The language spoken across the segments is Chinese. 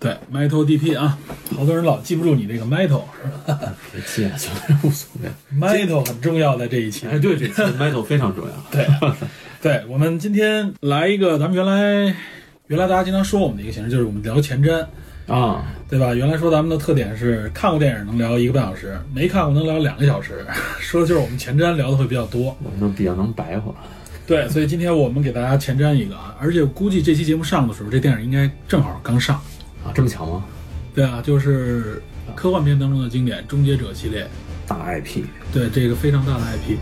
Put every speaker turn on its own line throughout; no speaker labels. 对 Metal DP 啊，好多人老记不住你这个 Metal 是吧
别气啊，算了，无所谓。
？Metal 很重要在这一期。
哎，对，这次 metal 非常重要。
对，对，我们今天来一个，咱们原来原来大家经常说我们的一个形式，就是我们聊前瞻，
啊，
对吧？原来说咱们的特点是看过电影能聊一个半小时，没看过能聊两个小时， 说的就是我们前瞻聊的会比较多。
我们比较能白活。
对，所以今天我们给大家前瞻一个啊，而且我估计这期节目上的时候，这电影应该正好刚上。
啊，这么巧吗？
对啊，就是科幻片当中的经典《终结者》系列，
大 IP，
对这个非常大的 IP。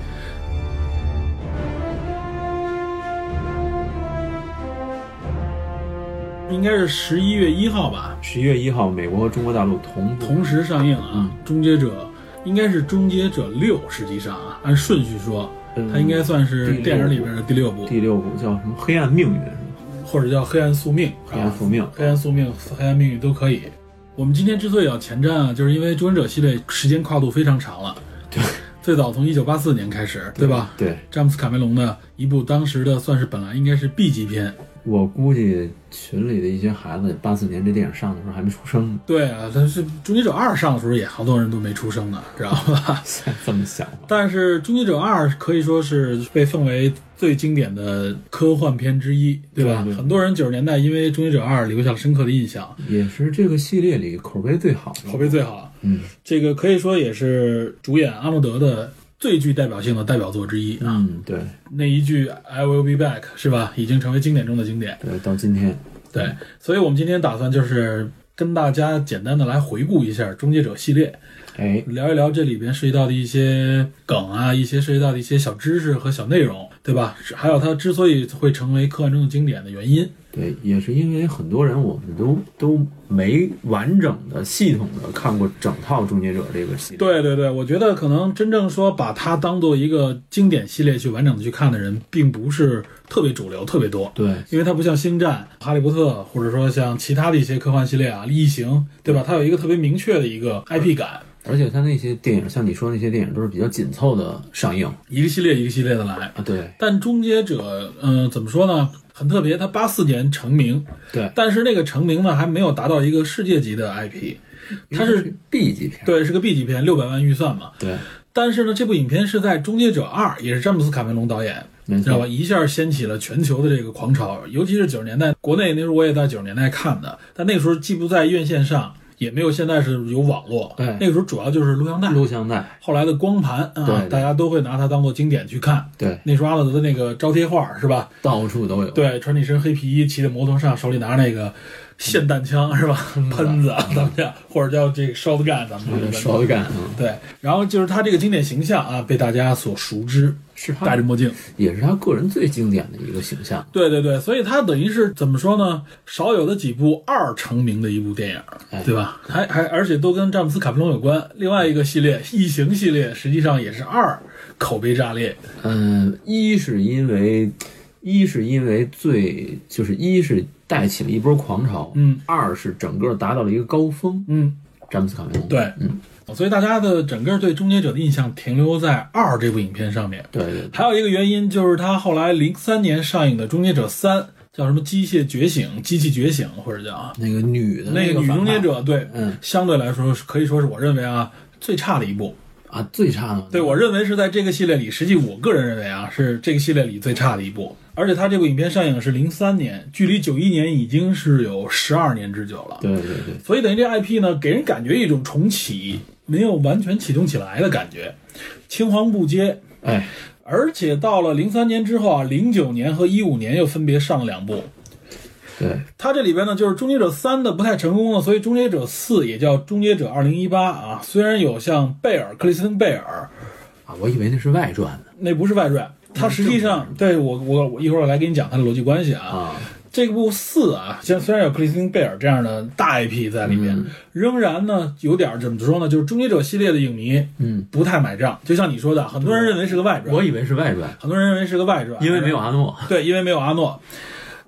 应该是十一月一号吧，
十一月一号，美国和中国大陆同步
同时上映
嗯
啊，终结者》应该是《终结者六》，实际上啊，按顺序说，
嗯
它应该算是
第六部
电影里边的第六部，
第六部叫什么《黑暗命运》是吗？
或者叫《黑暗宿命》啊。
黑暗宿命。
黑暗宿命、黑暗命运都可以。我们今天之所以要前瞻啊，就是因为《终结者》系列时间跨度非常长了，
对，
最早从一九八四年开始，对吧？
对，
詹姆斯·卡梅隆的一部当时的算是本来应该是 B 级片，
我估计群里的一些孩子，八四年这电影上的时候还没出生呢。
对啊，但是《终结者二》上的时候也好多人都没出生呢，知道吧？
这么想吧，
但是《终结者二》可以说是被奉为最经典的科幻片之一，对吧？
对对
很多人九十年代因为《终结者二》留下了深刻的印象，
也是这个系列里口碑最好的。
口碑最好。
嗯，
这个可以说也是主演阿诺德的最具代表性的代表作之一啊。
嗯，对
那一句 "I will be back" 是吧？已经成为经典中的经典。
对，呃到今天嗯
对，所以我们今天打算就是跟大家简单的来回顾一下《终结者》系列，
哎，
聊一聊这里边涉及到的一些梗啊，一些涉及到的一些小知识和小内容，对吧？是还有它之所以会成为科幻中的经典的原因。
对，也是因为很多人我们都都没完整的、系统的看过整套《终结者》这个系列。，
对对对，我觉得可能真正说把它当做一个经典系列去完整的去看的人，并不是特别主流，特别多。
对，
因为它不像《星战》《哈利波特》，或者说像其他的一些科幻系列啊，《异形》，对吧？它有一个特别明确的一个 IP 感，
而且它那些电影，像你说那些电影，都是比较紧凑的上映
一个系列一个系列的来。
啊。对，
但《终结者》，嗯、怎么说呢？很特别，它八四年成名，
对，
但是那个成名呢，还没有达到一个世界级的 IP，它是
B 级片。
对，是个 B 级片，六百万预算嘛。
对，
但是呢，这部影片是在《终结者二》，也是詹姆斯·卡梅隆导演，
没
知道吧？
错，
一下掀起了全球的这个狂潮，尤其是九十年代，国内那时候我也在九十年代看的，但那个时候既不在院线上，也没有现在是有网络，
对
那个时候主要就是录像带，
录像带。
后来的光盘啊，
对对
大家都会拿它当做经典去看。
对，
那时候阿乐德的那个招贴画是吧？
到处都有。，
对，穿着一身黑皮衣，骑在摩托上，手里拿着那个霰弹枪是吧？
嗯
喷子，啊咱们叫或者叫这个 shotgun，咱们这
手感啊，
对，然后就是他这个经典形象啊，被大家所熟知，
是他
戴着墨镜。
也是他个人最经典的一个形象。
对对对，所以它等于是怎么说呢？少有的几部二成名的一部电
哎
影，对吧？还还而且都跟詹姆斯·卡梅隆有关。另外一个系
嗯
列《异形》系列，实际上也是二口碑炸裂。
嗯，一是因为，一是因为最就是一是带起了一波狂潮，
嗯，
二是整个达到了一个高峰。
嗯，
詹姆斯卡梅隆，
对，哦
嗯，
所以大家的整个对《终结者》的印象停留在二这部影片上面。
对对
还有一个原因就是他后来零三年上映的《终结者三》，叫什么《机械觉醒》、《机器觉醒》，或者叫啊，
那个女的
那
个
个女
反
终
派
结者，对，
嗯
相对来说是可以说是我认为啊最差的一部。
啊，最差的，
对，我认为是在这个系列里，实际我个人认为啊，是这个系列里最差的一部。而且它这部影片上映是零三年，距离九一年已经是有十二年之久了。
对对对，
所以等于这 IP 呢，给人感觉一种重启没有完全启动起来的感觉，青黄不接。
哎，
而且到了零三年之后啊，零九年和一五年又分别上了两部。
对
它这里边呢，就是《终结者三》的不太成功了，所以《终结者四》也叫《终结者二零一八》啊。虽然有像贝尔、克里斯汀·贝尔，
啊，我以为那是外传呢
那不是外传，它实际上对我我我一会儿我来给你讲它的逻辑关系啊。
啊，
这部四啊，像虽然有克里斯汀贝尔这样的大 IP 在里
嗯
面，仍然呢有点儿怎么说呢，就是《终结者》系列的影迷
嗯，
不太买账。就像你说的，很多人认为是个外传，
我以为是外传，
很多人认为是个外传，
因为没有阿诺。
对，因为没有阿诺。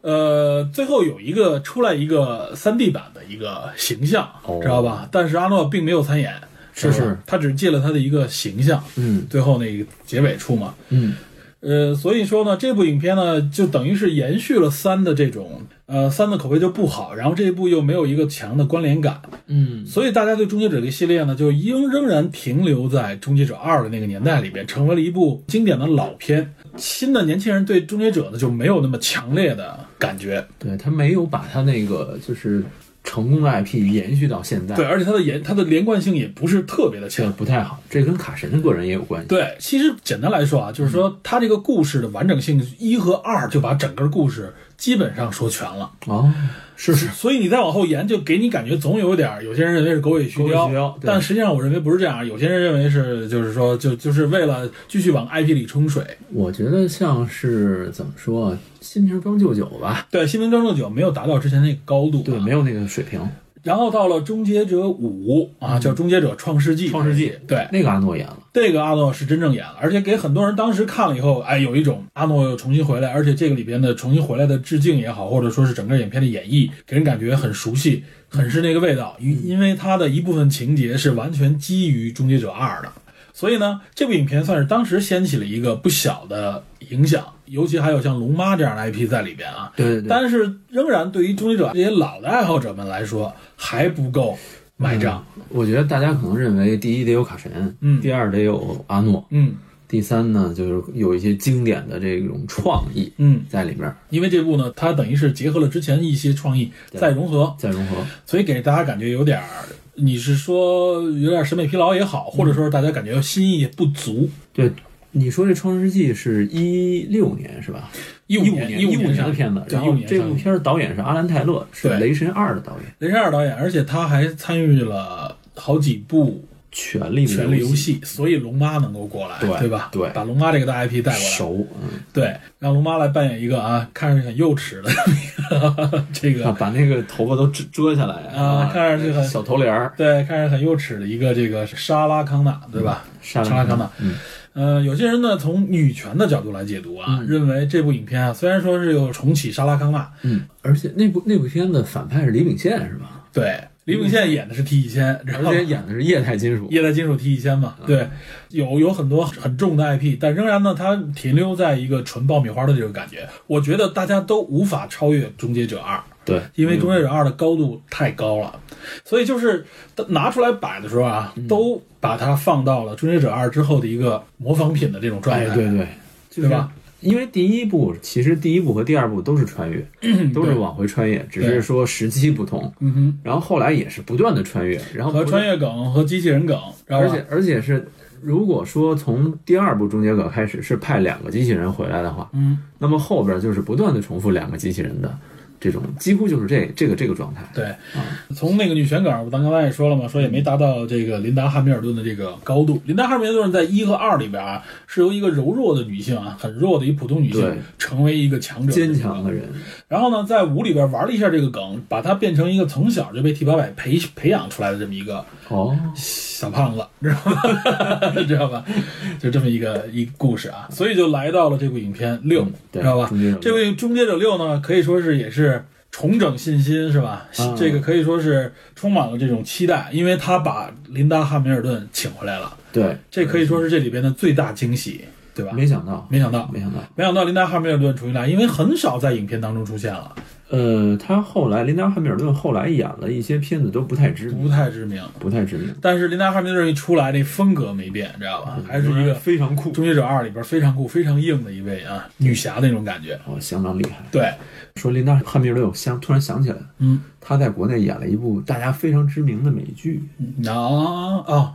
呃，最后有一个出来一个三 D 版的一个形象，
哦
知道吧？但是阿诺并没有参演，
是
知道吧
是
他只借了他的一个形象，
嗯
最后那个结尾处嘛。
嗯，
呃，所以说呢，这部影片呢，就等于是延续了三的这种，呃，三的口碑就不好，然后这一部又没有一个强的关联感，
嗯，
所以大家对《终结者》这个系列呢，就仍仍然停留在《终结者二》的那个年代里边，成为了一部经典的老片。新的年轻人对《终结者》呢，就没有那么强烈的感觉，
对他没有把他那个就是成功的 IP 延续到现在，
对，，而且它的延它的连贯性也不是特别的
这
强
个。不太好。这跟卡神的个人也有关系。
对，其实简单来说啊，就是
嗯
说它这个故事的完整性，一和二就把整个故事基本上说全了。
哦，是是，
所以你再往后延，就给你感觉总有点儿，有些人认为是狗尾续
狗尾
貂，
续貂对
但实际上我认为不是这样。有些人认为是，就是说，就就是为了继续往 IP 里冲水。
我觉得像是怎么说啊，新瓶装旧酒吧，啊
对，《新闻装正九》没有达到之前那个高度、啊
对，没。有那个水平。
然后到了《终结者五》啊，叫《终结者创世纪》。
嗯创世纪
对，
哎那个阿诺演了，
这个阿诺是真正演了，而且给很多人当时看了以后，哎，有一种阿诺又重新回来，而且这个里边的重新回来的致敬也好，或者说是整个影片的演绎，给人感觉很熟悉，很是那个味道。因因为它的一部分情节是完全基于《终结者二》的，所以呢，这部影片算是当时掀起了一个不小的影响，尤其还有像龙妈这样的 IP 在里边啊。
对对对，
但是仍然对于《终结者》这些老的爱好者们来说还不够买账。
我觉得大家可能认为，第一得有卡神，
嗯
第二得有阿诺，
嗯
第三呢就是有一些经典的这种创意
嗯，
在里面儿
因为这部呢，它等于是结合了之前一些创意
对
再融合，
再融合。
所以给大家感觉有点儿，你是说有点审美疲劳也好，或者
嗯
说大家感觉新意不足。
对，你说这《创世纪》是一六年是吧？
一
一
五
年
一
一
五
年
上
的片子，
对
然
一五
后
年
这部
上
片儿导演是阿兰·泰勒，是
对
《雷神二》的导演，《
雷神二导演，而且他还参与了好几部
权力
《权力游
游戏
戏》，所以龙妈能够过来，
对
对吧？
对
把龙妈这个大 IP 带》过来，
熟，嗯，
对，让龙妈来扮演一个啊，看上去很幼稚的 这个
啊，把那个头发都遮遮下来
啊看上去很
小头帘儿，
对，看着很幼齿的一个这个莎拉康纳，对吧？
莎拉
莎拉
康
康
纳
纳，
嗯
呃，有些人呢从女权的角度来解读啊，认为这部影片啊，虽然说是有重启莎拉康纳，
嗯，而且那部那部片子反派是李秉宪是吧？
对，李秉宪演的是 T 一千，然
而
后
且嗯演的是液态金属，
液态金属 T 一千嘛，对，有有很多很重的 IP，但仍然呢，它停留在一个纯爆米花的这个感觉，我觉得大家都无法超越《终结者二》。
对，
因为《终结者二》的高度太高了，所以就是拿出来摆的时候啊，
嗯
都把它放到了《终结者二》之后的一个模仿品的这种状态。
哎，对对，就
对
是
吧？
因为第一部其实第一部和第二部都是穿越，都是往回穿越，只是说时期不同。
嗯哼，
然后后来也是不断的穿越，然后
和
不断
穿，越梗和机器人梗，然后
而且而且是，如果说从第二部《终结者》开始是派两个机器人回来的话，
嗯，
那么后边就是不断的重复两个机器人的这种，几乎就是这这个这个状态。
对，从那个女权梗，我咱刚才也说了嘛，说也没达到这个琳达汉密尔顿的这个高度。琳达汉密尔顿在一和二里边啊，是由一个柔弱的女性啊，很弱的一普通女
对
性，成为一个强者，
坚强的人，
然后呢，在五里边玩了一下这个梗，把她变成一个从小就被 T 八百培培养出来的这么一个
哦，
小胖子，知道 吧？知道吧？就这么一个一故事啊，所以就来到了这部影片六，
嗯对
知道吧
终结者六？
这部《终结者六》呢，可以说是也是重整信心，是吧？
啊
这个可以说是充满了这种期待，因为他把琳达·汉密尔顿请回来了，
对，
这可以说是这里边的最大惊喜，对吧？
没想到，
没想到，
没想到，
没想到琳达·汉密尔顿重新来，因为很少在影片当中出现了，
呃，他后来琳达·汉密尔顿后来演了一些片子都不太知名，
不太知名。
不太知名，
但是琳达·汉密尔顿一出来，那风格没变，知道吧？还是一个
非常酷
《终结者二》里边非常酷、非常硬的一位啊，女侠那种感觉。
哦，相当厉害。
对，
说琳达·汉密尔顿，我想突然想起来，
嗯，
她在国内演了一部大家非常知名的美剧，
啊哦，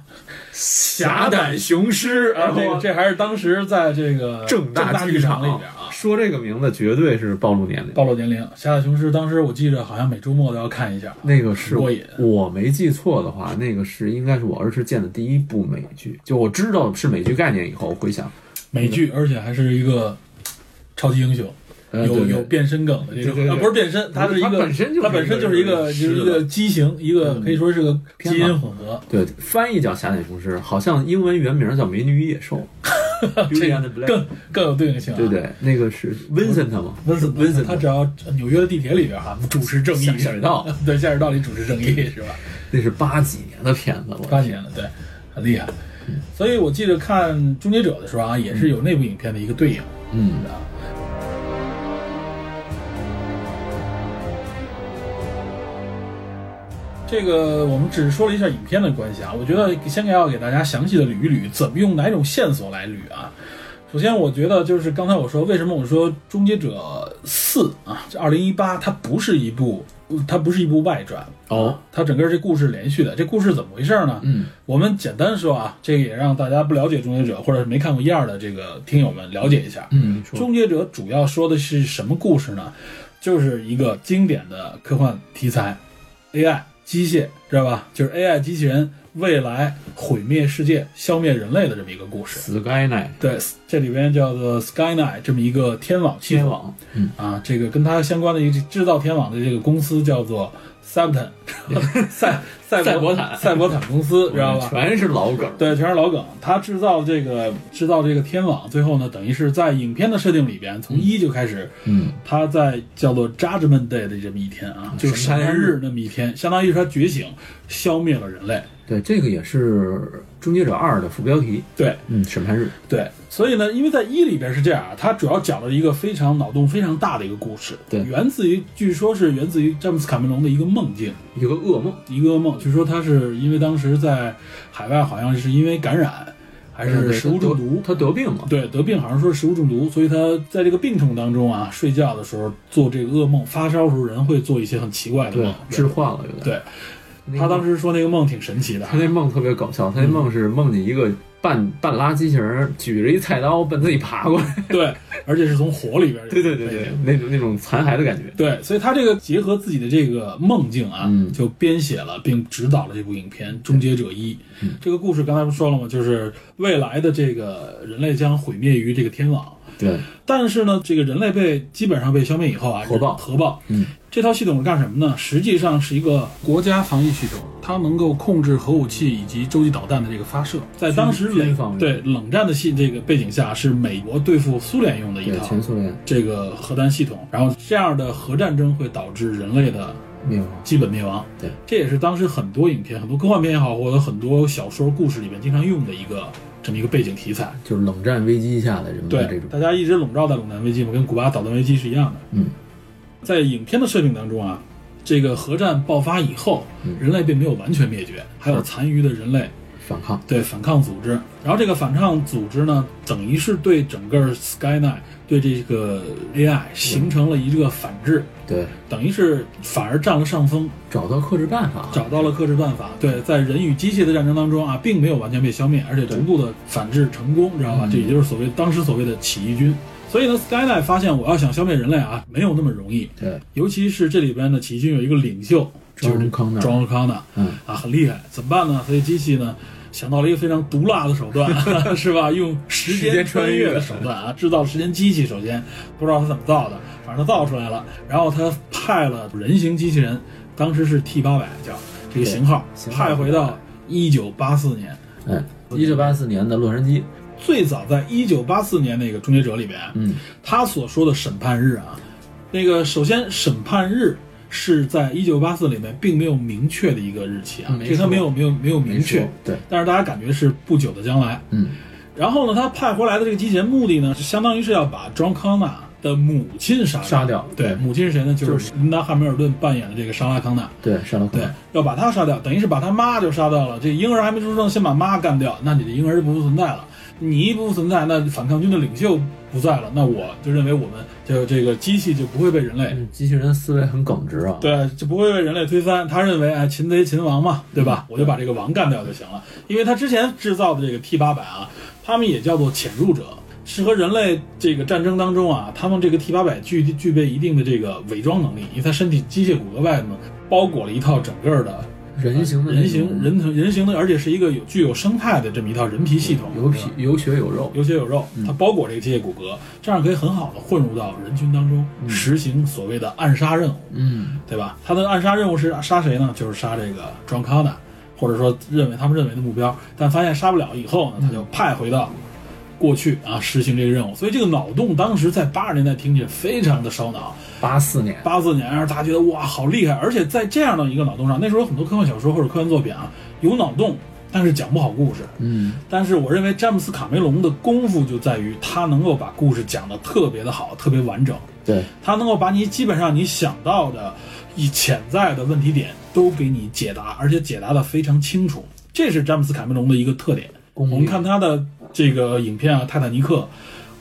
侠胆雄狮啊，这个这还是当时在这个
大
剧
场
里边啊。
说这个名字绝对是暴露年龄。
暴露年龄，侠胆雄狮当时我记着好像每周末都要看一下。
那个是
过瘾
我没记错的话，那个是应该是我儿时见的第一部美剧。就我知道是美剧概念以后，回想
美剧，而且还是一个超级英雄，
呃
有
对对
有变身梗的这
对对
种，
对
啊不是变身，它是一个，
它本身就是一个
它本身就是一个就是是
的
一个畸形，一个可以说是个
嗯偏
基
好
因混合。
对，翻译叫《侠胆雄狮》，好像英文原名叫《美女与野兽》，Beauty and the Black，
更更有对应性、啊。
对对，那个是 Vincent 吗？
温森
温森
他只要纽约的地铁里边哈主持正义，
下下水道，
对下水道里主持正义是吧？
那是八几年的片子，我
八几年的，对，很厉害。所以我记得看《终结者》的时候啊，也是有那部影片的一个对应。
嗯，
这个我们只是说了一下影片的关系啊，我觉得先要给大家详细的捋一捋，怎么用哪种线索来捋啊。首先，我觉得就是刚才我说，为什么我说《终结者四》啊，这二零一八它不是一部，它不是一部外传，
哦，
它整个这故事连续的。这故事怎么回事呢？
嗯，
我们简单说啊，这个也让大家不了解《终结者》或者是没看过一二的这个听友们了解一下。
嗯，
《终结者》主要说的是什么故事呢？就是一个经典的科幻题材，AI 机械，知道吧？就是 AI 机器人未来毁灭世界、消灭人类的这么一个故事。
Sky Night
对，这里边叫做 Skynet 这么一个天网系
天
统
网，嗯，
啊，这个跟它相关的一个制造天网的这个公司叫做 Cyberton，赛赛
赛博
博
坦
赛博坦公司，知道吧？
全是老梗，
对，全是老梗。他制造这个制造这个天网，最后呢，等于是在影片的设定里边，从一就开始，
嗯，
他在叫做 Judgment Day 的这么一天啊，就是审
审
判
判日
日那么一天，相当于是他觉醒，消灭了人类。
对，这个也是《终结者二》的副标题，
对
嗯，审判日，
对，所以呢，因为在一里边是这样啊，它主要讲了一个非常脑洞非常大的一个故事，
对
源自于据说是源自于詹姆斯卡梅隆的一个梦境，
有个噩梦，
一个梦，据说他是因为当时在海外好像是因为感染还是食物中毒，
嗯他得病了，
对，得病好像说是食物中毒，所以他在这个病程当中啊，睡觉的时候做这个噩梦，发烧的时候人会做一些很奇怪的
对
梦。，
置换了有点，
对他当时说那个梦挺神奇的
他，那梦特别搞笑，他那梦是梦见一个半半拉机器人儿举着一菜刀奔自己爬过来，
对，而且是从火里边儿
对对对对， 那种那种残骸的感觉，
对，所以他这个结合自己的这个梦境啊，
嗯
就编写了并指导了这部影片《终结者一》
嗯
这个故事刚才不说了吗？就是未来的这个人类将毁灭于这个天网，
对，
但是呢，这个人类被基本上被消灭以后啊，
核爆
人核爆，
嗯，
这套系统是干什么呢？实际上是一个国家防御系统，它能够控制核武器以及洲际导弹的这个发射。在当时
军
冷
方面
对冷战的系这个背景下，是美国对付苏联用的一
对，
套
前苏联
这个核弹系统。然后这样的核战争会导致人类的
灭亡，
基本灭亡。
对，
这也是当时很多影片、很多科幻片也好，或者很多小说故事里面经常用的一个这么一个背景题材。
就是冷战危机下的人们的这
对，
种，
大家一直笼罩在冷战危机嘛，跟古巴导弹危机是一样的。
嗯，
在影片的设定当中啊，这个核战爆发以后，
嗯
人类并没有完全灭绝，还有残余的人类
反抗，
对反抗组织。然后这个反抗组织呢，等于是对整个 Skynet 对这个 AI 形成了一个反制，
对，
等于是反而占了上风，
找到克制办法，
找到了克制办法。对，在人与机械的战争当中啊，并没有完全被消灭，而且逐步的反制成功，知道
嗯
吧？这也就是所谓当时所谓的起义军。所以呢，Skynet 发现我要想消灭人类啊，没有那么容易。
对，
尤其是这里边的起义军有一个领袖，就是
John Connor
庄康纳，
嗯，
啊，很厉害，怎么办呢？所以机器呢想到了一个非常毒辣的手段， 是吧？用时
时间
间
穿
穿
越
越的手段啊，制造时间机器。首先不知道他怎么造的，反正他造出来了。然后他派了人形机器人，当时是 T 八百叫这个型号
对，型号
派回到一九八四年。
哎，一九八四年的洛杉矶，
最早在一九八四年那个《终结者》里边，
嗯，
他所说的审判日啊，那个首先审判日是在一九八四里面并没有明确的一个日期啊，
嗯没
这他
说
没有没有没有明
没
确
说，对，
但是大家感觉是不久的将来。
嗯，
然后呢，他派回来的这个机器人目的呢，是相当于是要把 John Connor 的母亲杀
杀掉
对，
对
母亲是谁呢？就
就是
琳达汉密尔顿扮演的这个莎拉康纳。
对，上了课
对，要把他杀掉，等于是把他妈就杀掉了。这婴儿还没出生，先把妈干掉，那你的婴儿就不复存在了。你不复存在，那反抗军的领袖不在了，那我就认为我们就这个机器就不会被人类，
嗯，机器人思维很耿直啊，，
对，就不会被人类推翻。他认为，哎，擒贼擒王嘛，对吧？
嗯
我就把这个王干掉就行了。因为他之前制造的这个 T 八百啊，他们也叫做潜入者，是和人类这个战争当中啊，他们这个 T 八百具具备一定的这个伪装能力，因为它身体机械骨骼外呢包裹了一套整个的
人形的
人
那种
形人头人形的，而且是一个有具有生态的这么一套人皮系统，
有皮嗯
对吧
有血有肉，
有血有肉，它包裹这个机械骨骼，这样可以很好的混入到人群当中，实行所谓的暗杀任务，
嗯，
对吧？他的暗杀任务是杀谁呢？就是杀这个 John Connor，或者说认为他们认为的目标，但发现杀不了以后呢，他就派回到过去啊，实行这个任务。所以这个脑洞当时在八十年代听起来非常的烧脑，
八四年
八四年让大家觉得哇好厉害，而且在这样的一个脑洞上，那时候有很多科幻小说或者科幻作品啊有脑洞，但是讲不好故事。
嗯，
但是我认为詹姆斯卡梅隆的功夫就在于他能够把故事讲得特别的好，特别完整，
对，
他能够把你基本上你想到的、以潜在的问题点都给你解答，而且解答的非常清楚，这是詹姆斯卡梅隆的一个特点。我
功力
们看他的这个影片啊，《泰坦尼克》，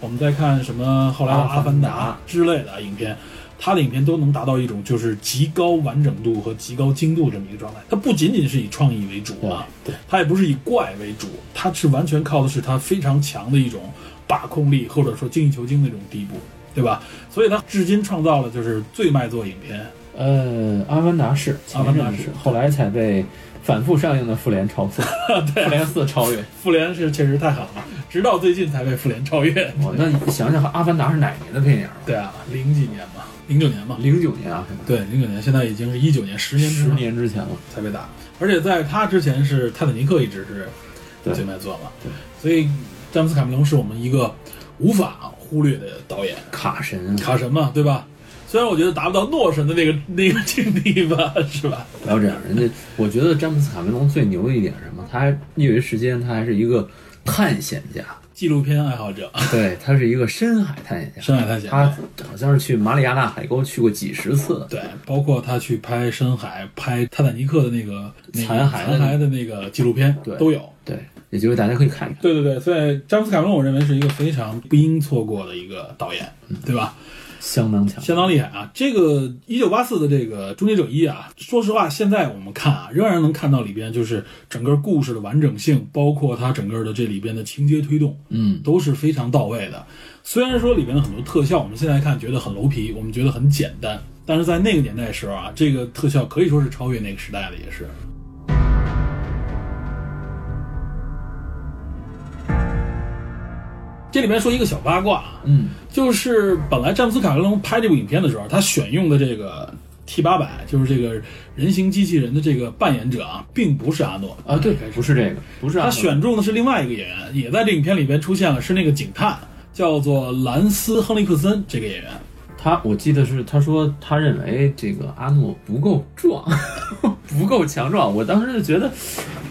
我们再看什么后来的《阿
啊阿
凡
凡达
达》之类的影片。他的影片都能达到一种就是极高完整度和极高精度这么一个状态。它不仅仅是以创意为主啊，
对
它也不是以怪为主，它是完全靠的是它非常强的一种把控力，或者说精益求精的一种地步，对吧？所以它至今创造了就是最卖座影片，
呃，阿凡达是，
阿凡达是
前阵子是，后来才被反复上映的复联 超速，复联四超 越。
复联是确实太狠了，直到最近才被复联超越。
我哦那你想想，阿凡达是哪年的电影？
对啊，零几年嘛，零九年嘛，
零九年啊，
对，零九年，现在已经是一九年，十年之
十
后
年之前了。
才被打，而且在他之前是泰坦尼克一直是
对
最卖座嘛
对，
所以詹姆斯卡梅隆是我们一个无法忽略的导演。
卡神，啊
卡神嘛，对吧？虽然我觉得达不到诺神的那个那个境地吧，是吧？
不要这样，人家我觉得詹姆斯卡梅隆最牛的一点是什么？他还业余时间他还是一个探险 家，
纪录片爱好者，
对他是一个深海探险家。
深海探险，
他好像是去马里亚纳海沟去过几十次，
对，包括他去拍深海、拍《泰坦尼克》的那个那个
残骸的
残骸的那个纪录片，
对
都有。
对，有机会大家可以看一看。
对对对，所以詹姆斯·卡梅隆，我认为是一个非常不应错过的一个导演，
嗯
对吧？
相当强，
相当厉害啊！这个一九八四的这个《终结者一》啊，说实话，现在我们看啊，仍然能看到里边就是整个故事的完整性，包括它整个的这里边的情节推动，
嗯，
都是非常到位的。虽然说里边的很多特效，我们现在看觉得很楼皮，我们觉得很简单，但是在那个年代的时候啊，这个特效可以说是超越那个时代的，也是。这里面说一个小八卦啊，
嗯，
就是本来詹姆斯卡梅隆拍这部影片的时候，他选用的这个 T 八百，就是这个人形机器人的这个扮演者啊，并不是阿诺，
啊，对，不是这个，不是阿
他
诺
选中的是另外一个演员，也在这影片里边出现了，是那个警探，叫做兰斯·亨利克森这个演员。
他，我记得是他说他认为这个阿诺不够壮， 不够强壮。我当时就觉得，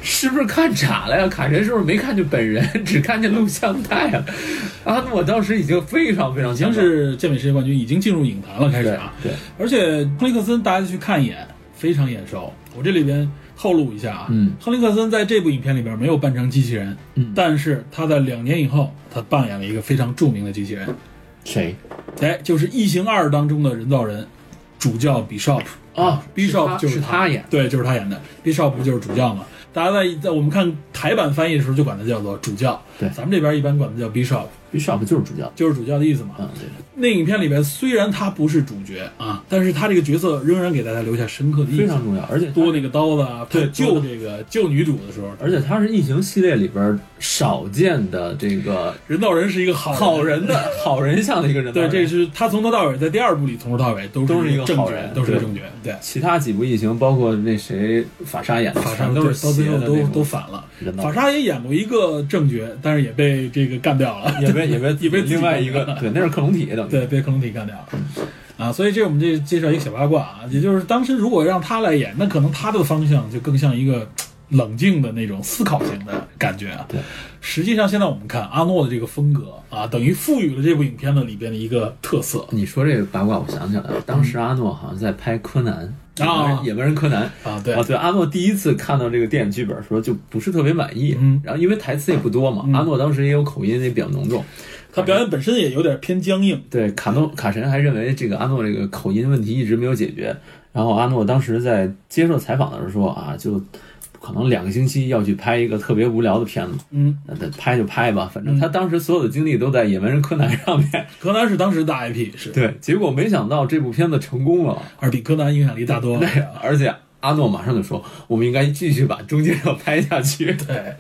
是不是看傻了呀？卡神是不是没看见本人，只看见录像带啊？ 阿诺当时已经非常非常
已经
强壮，
是健美世界冠军，已经进入影坛了，开始
对
啊。
对，
而且亨利克森，大家去看一眼，非常眼熟。我这里边透露一下啊，
嗯
亨利克森在这部影片里边没有扮成机器人，
嗯
但是他在两年以后，他扮演了一个非常著名的机器人，
谁
哎，就是《异形二》当中的人造人，主教 Bishop
啊是
，Bishop
他
就是
他演的
对，就是他演的，Bishop 不就是主教嘛？大家在在我们看台版翻译的时候，就管他叫做主教，
对
咱们这边一般管他叫 Bishop，
？Bishop 就是主角。
就是主教的意思嘛。
嗯，对，
那影片里边虽然他不是主角啊，但是他这个角色仍然给大家留下深刻的印
非常
象。
重要，而且
多
多，
那个刀子啊，
对
他救
多的
这个救女主的时候，
而且他是异形系列里边少见的这个
人造人是一个好
好人的 好人像的一个人。
对，这是他从头到尾在第二部里从头到尾都
都是一个
正
好
角，
人
都是个
对
正角，对。
其他几部异形，包括那谁法沙演的，
法
全
沙
都是
到最
邪
后
的那
都
种
都反了
人，造
法
人
沙也演过一个正角，但是也被这个干掉了，
也被也 被
也被自己
另外一个
干掉了
对，那是克隆体等于。
对，被克隆体干掉了。啊，所以这我们这介绍一个小八卦啊，也就是当时如果让他来演，那可能他的方向就更像一个嘖冷静的那种思考型的感觉啊。
对，
实际上现在我们看阿诺的这个风格啊，等于赋予了这部影片的里边的一个特色。
你说这个八卦，我想起来了，当时阿诺好像在拍柯南
啊
野蛮人柯南
啊对
啊，对，阿诺第一次看到这个电影剧本的时候就不是特别满意，
嗯
然后因为台词也不多嘛，阿诺当时也有口音也比较浓重，
他表演本身也有点偏僵硬，
对，卡诺卡神还认为这个阿诺这个口音问题一直没有解决。然后阿诺当时在接受采访的时候说啊，就可能两个星期要去拍一个特别无聊的片子，
嗯，
那那拍就拍吧，反正他当时所有的精力都在《野蛮人柯南》上面。
柯南是当时的 IP，是
对，结果没想到这部片子成功了，
而比柯南影响力大多了。啊
而且阿诺马上就说：“我们应该继续把中间要拍下去。”
对，哎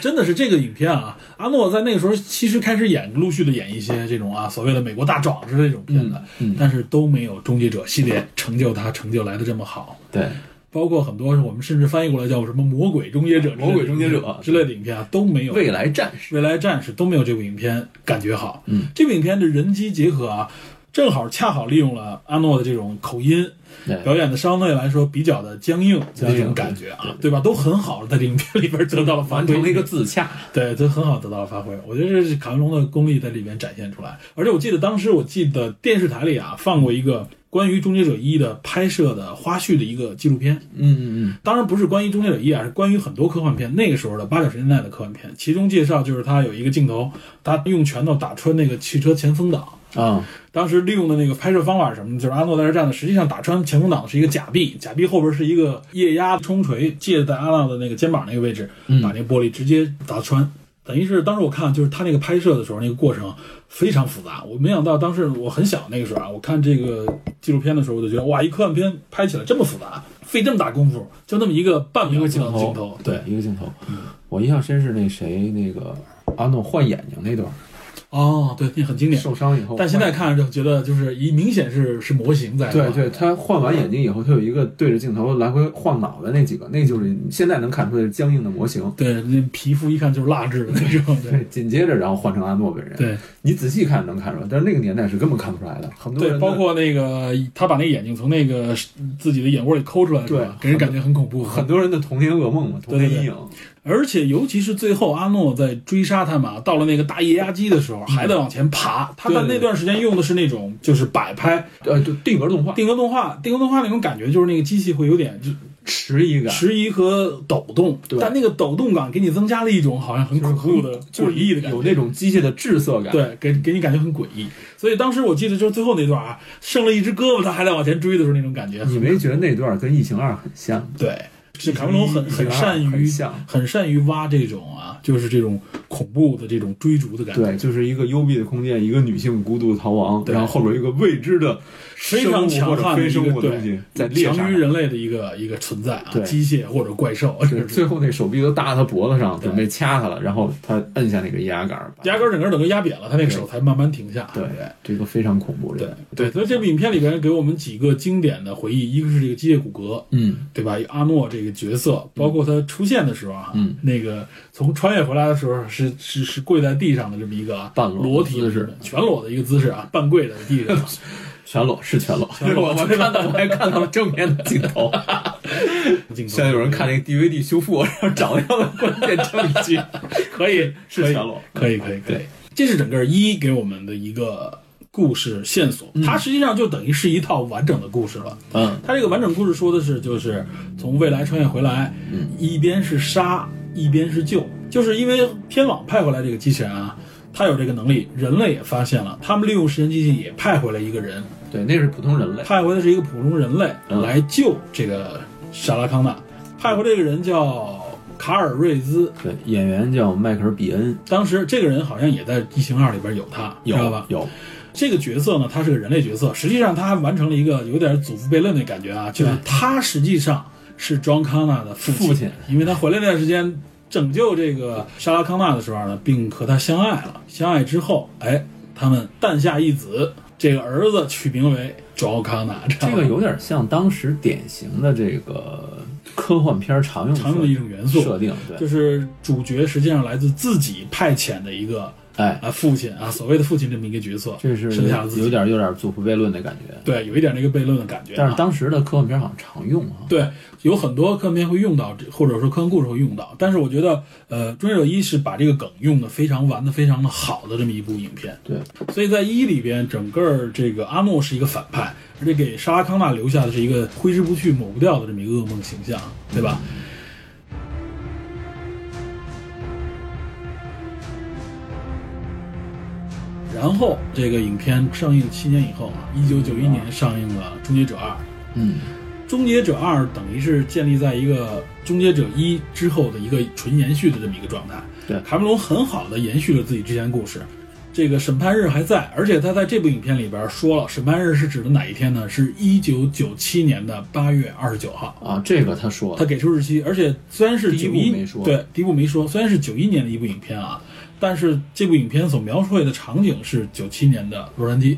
真的是这个影片啊，阿诺在那个时候其实开始演，陆续的演一些这种啊所谓的美国大壮之类这种片子，
嗯
但是都没有《终结者》系列成就他成就来的这么好。
对，
包括很多我们甚至翻译过来叫什么“魔鬼终结者”、“
哎魔鬼终结者
之类的影片啊，都没有
未来战士，
未来战士都没有这部影片感觉好。
嗯，
这部影片的人机结合啊，正好恰好利用了阿诺的这种口音，
对
表演的相对来说比较的僵硬，这种感觉啊，对吧？都很好，在这影片里边得到了发
完
挥
成了一个自洽。
对，都很好得到了发挥。我觉得这是卡梅隆的功力在里面展现出来。而且我记得当时我记得电视台里啊放过一个关于《终结者一》的拍摄的花絮的一个纪录片，
嗯嗯嗯，
当然不是关于《终结者一》啊，是关于很多科幻片，那个时候的八九十年代的科幻片。其中介绍就是他有一个镜头，他用拳头打穿那个汽车前风挡。
啊、
当时利用的那个拍摄方法是什么，就是阿诺在这站着，实际上打穿前风挡的是一个假臂，假臂后边是一个液压冲锤，借在阿诺的那个肩膀那个位置，把那个玻璃直接砸穿。等于是当时我看就是他那个拍摄的时候，那个过程非常复杂。我没想到当时我很小那个时候啊，我看这个纪录片的时候，我就觉得哇，一科幻片拍起来这么复杂，费这么大功夫，就那么一个半
一
秒
个
钟
镜
的
头，嗯
镜头，对，
一个镜头。我印象深是那谁那个阿诺换眼睛那段，
哦，对，那很经典。
受伤以后换眼睛，
但现在看就觉得就是一明显是是模型在，
对
是吧
对，他换完眼睛以后，他有一个对着镜头来回晃脑袋那几个，那就是现在能看出来是僵硬的模型。
对，那皮肤一看就是蜡质的那种，对
对，紧接着然后换成阿诺本人，
对
你仔细看能看出来，但是那个年代是根本看不出来的，很多
对，
人
包括那个他把那眼睛从那个自己的眼窝里抠出来，是吧
对
给人感觉很恐怖，
很多人的童年噩梦嘛，童年阴影。
而且尤其是最后阿诺在追杀他们啊，到了那个大液压机的时候，还在往前爬。他在
嗯对对
那段时间用的是那种就是摆拍
呃，就定格动画，
定格动画，定格动画那种感觉，就是那个机器会有点就
迟疑感，
迟疑和抖动，
啊对
但那个抖动感给你增加了一种好像很恐怖的
就是
诡异的感觉，
有那种机械的滞涩感。，
对，给给你感觉很诡异。所以当时我记得就是最后那段啊，剩了一只胳膊，他还在往前追的时候那种感觉，
你没觉得那段跟《异形二》很像吗？
对，是卡梅隆很
异形
很
二
善于
很像
很善于挖这种啊，就是这种恐怖的这种追逐的感觉。
对，就是一个幽闭的空间，一个女性孤独逃亡，
对
然后后边一个未知的
非
生
常
物
强
或者
悍的
非
一
生
个
物的东西在
对，
猎杀
强于
她。
人类的一个一个存在啊，
对
机械或者怪兽，
对，
就是
最后那手臂都搭他脖子上，
对
准备掐他了，然后他摁下那个压杆儿，把
压根儿整个人都压扁了，他那个手才慢慢停下。
对，这个非常恐怖。这
对对，
个
所以这部影片里边给我们几个经典的回忆，一个是这个机械骨骼，
嗯，
对吧？阿诺这个角色，包括他出现的时候啊，
嗯
那个从穿越回来的时候是是是跪在地上的这么一个啊
半裸的
裸体的
姿势嗯
全裸的一个姿势啊，半跪在地上。
全裸是全裸，
全裸
我我看到我还看到了正面的镜 头，
镜头
现在有人看那个 DVD 修复，然后找到了关键 证据，
可以
是
可以
全裸
可以可以可以
对，
这是整个一给我们的一个故事线索，它实际上就等于是一套完整的故事了。
嗯，
它这个完整故事说的是，就是从未来穿越回来，
嗯
一边是杀，一边是救，就是因为天网派回来这个机器人啊，它有这个能力，人类也发现了，他们利用时间机器也派回来一个人，
对，那是普通人类，
派回的是一个普通人类
嗯
来救这个莎拉康纳，派回这个人叫卡尔瑞兹。
对，演员叫迈克尔·比恩，
当时这个人好像也在《异形二》里边有他，
有
知道吧？
有，
这个角色呢，他是个人类角色，实际上他还完成了一个有点祖父悖论的感觉啊，就是他实际上是 John Connor 的父
父亲
因为他回来那段时间拯救这个莎拉康纳的时候呢，并和他相爱了，相爱之后，哎，他们诞下一子，这个儿子取名为 John Connor，知道
这
吗
个有点像当时典型的这个科幻片儿常用
常用的一种元素
设定，
就
对，
是主角实际上来自自己派遣的一个
哎，
啊父亲啊，所谓的父亲这么一个角色，
这是
生下了自己，
有点有点祖父悖论的感觉，
对，有一点那个悖论的感觉啊，
但是当时的科幻片儿好像常用啊，
对，有很多科幻片会用到，这，或者说科幻故事会用到。但是我觉得，呃，《终结者一》是把这个梗用的非常玩的非常的好的这么一部影片。
对，
所以在一里边，整个儿这个阿诺是一个反派，而且给莎拉康纳留下的是一个挥之不去、抹不掉的这么一个噩梦形象，对吧？然后，这个影片上映七年以后啊，一九九一年上映了《终结者二》。
嗯，
《终结者二》等于是建立在一个《终结者一》之后的一个纯延续的这么一个状态。
对
卡梅隆很好的延续了自己之前的故事，这个审判日还在，而且他在这部影片里边说了，审判日是指的哪一天呢？是一九九七年的八月二十九号。
啊，这个他说
他
了，
给出日期，而且虽然是
第一
九
部
一
没说
对第一部没说，虽然是九一年的一部影片啊，但是这部影片所描绘的场景是九七年的洛杉矶，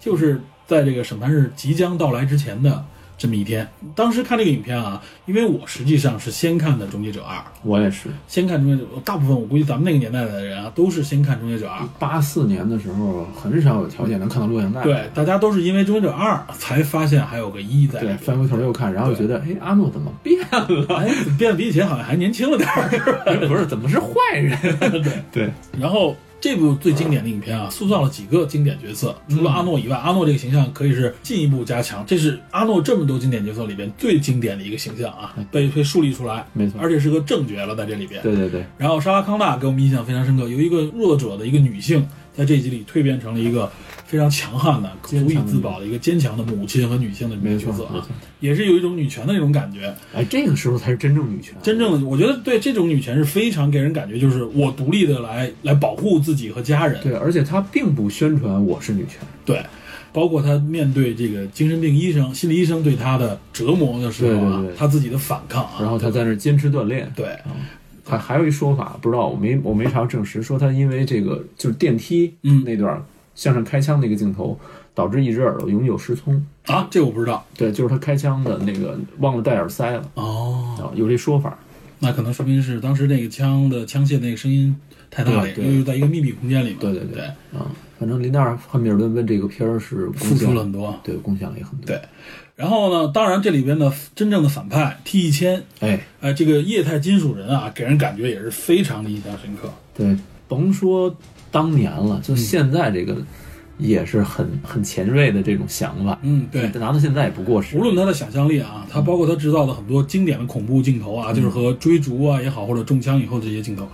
就是在这个审判日即将到来之前的这么一天。当时看这个影片啊，因为我实际上是先看的《终结者二》，
我也是，
先看《终结者》，大部分我估计咱们那个年代的人啊，都是先看《终结者二》。
八四年的时候很少有条件能看到录像带，
对，大家都是因为《终结者二》才发现还有个一在。
对，翻回头又看，然后觉得，哎，阿诺怎么变了？ 哎
哎，怎么变得比以前好像还年轻了点儿。
不是，怎么是坏 人？ 对，
然后这部最经典的影片啊，塑造了几个经典角色，
嗯
除了阿诺以外，阿诺这个形象可以是进一步加强，这是阿诺这么多经典角色里边最经典的一个形象啊，被被树立出来，
嗯没错
而且是个正角了在这里边。
对对对，
然后莎拉康纳给我们印象非常深刻，由一个弱者的一个女性，在这一集里蜕变成了一个非常强悍的、足以自保的一个坚强的母亲和女性的这么一个角色
没错没
啊
错，
也是有一种女权的那种感觉。
哎，这个时候才是真正女权，
真正的，我觉得对这种女权是非常给人感觉，就是我独立的来来保护自己和家人。
对，而且他并不宣传我是女权，
对，包括她面对这个精神病医生、心理医生对她的折磨的时候啊，
对对对
她自己的反抗啊，
然后他在那儿坚持锻炼。
对
还还有一说法，不知道我没我没查证实，说他因为这个就是电梯
嗯
那段向上开枪那个镜头，导致一只耳朵永久失聪。
啊，这我不知道
对，就是他开枪的那个忘了戴耳塞了
哦，
啊，有这说法。
那可能说明是当时那个枪的枪械那个声音太大了，
对
因
对
为是在一个密闭空间里嘛，
对对
对
对，啊，反正林达尔汉密尔顿为这个片儿是贡
付
献
出了很多。啊
对，贡献了也很多。
对然后呢，当然这里边的真正的反派 T 一千，
哎，
哎，这个液态金属人啊，给人感觉也是非常的印象深刻。
对，甭说当年了，
嗯
就现在这个也是很很前卫的这种想法，
嗯，对。
拿到现在也不过时。
无论他的想象力啊，他包括他制造的很多经典的恐怖镜头啊，就是和追逐啊也好，或者中枪以后的这些镜头，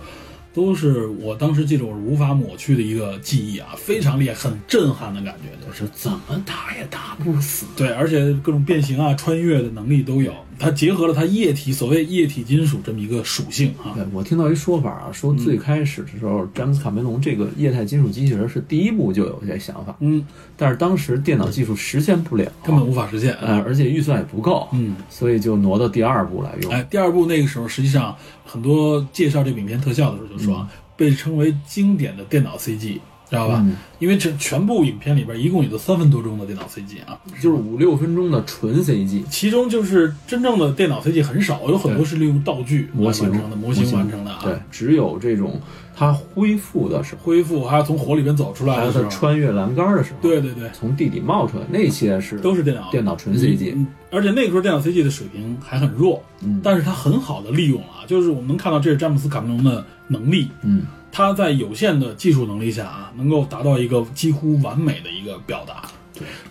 都是我当时记得我是无法抹去的一个记忆啊，非常厉害，很震撼的感觉，都是。
是怎么打也打不死。
对，而且各种变形啊、穿越的能力都有。它结合了它液体所谓液体金属这么一个属性啊，
对，呃我听到一说法啊，说
嗯
最开始的时候，詹姆斯卡梅隆这个液态金属机器人是第一步就有这想法，
嗯，
但是当时电脑技术实现不了，
根本无法实现。啊
呃，而且预算也不够，
嗯，
所以就挪到第二步来用。
哎，第二部那个时候，实际上很多介绍这个影片特效的时候就说，啊，被称为经典的电脑 CG，知道吧？
嗯
因为这全部影片里边一共有就三分多钟的电脑 CG 啊，
就是五六分钟的纯 CG，
其中就是真正的电脑 CG 很少，有很多是利用道具来
模型
完成的模型完成的啊。
对，，只有这种它恢复的时候，
恢复还要从火里边走出来
还有
的时
它
候，
穿越栏杆的时候，
对对对，
从地底冒出来那些是
都是电脑
电脑纯 CG，、
嗯，而且那个时候电脑 CG 的水平还很弱，
嗯
但是它很好的利用了啊，就是我们能看到这是詹姆斯卡梅隆的能力，
嗯，
他在有限的技术能力下啊，能够达到一个几乎完美的一个表达。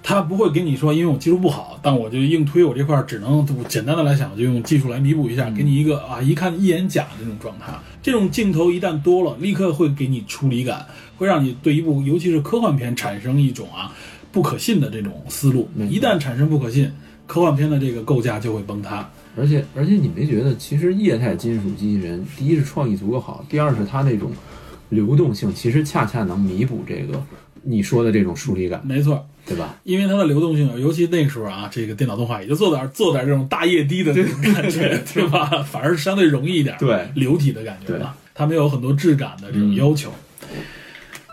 他不会跟你说，因为我技术不好，但我就硬推我这块儿，只能我简单的来想，我就用技术来弥补一下，给你一个啊一看一眼假的那种状态。这种镜头一旦多了，立刻会给你出离感，会让你对一部尤其是科幻片产生一种啊不可信的这种思路。一旦产生不可信，科幻片的这个构架就会崩塌。
而且而且你没觉得，其实液态金属机器人，第一是创意足够好，第二是它那种流动性，其实恰恰能弥补这个你说的这种疏离感，
没错，
对吧？
因为它的流动性，尤其那时候啊，这个电脑动画也就做点做点这种大液滴的那种感觉，对吧？反而相对嗯容易一点，
对
流体的感觉吧。它没有很多质感的这种要求。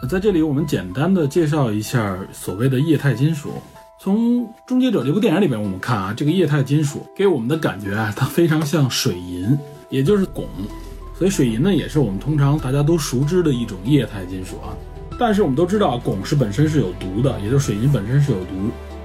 在这里，我们简单的介绍一下所谓的液态金属。从《终结者》这部电影里面，我们看啊，这个液态金属给我们的感觉啊，它非常像水银，也就是汞。所以水银呢，也是我们通常大家都熟知的一种液态金属啊。但是我们都知道，汞是本身是有毒的，也就是水银本身是有毒。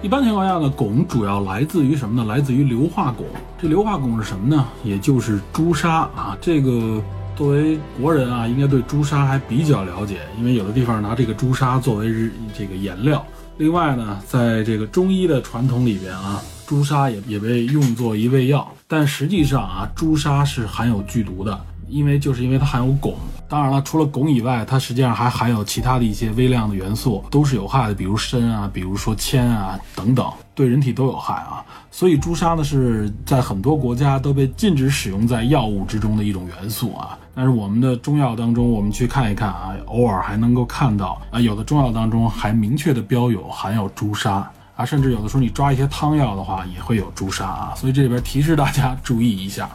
一般情况下呢，汞主要来自于什么呢？来自于硫化汞。这硫化汞是什么呢？也就是朱砂啊。这个作为国人啊，应该对朱砂还比较了解，因为有的地方拿这个朱砂作为日这个颜料。另外呢，在这个中医的传统里边啊，朱砂也也被用作一味药，但实际上啊，朱砂是含有剧毒的，因为就是因为它含有汞。当然了，除了汞以外，它实际上还含有其他的一些微量的元素，都是有害的，比如砷啊，比如说铅啊等等。对人体都有害啊。所以朱砂呢是在很多国家都被禁止使用在药物之中的一种元素啊。但是我们的中药当中，我们去看一看啊，偶尔还能够看到啊，有的中药当中还明确的标有含有朱砂。啊，甚至有的时候你抓一些汤药的话，也会有朱砂啊，所以这里边提示大家注意一下。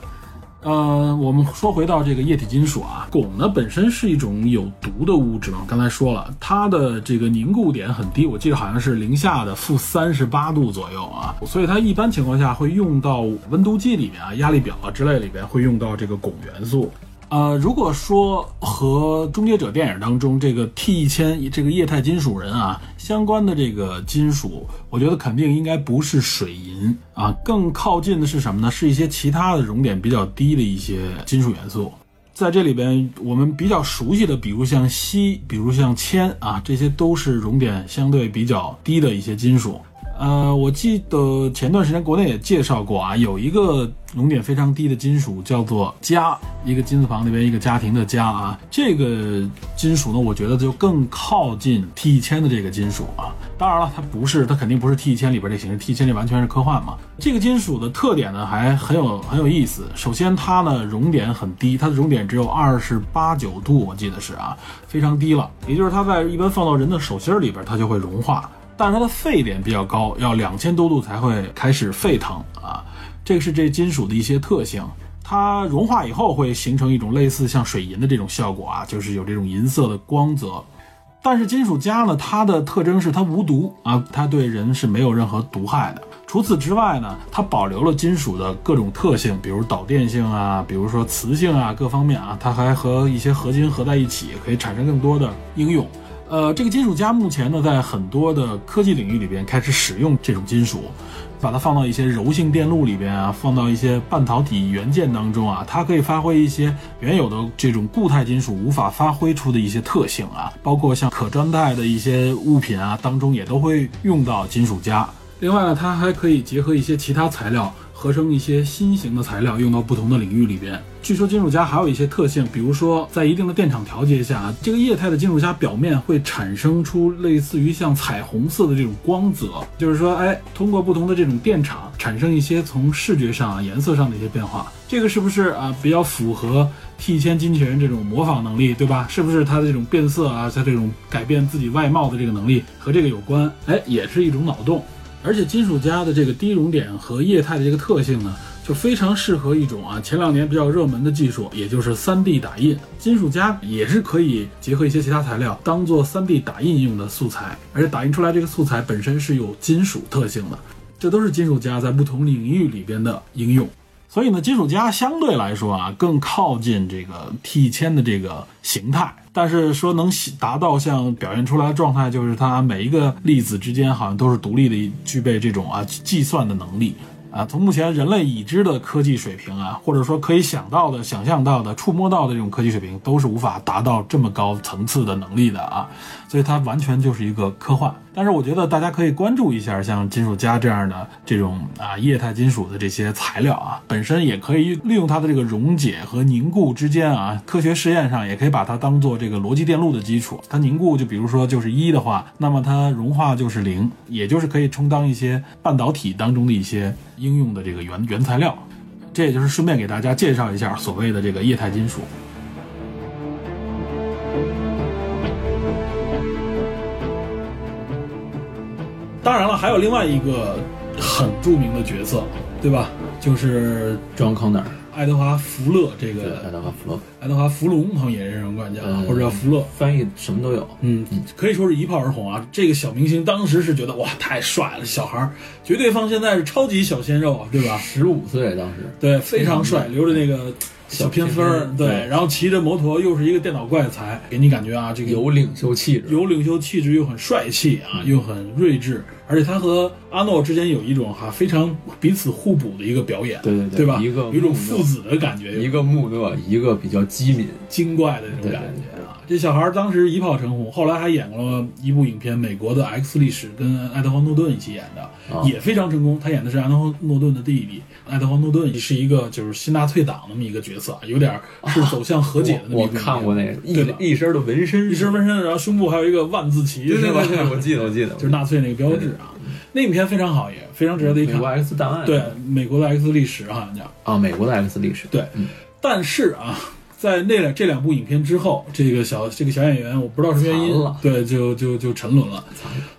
呃，我们说回到这个液体金属啊，汞呢本身是一种有毒的物质嘛，刚才说了，它的这个凝固点很低，我记得好像是零下的负三十八度左右啊，所以它一般情况下会用到温度计里面啊、压力表啊之类里边会用到这个汞元素。呃，如果说和《终结者》电影当中这个 T 一千这个液态金属人啊相关的这个金属，我觉得肯定应该不是水银啊，更靠近的是什么呢？是一些其他的熔点比较低的一些金属元素。在这里边，我们比较熟悉的，比如像硒，比如像铅啊，这些都是熔点相对比较低的一些金属。呃，我记得前段时间国内也介绍过啊，有一个熔点非常低的金属叫做镓，一个金字旁那边一个家庭的镓啊。这个金属呢，我觉得就更靠近 T 一千的这个金属啊。当然了，它不是，它肯定不是 T 一千里边这形式，T 一千这完全是科幻嘛。这个金属的特点呢，还很有很有意思。首先，它呢熔点很低，它的熔点只有二十八九度，我记得是啊，非常低了。也就是它在一般放到人的手心儿里边，它就会融化。但是它的沸点比较高，要两千多度才会开始沸腾啊。这个是这金属的一些特性。它融化以后会形成一种类似像水银的这种效果啊，就是有这种银色的光泽。但是金属镓呢，它的特征是它无毒啊，它对人是没有任何毒害的。除此之外呢，它保留了金属的各种特性，比如导电性啊，比如说磁性啊，各方面啊，它还和一些合金合在一起，可以产生更多的应用。呃，这个金属镓目前呢，在很多的科技领域里边开始使用这种金属，把它放到一些柔性电路里边啊，放到一些半导体元件当中啊，它可以发挥一些原有的这种固态金属无法发挥出的一些特性啊，包括像可穿戴的一些物品啊当中也都会用到金属镓。另外呢，它还可以结合一些其他材料。合成一些新型的材料，用到不同的领域里边。据说金属镓还有一些特性，比如说在一定的电场调节下，这个液态的金属镓表面会产生出类似于像彩虹色的这种光泽，就是说，哎，通过不同的这种电场产生一些从视觉上、啊、颜色上的一些变化。这个是不是啊比较符合 T 千机器人这种模仿能力，对吧？是不是它的这种变色啊，它这种改变自己外貌的这个能力和这个有关？哎，也是一种脑洞。而且金属镓的这个低熔点和液态的这个特性呢，就非常适合一种啊前两年比较热门的技术，也就是 3D 打印。金属镓也是可以结合一些其他材料，当做 3D 打印用的素材，而且打印出来这个素材本身是有金属特性的。这都是金属镓在不同领域里边的应用。所以呢，金属镓相对来说啊，更靠近这个 T 千的这个形态，但是说能达到像表现出来的状态，就是它每一个粒子之间好像都是独立的，具备这种啊计算的能力啊。从目前人类已知的科技水平啊，或者说可以想到的、想象到的、触摸到的这种科技水平，都是无法达到这么高层次的能力的啊。所以它完全就是一个科幻。但是我觉得大家可以关注一下像金属镓这样的这种啊液态金属的这些材料啊，本身也可以利用它的这个溶解和凝固之间啊，科学实验上也可以把它当做这个逻辑电路的基础。它凝固就比如说就是一的话，那么它融化就是零，也就是可以充当一些半导体当中的一些应用的这个原原材料。这也就是顺便给大家介绍一下所谓的这个液态金属。当然了，还有另外一个很著名的角色，对吧？就是
，John Connor，
爱德华·福勒这
对，爱
个
德华·弗洛，
爱德华·福龙，好像也是人管家，啊
嗯
或者叫福勒。
翻译什么都有。
嗯，可以说是一炮而红啊！这个小明星当时是觉得哇，太帅了，小孩儿绝对放现在是超级小鲜肉啊，对吧？
十五岁当时，
对，非常帅，
嗯
留着那个小偏分
小
儿
偏，分
对，
对
然后骑着摩托，又是一个电脑怪才，给你感觉啊，这个
有嗯领袖气质，
有领袖气质，又很帅气啊，又很睿智，而且他和阿诺之间有一种哈、非常彼此互补的一个表演，
对对
对
对
吧？
一个
有一种父子的感觉，
一
有
个木讷，一个比较机敏。
精怪的那种
对
感觉啊。这小孩儿当时一炮成红，后来还演过一部影片《美国的 X 历史》，跟爱德华诺顿一起演的，
啊
也非常成功。他演的是爱德华诺顿的弟弟，爱德华·诺顿是一个就是新纳粹党那么一个角色，有点是走向和解的那么
我
一
我
个。
看过那个，
对吧？
一一身的纹身，
一身纹身，然后胸部还有一个万字旗，
对，对
是
对
吧？
对， 我记得我记得，
就是纳粹那个标志啊。那影片非常好，也非常值得一
美
看
国。X 档案，
对美国的 X 历史好像叫。
啊，美国的 X 历史，
对，但是啊，在那两这两部影片之后，这个小这个小演员，我不知道什么原因
残了，
对，就就就沉沦了。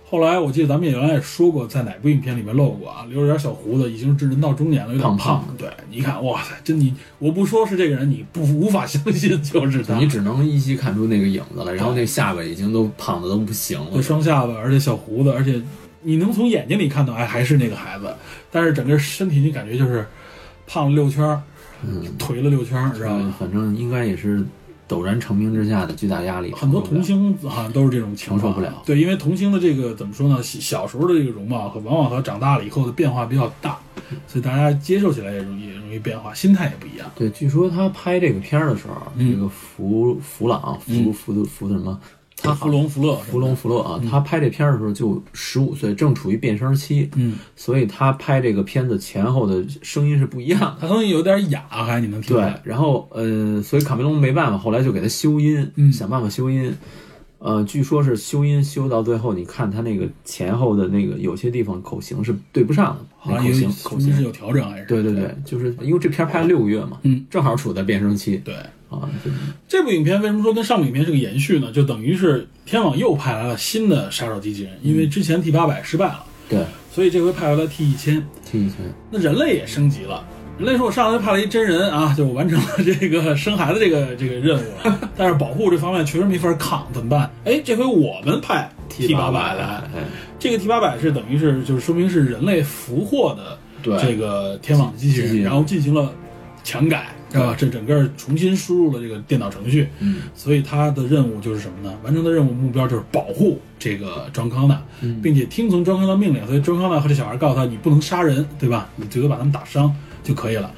后来我记得咱们也原来也说过，在哪部影片里面露过啊，留着点小胡子，已经是人到中年了，有点
胖
胖。对，一看，哇塞，真你，我不说是这个人，你不无法相信就是他
你。只能依稀看出那个影子了，然后那下巴已经都胖的都不行了
对，，双下巴，而且小胡子，而且你能从眼睛里看到，哎，还是那个孩子，但是整个身体你感觉就是胖了六圈儿，颓了六圈儿，知道
嗯
吗？
反正应该也是陡然成名之下的巨大压力，
很多童
星
星好像都是这种情况，啊
承受不了
对，因为童星的这个怎么说呢？小小时候的这个容貌和往往和长大了以后的变化比较大，所以大家接受起来也容易也容易变化，心态也不一样。
对，据说他拍这个片儿的时候，啊
嗯
这个弗弗朗弗弗弗的什么，他
弗嗯龙弗勒，
弗隆，弗洛啊，他拍这片儿的时候就十五岁，正处于变声期，
嗯，
所以他拍这个片子前后的声音是不一样的。
他声音有点哑，还你能听出
对
来。，
然后呃，所以卡梅隆没办法，后来就给他修音，
嗯
想办法修音。呃，据说是修音修到最后，你看他那个前后的那个有些地方口型是对不上的，
好
那
像
口
有
型
说
口
明是
型。
有调整还是？
对对对，就是因为这片儿拍了六个月嘛，
嗯，
正好处在变声期
对。
啊，就
这部影片为什么说跟上部影片是个延续呢？就等于是天网又派来了新的杀手机器人，因为之前 T 八百失败了，
对，
所以这回派回来 T 一千。
听一听，
那人类也升级了。人类说：“我上来派了一真人啊，就我完成了这个生孩子这个这个任务 了，但是保护这方面确实没法抗，怎么办？哎，这回我们派 T 八百来，
哎，
这个 T 八百是等于是就是说明是人类俘获的
对
这个天网机器
机器
人，
人
然后进行了强改，是吧？这整个重新输入了这个电脑程序，
嗯，
所以他的任务就是什么呢？完成的任务目标就是保护这个庄康纳，并且听从庄康纳命令。所以庄康纳和这小孩告诉他，你不能杀人，对吧？你最多把他们打伤就可以了。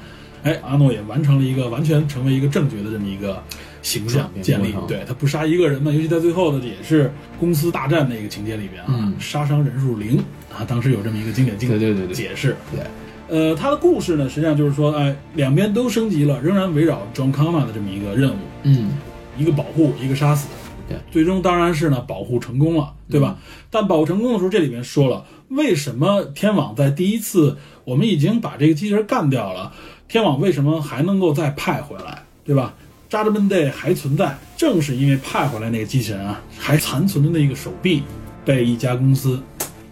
哎，阿诺也完成了一个完全成为一个正觉的这么一个形象
转变
建立
过。程
对他不杀一个人嘛，尤其在最后的也是公司大战那个情节里边啊，
嗯
杀伤人数零啊，当时有这么一个经典镜
对对对对
解释。
对，
呃，他的故事呢，实际上就是说，哎，两边都升级了，仍然围绕庄康纳的这么一个任务。
嗯，
一个保护，一个杀死。
对，嗯
最终当然是呢保护成功了，对吧？但保护成功的时候，这里面说了，为什么天网在第一次我们已经把这个机器人干掉了，天网为什么还能够再派回来，对吧？扎德门 day 还存在，正是因为派回来那个机器人啊，还残存的那个手臂被一家公司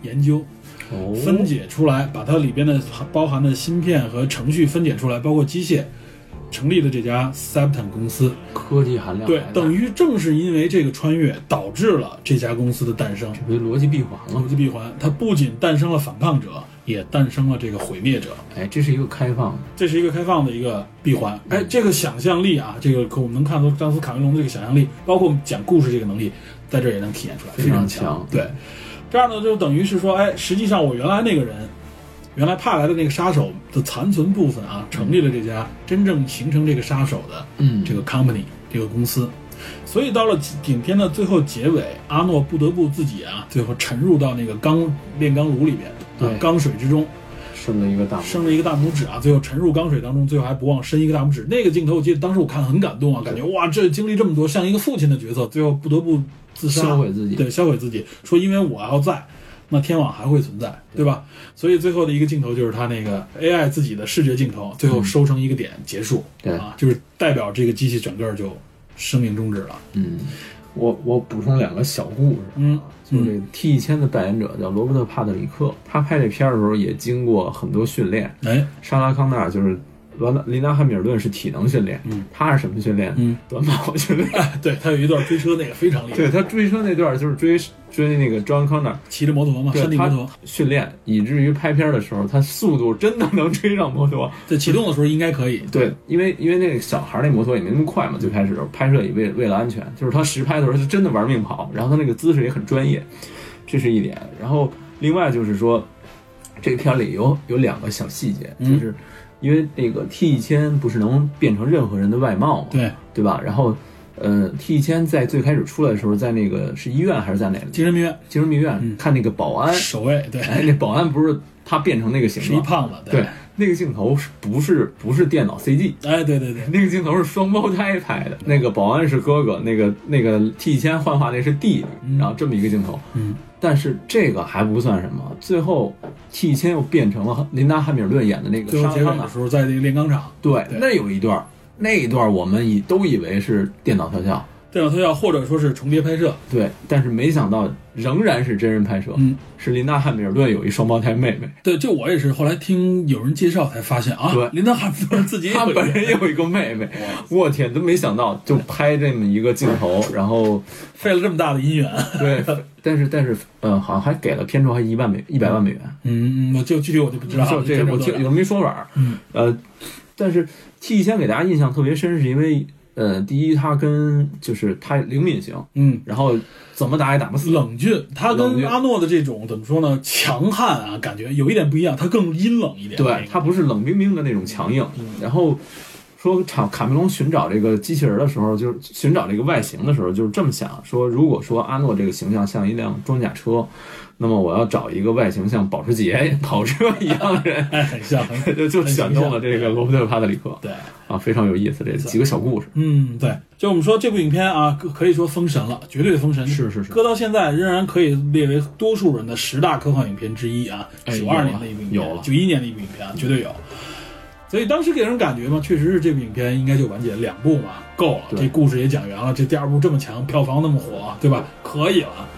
研究
哦，
分解出来，把它里边的包含的芯片和程序分解出来，包括机械，成立了这家 Septon 公司。
科技含量
对
还，大
等于正是因为这个穿越，导致了这家公司的诞生。
这不就逻辑闭环了
逻
吗？
辑闭环，它不仅诞生了反抗者，也诞生了这个毁灭者。
哎，这是一个开放的，
这是一个开放的一个闭环。
嗯
哎，这个想象力啊，这个可我们能看出詹姆斯卡梅隆的这个想象力，包括我们讲故事这个能力，在这儿也能体现出来，非
非常
强
强。
对，这样呢，就等于是说，哎，实际上我原来那个人。原来派来的那个杀手的残存部分啊，成立了这家真正形成这个杀手的
嗯
这个 company 这个公司。所以到了影片的最后结尾，阿诺不得不自己啊，最后沉入到那个钢炼钢炉里面，
对
钢水之中，
顺了一个大门，
伸了一个大拇指啊，最后沉入钢水当中，最后还不忘伸一个大拇指。那个镜头我记得当时我看很感动啊，感觉哇，这经历这么多，像一个父亲的角色，最后不得不自杀，
销毁自己
对，销毁自己，说因为我要在。那天网还会存在，对吧？所以最后的一个镜头就是他那个 AI 自己的视觉镜头，最后收成一个点结束，
嗯对
啊，就是代表这个机器整个就生命终止了。
嗯，我我补充两个小故事，啊
嗯，
就是这 T 一千的扮演者叫罗伯特·帕特里克，他拍这片儿的时候也经过很多训练。
哎，
莎拉·康纳尔就是罗纳琳达·汉密尔顿是体能训练，
嗯
他是什么训练？
嗯，
短跑训练。
啊对他有一段追车那个非常厉害，
对他追车那段就是追追那个 John Connor，
骑着摩托嘛，
对
山地摩
他
托，
训练，以至于拍片儿的时候，他速度真的能追上摩托。
在启动的时候应该可以，
对，因为因为那个小孩儿那摩托也没那么快嘛，最开始的时候拍摄也为为了安全，就是他实拍的时候是真的玩命跑，然后他那个姿势也很专业，这是一点。然后另外就是说，这个片儿里有有两个小细节，就是因为那个 T 一千不是能变成任何人的外貌嘛，
对，
对吧？然后呃，T 一千在最开始出来的时候，在那个是医院还是在哪里？
精神病院
嗯精神病院看那个保安，
守卫，对，
哎，那保安不是他变成那个形
是一
状。
胖子，
对，那个镜头是不是不是电脑 CG？
哎，对对对，
那个镜头是双胞胎拍的，那个保安是哥哥，那个那个 T 千幻化那是弟弟，然后这么一个镜头。
嗯，
但是这个还不算什么，最后 T 千又变成了琳达汉密尔顿演的那个
最后
商
结尾
汤
的
的，
时候，在这个炼钢厂，
对
对，
那有一段儿，那一段儿我们以都以为是电脑特效，
电脑特效或者说是重叠拍摄，
对，但是没想到仍然是真人拍摄，
嗯，
是琳达汉密尔顿有一双胞胎妹妹，
对，这我也是后来听有人介绍才发现啊
对，
林德汉夫人自己 也
她
有一个
本人有一个妹妹，我天，都没想到就拍这么一个镜头，然后
费了这么大的姻缘，
对，但是但是嗯，好像还给了片酬还一万美一百万美元，
嗯，我就具体我就不知道
就
了，
这个我
这
听有没说法儿，
嗯，
呃，但是 T 先给大家印象特别深，是因为呃，第一他跟就是他灵敏型，
嗯。
然后怎么打也打不死，
冷峻，他
冷
跟
峻
阿诺的这种怎么说呢？强悍啊，感觉有一点不一样，他更阴冷一点。
对，它不是冷冰冰的那种强硬。然后说卡卡梅隆寻找这个机器人的时候，就是寻找这个外形的时候，就是这么想：说如果说阿诺这个形象像一辆装甲车，那么我要找一个外形像保时捷 跑车一样的人。
哎，很像，很
就 就选中了这个罗伯特·帕特里克
对，
啊，非常有意思，这几个小故事。
嗯，对，就我们说这部影片啊，可可以说封神了，绝对封神，
是是是
搁到现在仍然可以列为多数人的十大科幻影片之一啊。
哎
九二
有
年
了
的一部影
有
片，
了
九一年的一部影片啊，绝对有。所以当时给人感觉嘛，确实是这部影片应该就完结两部嘛，够了，
对
这故事也讲圆了，这第二部这么强，票房那么火，啊对吧？可以了。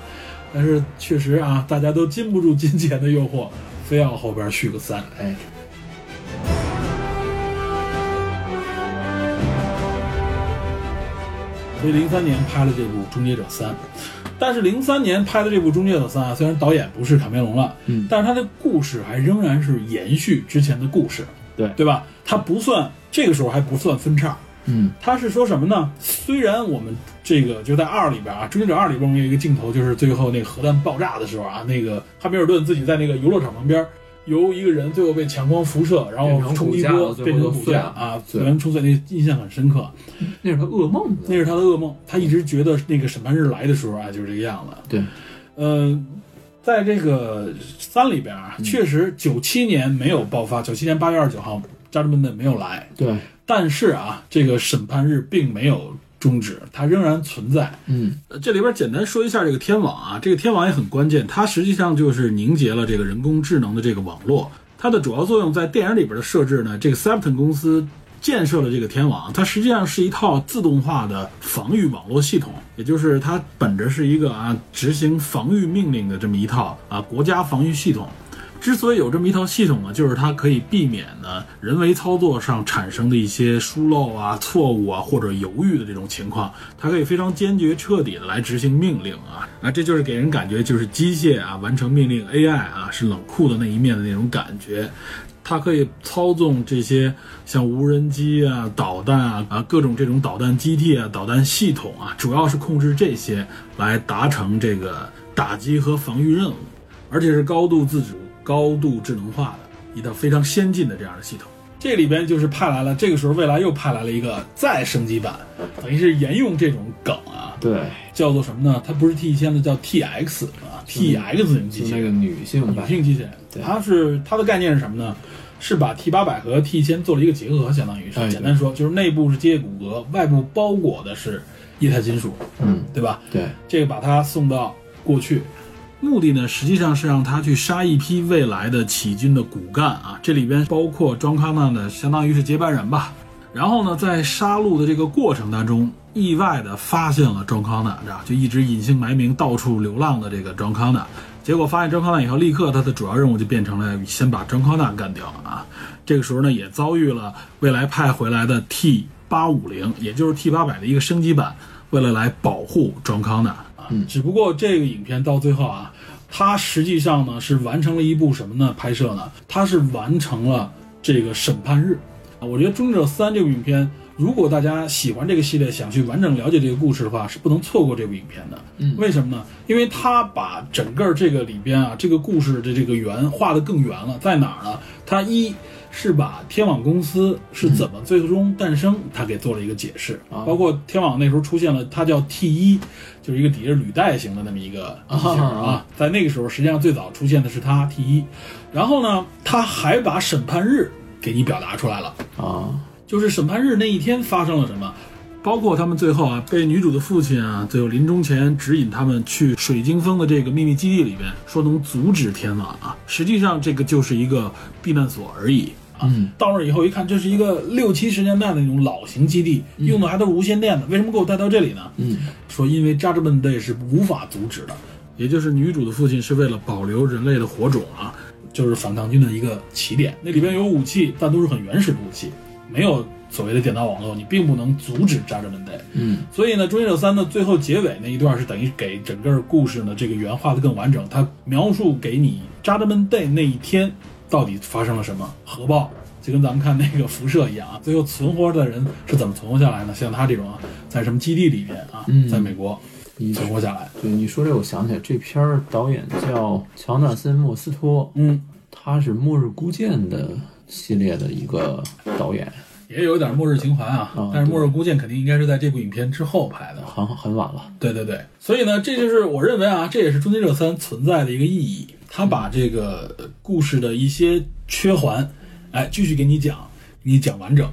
但是确实啊，大家都禁不住金钱的诱惑，非要后边续个三。
哎，
所以零三年拍了这部《终结者三》，但是零三年拍的这部《终结者三》啊，虽然导演不是卡梅隆了，
嗯
但是它的故事还仍然是延续之前的故事，
对
对吧？它不算这个时候还不算分叉，
嗯，
它是说什么呢？虽然我们这个就在二里边啊，《终结者二》里边我们有一个镜头，就是最后那个核弹爆炸的时候啊，那个汉密尔顿自己在那个游乐场旁边。由一个人最后被强光辐射，然
变
后
成
冲击
骨架
波
了最
变
后
成
都
骨
碎
架
了
啊，
对
虽然冲碎那印象很深刻。
那是他噩梦
那是他的噩梦。他一直觉得那个审判日来的时候啊，就是这个样子。
对，
嗯，在这个三里边啊，确实九七年没有爆发，九七年八月二十九号，扎克曼的没有来，
对，
但是啊，这个审判日并没有终止，它仍然存在。
嗯，
呃这里边简单说一下这个天网啊，这个天网也很关键，它实际上就是凝结了这个人工智能的这个网络。它的主要作用在电影里边的设置呢，这个 Septon 公司建设了这个天网，它实际上是一套自动化的防御网络系统，也就是它本着是一个啊执行防御命令的这么一套啊国家防御系统。之所以有这么一套系统呢，就是它可以避免呢人为操作上产生的一些疏漏啊、错误啊或者犹豫的这种情况，它可以非常坚决彻底的来执行命令啊啊，这就是给人感觉就是机械啊完成命令，AI 啊是冷酷的那一面的那种感觉。它可以操纵这些像无人机啊、导弹啊、啊各种这种导弹基地啊、导弹系统啊，主要是控制这些来达成这个打击和防御任务，而且是高度自主、高度智能化的一套非常先进的这样的系统。这里边就是派来了，这个时候未来又派来了一个再升级版，等于是沿用这种梗啊，
对，
叫做什么呢？它不是 T 一千的，叫 TX 啊，TX 型机
就
器
那
人。
个女性
女
版，
性机器人，
对
它是它的概念是什么呢？是把 T 八百和 T 一千做了一个结合，相当于是、
哎对
简单说，就是内部是机械骨骼，外部包裹的是液态金属，
嗯，
对吧？
对，
这个把它送到过去，目的呢实际上是让他去杀一批未来的起义军的骨干啊，这里边包括庄康纳的，相当于是接班人吧。然后呢，在杀戮的这个过程当中，意外的发现了庄康纳，知道吧就一直隐姓埋名到处流浪的这个庄康纳。结果发现庄康纳以后，立刻他的主要任务就变成了先把庄康纳干掉啊。这个时候呢，也遭遇了未来派回来的 T 八五零，也就是 T 八百的一个升级版，为了来保护庄康纳啊。只不过这个影片到最后啊，它实际上呢是完成了一部什么呢？拍摄呢，它是完成了这个审判日啊。我觉得《终结者三》这部影片，如果大家喜欢这个系列，想去完整了解这个故事的话，是不能错过这部影片的。嗯，为什么呢？因为它把整个这个里边啊，这个故事的这个圆画得更圆了，在哪儿呢？它一是把天网公司是怎么最终诞生，他给做了一个解释。
啊
包括天网那时候出现了，它叫 T 一，就是一个底下履带型的那么一个机器人
啊
啊。在那个时候，实际上最早出现的是它 T 一，然后呢，他还把审判日给你表达出来了。
啊，
就是审判日那一天发生了什么，包括他们最后啊被女主的父亲啊最后临终前指引他们去水晶峰的这个秘密基地里边，说能阻止天网啊，实际上这个就是一个避难所而已。啊
嗯，
到那儿以后一看，这是一个六七十年代的那种老型基地，用的还都是无线电的，为什么给我带到这里呢？
嗯，
说因为 Judgment Day 是无法阻止的，也就是女主的父亲是为了保留人类的火种啊，就是反抗军的一个起点。那里边有武器，但都是很原始的武器，没有所谓的电脑网络，你并不能阻止 Judgment Day。
嗯，
所以呢，《终结者三》呢最后结尾那一段是等于给整个故事呢这个原画的更完整，它描述给你 Judgment Day 那一天到底发生了什么核爆。就跟咱们看那个辐射一样啊，最后存活的人是怎么存活下来呢？像他这种啊，在什么基地里面啊，
嗯
在美国
你
存活下来。
对你说这，我想起来，这片儿导演叫乔纳森·莫斯托，
嗯，
他是《末日孤舰》的系列的一个导演，
也有点末日情怀啊，
啊
但是末日孤舰肯定应该是在这部影片之后拍的。
好像很晚了。
对对对，所以呢，这就是我认为啊，这也是《终结者三》存在的一个意义。他把这个呃故事的一些缺环，哎，继续给你讲，给你讲完整。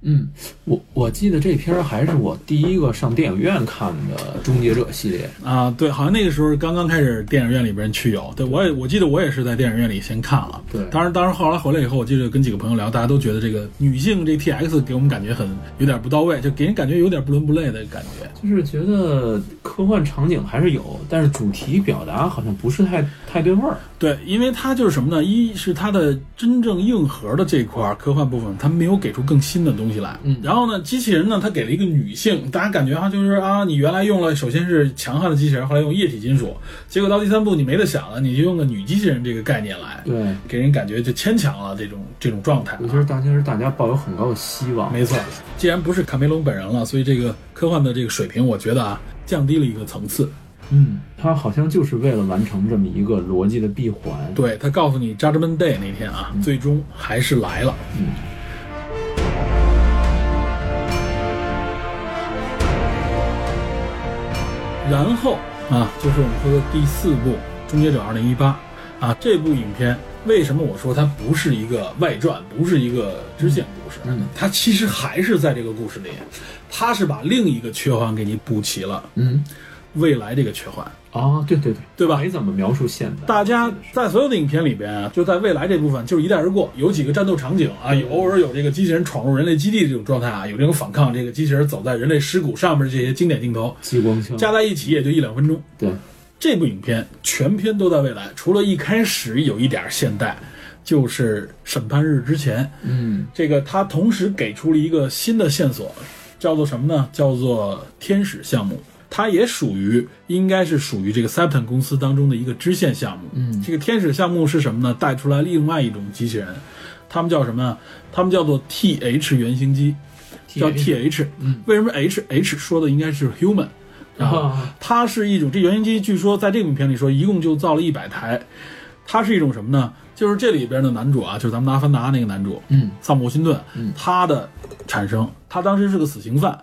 嗯，我我记得这片儿还是我第一个上电影院看的《终结者》系列。
啊，对，好像那个时候刚刚开始电影院里边去有，对我也我记得我也是在电影院里先看了，
对
当然当然后来回来以后，我记得跟几个朋友聊，大家都觉得这个女性这 T X 给我们感觉很有点不到位，就给人感觉有点不伦不类的感觉。
就是觉得科幻场景还是有，但是主题表达好像不是太太对味儿。
对，因为它就是什么呢？一是它的真正硬核的这块儿科幻部分，它没有给出更新的东西来。
嗯
然后呢，机器人呢，它给了一个女性，大家感觉哈、就是啊，你原来用了首先是强悍的机器人，后来用液体金属，结果到第三部你没得想了，你就用个女机器人这个概念来，
对，
给人感觉就牵强了这种这种状态、啊。
我觉得当时大家抱有很高的希望。
没错，既然不是卡梅隆本人了，所以这个科幻的这个水平，我觉得啊，降低了一个层次。
嗯，他好像就是为了完成这么一个逻辑的闭环。
对他告诉你 Judgment Day 那天啊，最终还是来了。
嗯
然后
嗯
啊，就是我们说的第四部《终结者2018》啊，这部影片为什么我说它不是一个外传，不是一个支线故事？
嗯
它其实还是在这个故事里，它是把另一个缺环给你补齐了，
嗯，
未来这个缺环。
啊，对对对，
对吧
没怎么描述现代。
大家在所有的影片里边啊，就在未来这部分就是一带而过，有几个战斗场景啊，有偶尔有这个机器人闯入人类基地这种状态啊，有这种反抗，这个机器人走在人类尸骨上面这些经典镜头，
激光枪，
加在一起也就一两分钟。
对，
这部影片全篇都在未来，除了一开始有一点现代，就是审判日之前，
嗯，
这个它同时给出了一个新的线索，叫做什么呢？叫做天使项目。它也属于，应该是属于这个 Septon 公司当中的一个支线项目。嗯，这个天使项目是什么呢？带出来另外一种机器人，他们叫什么呢？他们叫做 TH 原型机，叫 TH。嗯，为什么 H H 说的应该是 human？然后
啊
它是一种这原型机，据说在这个影片里说一共就造了一百台。它是一种什么呢？就是这里边的男主啊，就是咱们的阿凡达那个男主，
嗯，
萨姆·沃辛顿，他的产生，他当时是个死刑犯。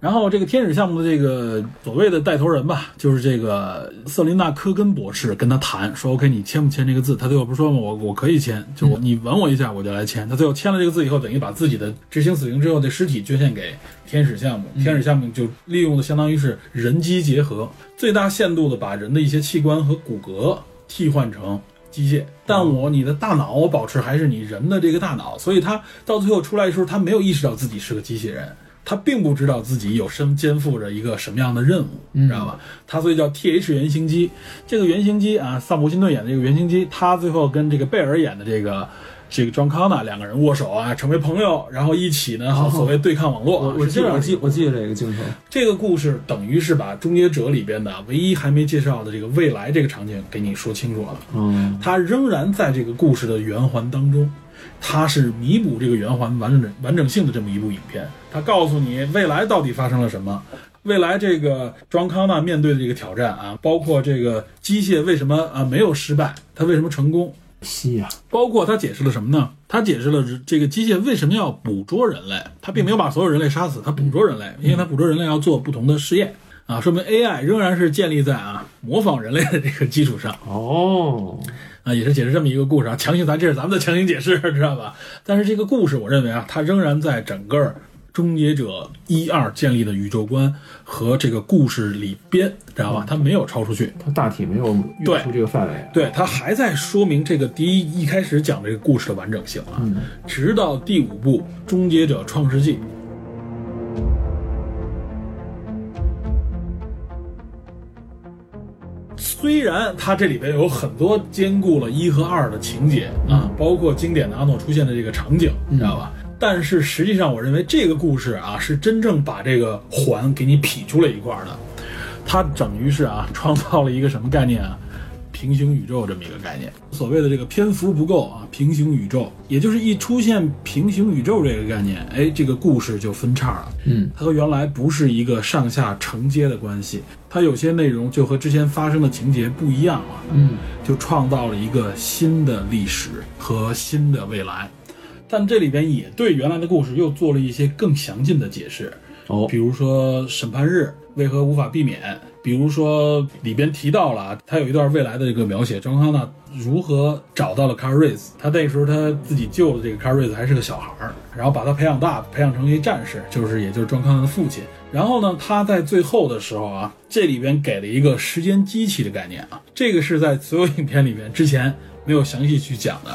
然后这个天使项目的这个所谓的带头人吧，就是这个瑟琳娜·科根博士跟他谈说：“OK，你签不签这个字？”他最后不是说吗？我我可以签，就
嗯
我、你吻我一下我就来签。他最后签了这个字以后，等于把自己的执行死刑之后的尸体捐献给天使项目，
嗯
天使项目就利用的相当于是人机结合，最大限度的把人的一些器官和骨骼替换成机械，但我你的大脑我保持还是你人的这个大脑，所以他到最后出来的时候，他没有意识到自己是个机器人，他并不知道自己有身肩负着一个什么样的任务，你
嗯
知道吧？他所以叫 T H 原型机，这个原型机啊，萨姆·辛顿演的这个原型机，他最后跟这个贝尔演的这个。这个 John Connor 两个人握手啊，成为朋友，然后一起呢，所谓对抗网络啊。
我我
是
记
这样
我
的
记我记得这个镜头。
这个故事等于是把《终结者》里边的唯一还没介绍的这个未来这个场景给你说清楚了。
嗯，
它仍然在这个故事的圆环当中，它是弥补这个圆环完整完整性的这么一部影片。它告诉你未来到底发生了什么，未来这个庄康呃纳面对的这个挑战啊，包括这个机械为什么啊没有失败，它为什么成功，
西呀、
包括他解释了什么呢？他解释了这个机械为什么要捕捉人类，他并没有把所有人类杀死，他捕捉人类，因为他捕捉人类要做不同的试验啊，说明 AI 仍然是建立在啊模仿人类的这个基础上
哦，
啊，也是解释这么一个故事啊，强行咱这是咱们的强行解释， 知道吧？但是这个故事我认为啊，它仍然在整个。终结者一二建立的宇宙观和这个故事里边，知道吧？它没有超出去，
它大体没有
对
越出这个范围。啊
对他还在说明这个第一一开始讲这个故事的完整性啊，
嗯
直到第五部《终结者：创世纪》。虽然它这里边有很多兼顾了一和二的情节啊，包括经典的阿诺出现的这个场景，你知道吧？但是实际上，我认为这个故事啊，是真正把这个环给你劈出来一块儿的。它等于是啊，创造了一个什么概念啊？平行宇宙这么一个概念。所谓的这个篇幅不够啊，平行宇宙，也就是一出现平行宇宙这个概念，哎，这个故事就分叉了。
嗯，
它和原来不是一个上下承接的关系，它有些内容就和之前发生的情节不一样了。
嗯，
就创造了一个新的历史和新的未来。但这里边也对原来的故事又做了一些更详尽的解释，
哦
比，如说审判日为何无法避免，比如说里边提到了啊他有一段未来的这个描写，庄康纳如何找到了 Car Race，他那时候他自己救了这个 Car Race 还是个小孩儿，然后把他培养大，培养成一战士，就是也就是庄康纳的父亲。然后呢，他在最后的时候啊，这里边给了一个时间机器的概念啊，这个是在所有影片里面之前没有详细去讲的，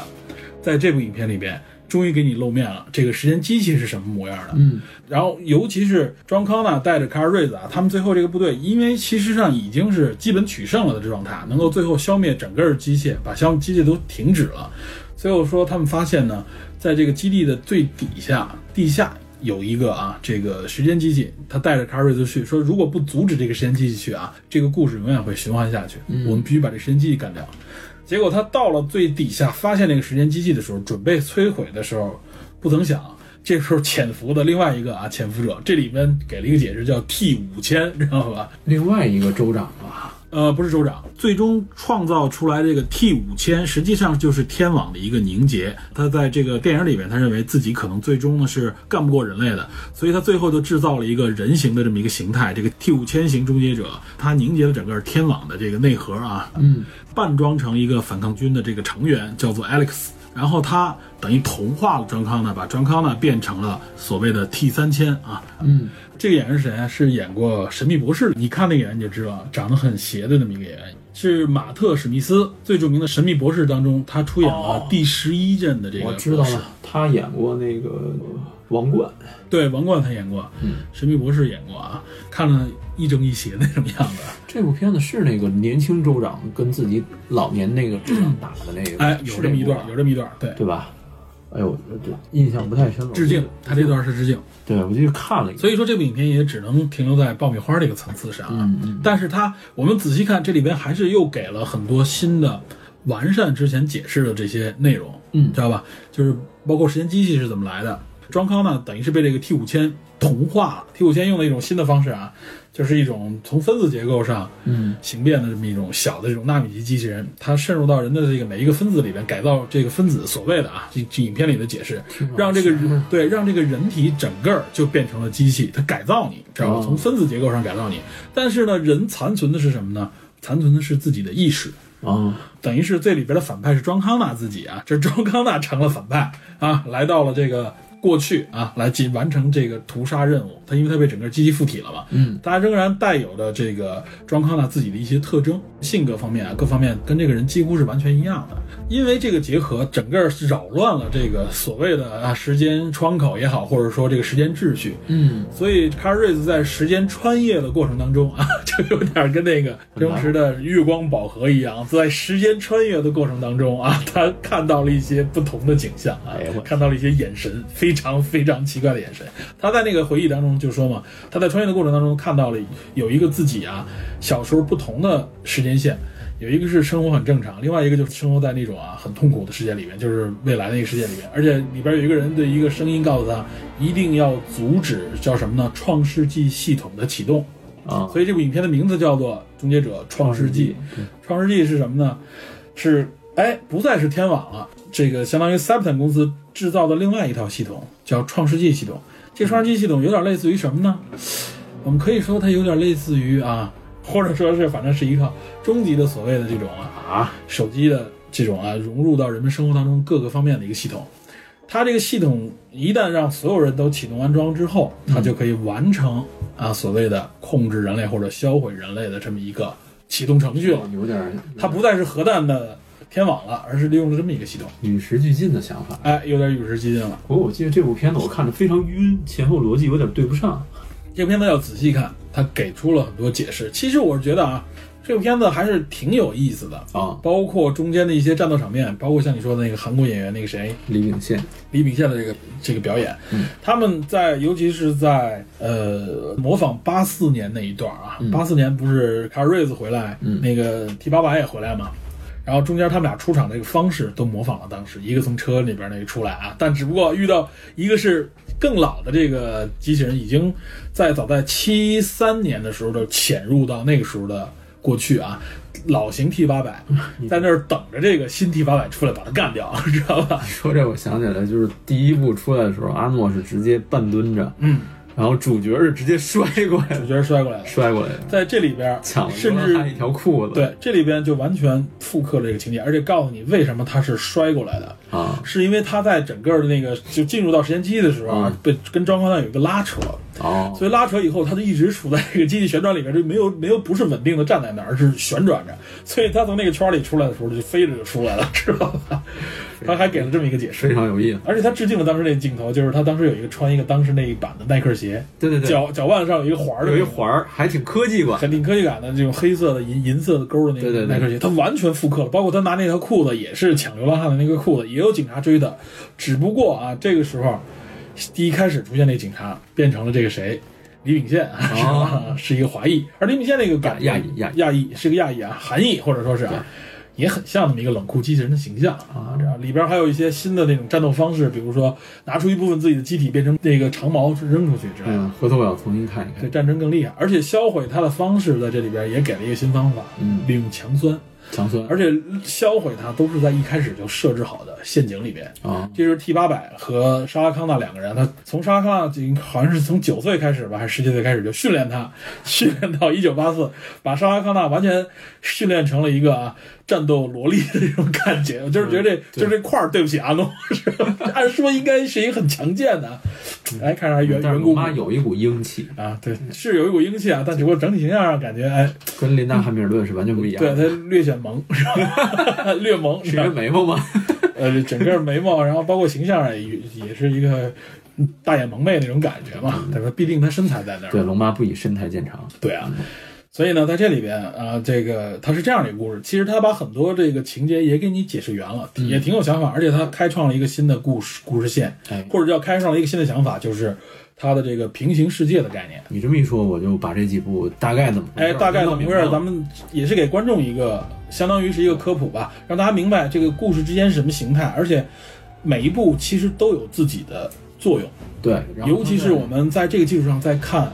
在这部影片里边终于给你露面了，这个时间机器是什么模样的。
嗯，
然后尤其是庄康纳带着卡尔瑞兹啊，他们最后这个部队，因为其实上已经是基本取胜了的状态，能够最后消灭整个机械，把消机械都停止了。最后说他们发现呢，在这个基地的最底下地下。有一个啊，这个时间机器，他带着卡尔瑞兹去，说如果不阻止这个时间机器去啊，这个故事永远会循环下去。我们必须把这时间机器干掉。结果他到了最底下，发现那个时间机器的时候，准备摧毁的时候，不曾想，这时候潜伏的另外一个啊，潜伏者，这里面给了一个解释，叫 T 五千，知道吧？
另外一个州长吧，
呃，不是州长，最终创造出来这个 T 五千，实际上就是天网的一个凝结。他在这个电影里面，他认为自己可能最终呢是干不过人类的，所以他最后就制造了一个人形的这么一个形态，这个 T 五千型终结者，它凝结了整个天网的这个内核啊，嗯，扮装成一个反抗军的这个成员，叫做 Alex。然后他等于同化了庄康纳，把庄康纳变成了所谓的 T 三千啊，
嗯，
这个演员是谁啊？是演过《神秘博士》的，你看那个演员你就知道，长得很邪的那么一个演员，是马特·史密斯，最著名的《神秘博士》当中，他出演了
哦
第十一任的这个、
我知道。了，他演过那个呃王冠，
对，王冠他演过，神秘博士》演过啊，看了一正一邪那种样子。
这部片子是那个年轻州长跟自己老年那个州长打的那个，
哎，有
是
这么一
部啊
段
吧，
有这么一段，对，
对吧？哎呦，这印象不太深了。
致敬，他这段是致敬。
对我就看了一下，
所以说这部影片也只能停留在爆米花这个层次上啊。
嗯嗯
但是它，我们仔细看，这里边还是又给了很多新的、完善之前解释的这些内容，
嗯
知道吧？就是包括时间机器是怎么来的。庄康呢，等于是被这个 T 五千同化了。T 五千用的一种新的方式啊，就是一种从分子结构上
嗯
形变的这么一种小的这种纳米级机器人，它渗入到人的这个每一个分子里边，改造这个分子所谓的啊，这这影片里的解释，让这个人对让这个人体整个儿就变成了机器，它改造你，知道吧？
哦
从分子结构上改造你，但是呢，人残存的是什么呢？残存的是自己的意识。
啊，
等于是这里边的反派是庄康纳自己啊， 这庄康纳成了反派啊，来到了这个过去啊，来进完成这个屠杀任务。他因为他被整个机器附体了嘛，
嗯，
他仍然带有着这个庄康纳自己的一些特征，性格方面啊，各方面跟这个人几乎是完全一样的。因为这个结合，整个是扰乱了这个所谓的啊时间窗口也好，或者说这个时间秩序，
嗯，
所以卡尔瑞兹在时间穿越的过程当中啊， 就有点跟那个周星驰的《月光宝盒》一样，在时间穿越的过程当中啊， 他看到了一些不同的景象啊
哎呦我，
看到了一些眼神，非常非常奇怪的眼神。他在那个回忆当中就说嘛，他在穿越的过程当中看到了有一个自己啊，小时候不同的时间线。有一个是生活很正常，另外一个就是生活在那种啊很痛苦的世界里面，就是未来那个世界里面，而且里边有一个人的一个声音告诉他，一定要阻止叫什么呢？创世纪系统的启动。
啊，
所以这部影片的名字叫做《终结者：创世纪》。创世纪是什么呢？是哎，不再是天网了，这个相当于 Septon 公司制造的另外一套系统，叫创世纪系统。这创世纪系统有点类似于什么呢？我们可以说它有点类似于啊， 或者说是反正是一套终极的所谓的这种啊手机的这种啊融入到人们生活当中各个方面的一个系统。它这个系统一旦让所有人都启动安装之后，它就可以完成啊所谓的控制人类或者销毁人类的这么一个启动程序了。
有点儿
它不再是核弹的天网了，而是利用了这么一个系统。
与时俱进的想法。
哎，有点与时俱进了。
不过我记得这部片子我看的非常晕，前后逻辑有点对不上。
这个片子要仔细看，它给出了很多解释。其实我是觉得啊，这个片子还是挺有意思的，
啊，
包括中间的一些战斗场面，包括像你说的那个韩国演员那个谁
李秉宪
李秉宪的这个这个表演，他们在尤其是在呃模仿八四年那一段啊，八四、年不是卡尔瑞斯回来，那个提巴巴也回来嘛。然后中间他们俩出场这个方式都模仿了当时一个从车里边那个出来啊，但只不过遇到一个是更老的这个机器人，已经在早在七三年的时候就潜入到那个时候的过去啊，老型 T 八百在那儿等着这个新 T 八百出来把它干掉， 知道吧？
说这，我想起来，就是第一部出来的时候，阿诺是直接半蹲着，
嗯，
然后主角是直接摔过来
主
的，
角摔过来了。
摔过来的，
在这里边儿
抢了
甚
他一
至
条裤子，
对这里边就完全复刻了这个情节，而且告诉你为什么他是摔过来的，
啊
是因为他在整个的那个就进入到时间机的时候啊
嗯，
被跟张光亮有一个拉扯，
哦，
所以拉扯以后他就一直处在这个机器旋转里边，就没有没有不是稳定的站在那儿，而是旋转着，所以他从那个圈里出来的时候就飞着就出来了， 知道吧？他还给了这么一个解释。
非常有意思。
而且他致敬了当时那个镜头，就是他当时有一个穿一个当时那一版的耐克鞋，
对对对，
脚脚腕上有一个环儿的
有
那
一
个，
环儿还挺科技感，
很挺科技感的这种黑色的银银色的勾的那
对对
个
对
耐克鞋，他完全复刻了，包括他拿那条裤子也是抢流浪汉的那个裤子，也有警察追他，只不过啊，这个时候第一开始出现那个警察变成了这个谁，李秉宪啊，是吧是一个华裔，而李秉宪那个感觉
亚裔亚裔
亚裔是个亚裔啊，韩裔或者说是啊。也很像那么一个冷酷机器人的形象啊，这样里边还有一些新的那种战斗方式，比如说拿出一部分自己的机体变成那个长矛扔出去之类的，
嗯，回头我要重新看一看
对。战争更厉害，而且销毁它的方式在这里边也给了一个新方法，
嗯
利用强酸，
强酸
而且销毁它都是在一开始就设置好的陷阱里边。
啊，
这就是 T 八百和沙拉康纳两个人，他从沙拉康纳已经好像是从九岁开始吧，还是十几岁开始就训练他，训练到一九八四，把沙拉康纳完全训练成了一个啊战斗萝莉的这种感觉。我就是觉得这、就是这块儿，对不起阿诺，是吧按说应该是一个很强健的，哎，看上去圆
嗯但是
圆
我
鼓鼓
妈有一股英气，
啊，对，是有一股英气啊，但只不过整体形象上感觉，哎，
跟琳达汉密尔顿是完全不一样
对，
的。
他略显萌，是吧？ 略萌，
是因为眉毛吗？
呃，整个眉毛，然后包括形象上也也是一个大眼萌妹那种感觉嘛，对吧？毕竟他身材在那儿，
对，龙妈不以身材见长。
嗯对啊，所以呢，在这里边啊、呃这个它是这样的一个故事。其实他把很多这个情节也给你解释圆了，也挺有想法，而且他开创了一个新的故事故事线，
哎
或者叫开创了一个新的想法，就是它的这个平行世界的概念。
你这么一说，我就把这几部大概怎么回事
哎，大概怎么回事？咱
们
们也是给观众一个，相当于是一个科普吧，让大家明白这个故事之间是什么形态，而且每一步其实都有自己的作用。
对，然后
尤其是
他
我们在这个基础上再看，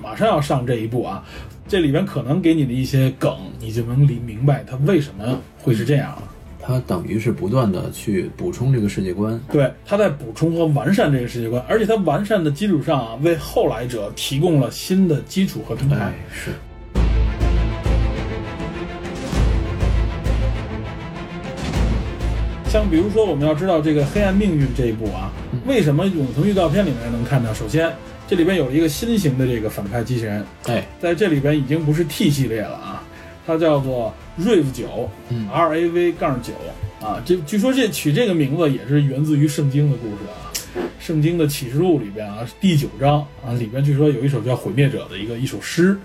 马上要上这一步啊，这里边可能给你的一些梗，你就能理明白它为什么会是这样了。
它等于是不断的去补充这个世界观。
对，它在补充和完善这个世界观，而且它完善的基础上啊，为后来者提供了新的基础和平台
哎。，是
像比如说，我们要知道这个《黑暗命运》这一部啊，为什么我们从预告片里面能看到？首先，这里边有一个新型的这个反派机器人，
哎，
在这里边已经不是 T 系列了啊，它叫做 Rave 九、
嗯
r A V 杠九啊。这据说这取这个名字也是源自于圣经的故事啊，圣经的启示录里边啊第九章啊里边据说有一首叫《毁灭者》的一个一首诗，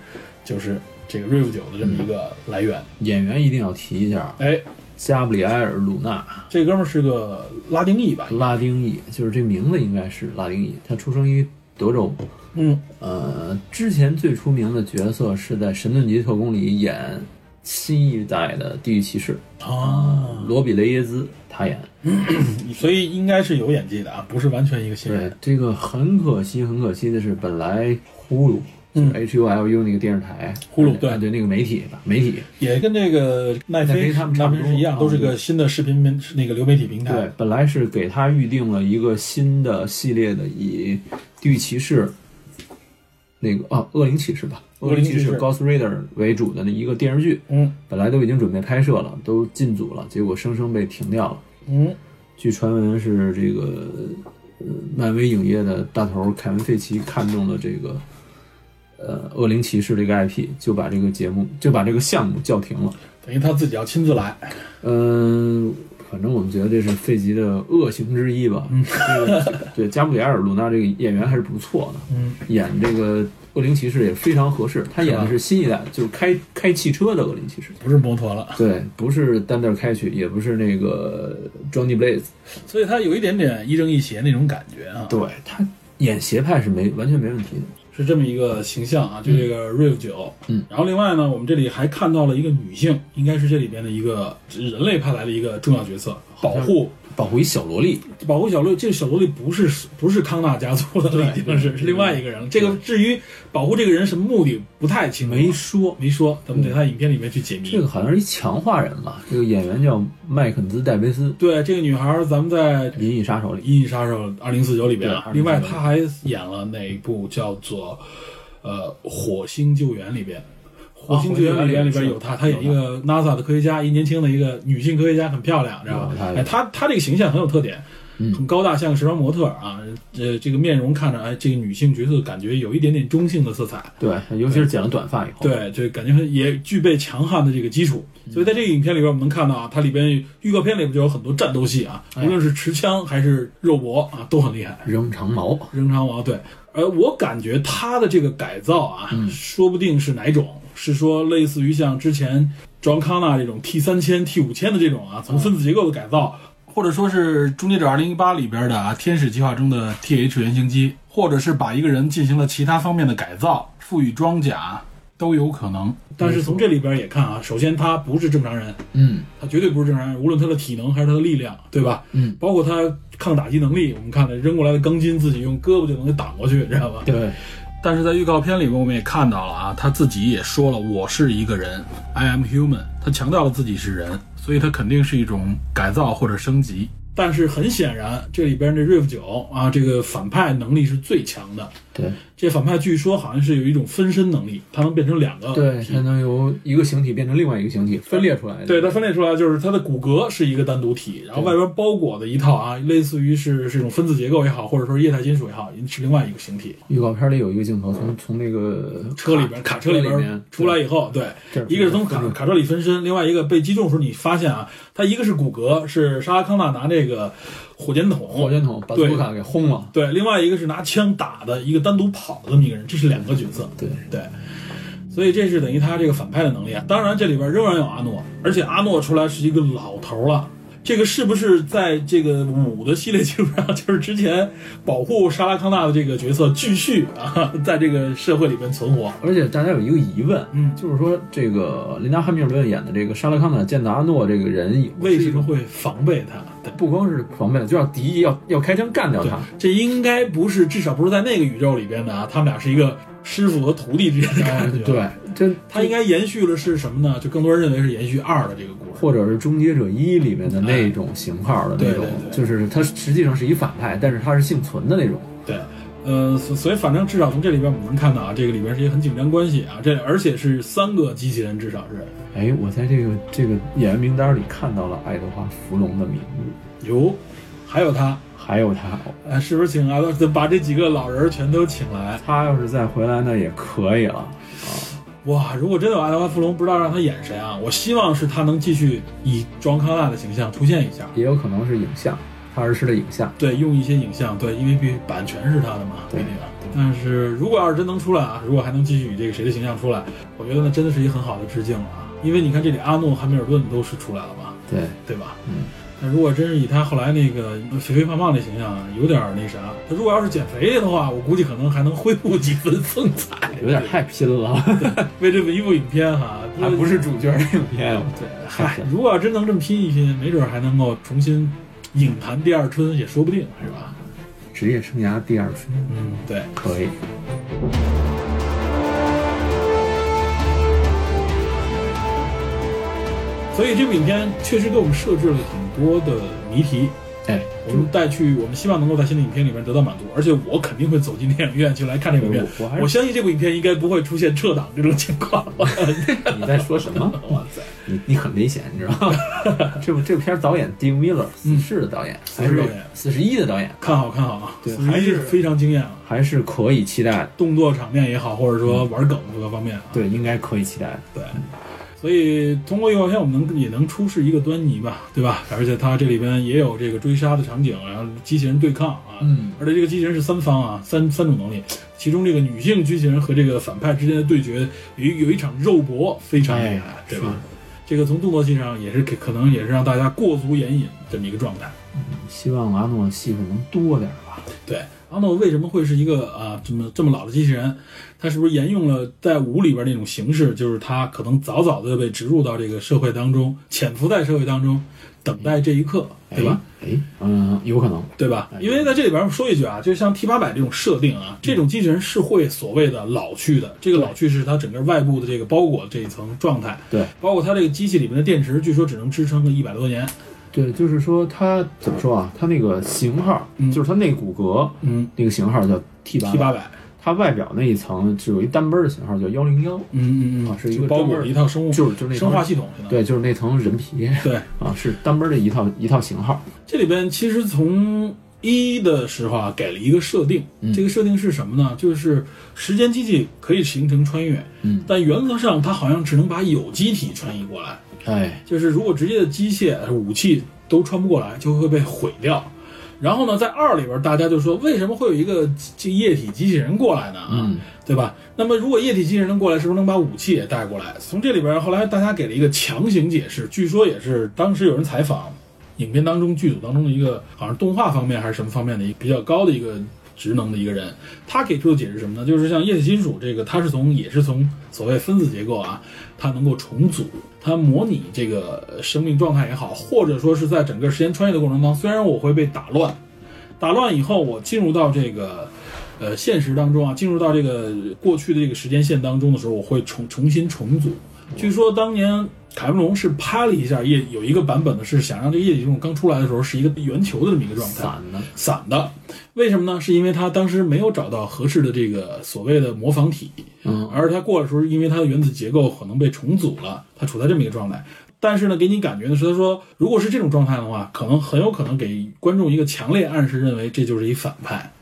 就是这个 Rave 九的这么一个来源。
演员一定要提一下，
哎，
加布里埃尔·鲁纳，
这哥们儿是个拉丁裔吧？
拉丁裔，就是这名字应该是拉丁裔。他出生于德州。
嗯，
呃，之前最出名的角色是在《神盾局特工》里演新一代的地狱骑士，
啊，
罗比·雷耶兹他演。
所以应该是有演技的啊，不是完全一个新人
对。，这个很可惜，很可惜的是，本来呼噜
嗯
h U L U 那个电视台，呃
呼噜
对
对
对那个媒体吧，媒体
也跟这个奈
奈飞
飞
他们差不多
是一样，都是
嗯
个新的视频平那个流媒体平
对
台。，
本来是给他预定了一个新的系列的，以《地狱骑士》那个啊，《恶灵骑士》吧，《恶
恶
灵
灵
骑
骑士
士》Ghost Rider 为主的那一个电视剧，
嗯
本来都已经准备拍摄了，都进组了，结果生生被停掉了。
嗯，
据传闻是这个呃，漫威影业的大头凯文·费奇看中了这个呃《恶灵骑士》这个 IP，就把这个节目就把这个项目叫停了。
等于他自己要亲自来，
嗯，反正我们觉得这是费吉的恶行之一吧。嗯，对，加布里埃尔·鲁纳这个演员还是不错的，
嗯，
演这个恶灵骑士也非常合适。他演的
是吧
是新一代，就是开开汽车的恶灵骑士。
不是摩托了，
对，不是单调开去，也不是那个 Johnny Blaze。
所以他有一点点亦正亦邪那种感觉啊，
对他演邪派是没完全没问题的。
是这么一个形象啊，就这个 Rave 九。
嗯，
然后另外呢，我们这里还看到了一个女性，应该是这里边的一个人类派来的一个重要角色，保护
保护一小萝莉，
保护小萝莉，这个小萝莉不是不是康纳家族的了，已经是
对
是另外一个人了。这个至于保护这个人什么目的不太清楚，
没说嗯
没说，咱们得在影片里面去解谜。
这个好像是一强化人吧？这个演员叫麦肯兹·戴维斯，
对这个女孩儿，咱们在
《
《
银翼杀手》里。
银翼杀手二零四九》里边啊
对，
另外
2049
她还演了那一部叫做呃《火星救援》里边。啊火星救援里边里边有她，她演一个 NASA 的科学家，一年轻的一个女性科学家，很漂亮，知道吧
有她？有
哎，她她这个形象很有特点，
嗯
很高大，像个时装模特啊。呃，这个面容看着，哎，这个女性角色感觉有一点点中性的色彩，
对，尤其是剪了短发以后。
对，就感觉也具备强悍的这个基础。所以在这个影片里边，我们能看到啊，它里边预告片里边就有很多战斗戏啊，无论是持枪还是肉搏啊，都很厉害。
扔长矛，
扔长矛，对，而我感觉他的这个改造啊，说不定是哪种，是说类似于像之前 John Connor 这种 T 三千、T 五千的这种啊，从分子结构的改造，嗯或者说是《终结者二零一八》里边的啊天使计划中的 TH 原型机，或者是把一个人进行了其他方面的改造，赋予装甲。都有可能，但是从这里边也看啊，首先他不是正常人，
嗯，
他绝对不是正常人，无论他的体能还是他的力量，对吧？
嗯，
包括他抗打击能力，我们看了扔过来的钢筋，自己用胳膊就能给挡过去，知道吧？
对，
但是在预告片里面，我们也看到了啊，他自己也说了，我是一个人，I am human，他强调了自己是人，所以他肯定是一种改造或者升级。但是很显然，这里边这 Riff 九啊，这个反派能力是最强的。
对
这反派据说好像是有一种分身能力，他能变成两个
对，
体
它能由一个形体变成另外一个形体，分裂出来的。
对，它分裂出来就是它的骨骼是一个单独体，然后外边包裹的一套啊，类似于是是一种分子结构也好，或者说液态金属也好，是另外一个形体。
预告片里有一个镜头，从从那个
车里边，卡车里
车里
边
面
出来以后，对，
这儿
一个是从卡卡车里分身，另外一个被击中的时候，你发现啊，它一个是骨骼，是沙拉康纳拿这个火箭筒，
火箭筒把卢卡给轰了。
对，另外一个是拿枪打的一个单独跑的这么一个人，这是两个角色，
对
对。所以这是等于他这个反派的能力啊。当然，这里边仍然有阿诺，而且阿诺出来是一个老头了。这个是不是在这个五的系列基础上，就是之前保护莎拉康纳的这个角色继续啊，在这个社会里边存活？
而且大家有一个疑问，
嗯
就是说这个琳达汉密尔顿演的这个莎拉康纳见达阿诺这个人，
为什么会防备他？对
不光是防备，就要敌意，要要开枪干掉
对
他？，
这应该不是，至少不是在那个宇宙里边的啊。他们俩是一个师傅和徒弟之间的感觉。
哎呃对，这
它应该延续了是什么呢？就更多人认为是延续二的这个故事。
或者是《终结者一》里面的那种型号的那种
对对，对
就是他实际上是一反派，但是他是幸存的那种。
对，呃，所所以反正至少从这里边我们能看到啊，这个里边是一个很紧张关系啊，这而且是三个机器人，至少是
哎，我在这个这个演员名单里看到了爱德华·弗隆的名字，
有，还有他，
还有他。
呃，是不是请啊？把这几个老人全都请来？
他要是再回来，那也可以了。
哇，如果真的有爱德华·弗隆，不知道让他演谁啊？我希望是他能继续以庄康纳的形象出现一下，
也有可能是影像，他儿时的影像。
对，用一些影像，对，因为毕版权是他的嘛，
对
毕竟啊但是如果要是真能出来啊，如果还能继续以这个谁的形象出来，我觉得那真的是一个很好的致敬了啊。因为你看这里阿诺、汉密尔顿都是出来了嘛，
对，
对吧？
嗯。
那如果真是以他后来那个肥肥胖胖的形象啊，有点儿那啥。他如果要是减肥的话，我估计可能还能恢复几分风采。
有点太拼了，
为这一部影片哈、
还不是主角的影片。
对，嗨，如果要真能这么拼一拼，没准儿还能够重新影坛第二春也说不定，是吧？
职业生涯第二春，
嗯，对。
可以。
「
所以这部影片确实给我们设置了很多的谜题，
哎，
我们带去，我们希望能够在新的影片里面得到满足，而且我肯定会走进电影院去来看这部影片。
我我还
我
是
相信这部影片应该不会出现撤档这种情况吧。
你在说什 么？哇塞，你你很危险，你知道吗？这部这部片儿导演 Dave Miller，四世的导演，还
四
是
十导演
四十一的导演，
看好看好啊，
对
还是非常惊艳啊，
还是可以期待的。
动作场面也好，或者
嗯
说玩梗各个方面啊，
对，应该可以期待的。
对。所以通过预告片，我们能也能出示一个端倪吧，对吧？而且它这里边也有这个追杀的场景，然后机器人对抗啊，
嗯，
而且这个机器人是三方啊，三三种能力，其中这个女性机器人和这个反派之间的对决，有一有一场肉搏，非常厉害，
哎
对吧？这个从动作戏上也是可可能也是让大家过足眼瘾这么一个状态。
希望阿诺戏份能多点儿吧。
对，阿诺为什么会是一个啊这么这么老的机器人？他是不是沿用了在五里边那种形式，就是他可能早早的被植入到这个社会当中，潜伏在社会当中，等待这一刻，对吧？
哎？哎，嗯，有可能。
对吧？因为在这里边说一句啊，就像 T 八百这种设定啊，这种机器人是会所谓的老去的，这个老去是它整个外部的这个包裹这一层状态，
对
包括它这个机器里面的电池，据说只能支撑个一百多年。
对，就是说他怎么说啊？他那个型号，
嗯
就是他那骨骼
嗯
那个型号叫 T 八
，T 八百，
它外表那一层就有一单倍儿的型号叫幺零幺，
嗯嗯
啊
嗯，
是一个
就包裹
专门
一套生物，
就是就是那
生
层
化系统。
对，就是那层人皮
对，
啊，是单倍儿的一套一套型号。
这里边其实从一的时候啊，给了一个设定，
嗯
这个设定是什么呢？就是时间机器可以形成穿越，
嗯
但原则上它好像只能把有机体穿移过来。
哎，
就是如果直接的机械武器都穿不过来，就会被毁掉。然后呢，在二里边，大家就说为什么会有一个这液体机器人过来呢？啊、
嗯
对吧？那么如果液体机器人能过来，是不是能把武器也带过来？从这里边，后来大家给了一个强行解释，据说也是当时有人采访影片当中剧组当中的一个，好像动画方面还是什么方面的一个比较高的一个职能的一个人，他给出的解释是什么呢？就是像液体金属这个，它是从也是从所谓分子结构啊，它能够重组，它模拟这个呃生命状态也好，或者说是在整个时间穿越的过程当中，虽然我会被打乱，打乱以后，我进入到这个呃现实当中啊，进入到这个过去的这个时间线当中的时候，我会重重新重组。据说当年凯文龙是拍了一下液，有一个版本呢是想让这个液体这种刚出来的时候是一个圆球的这么一个状态，
散的，
散的，为什么呢？是因为他当时没有找到合适的这个所谓的模仿体，
嗯
而他过的时候，因为它的原子结构可能被重组了，它处在这么一个状态。但是呢，给你感觉的是，他说如果是这种状态的话，可能很有可能给观众一个强烈暗示，认为这就是一反派，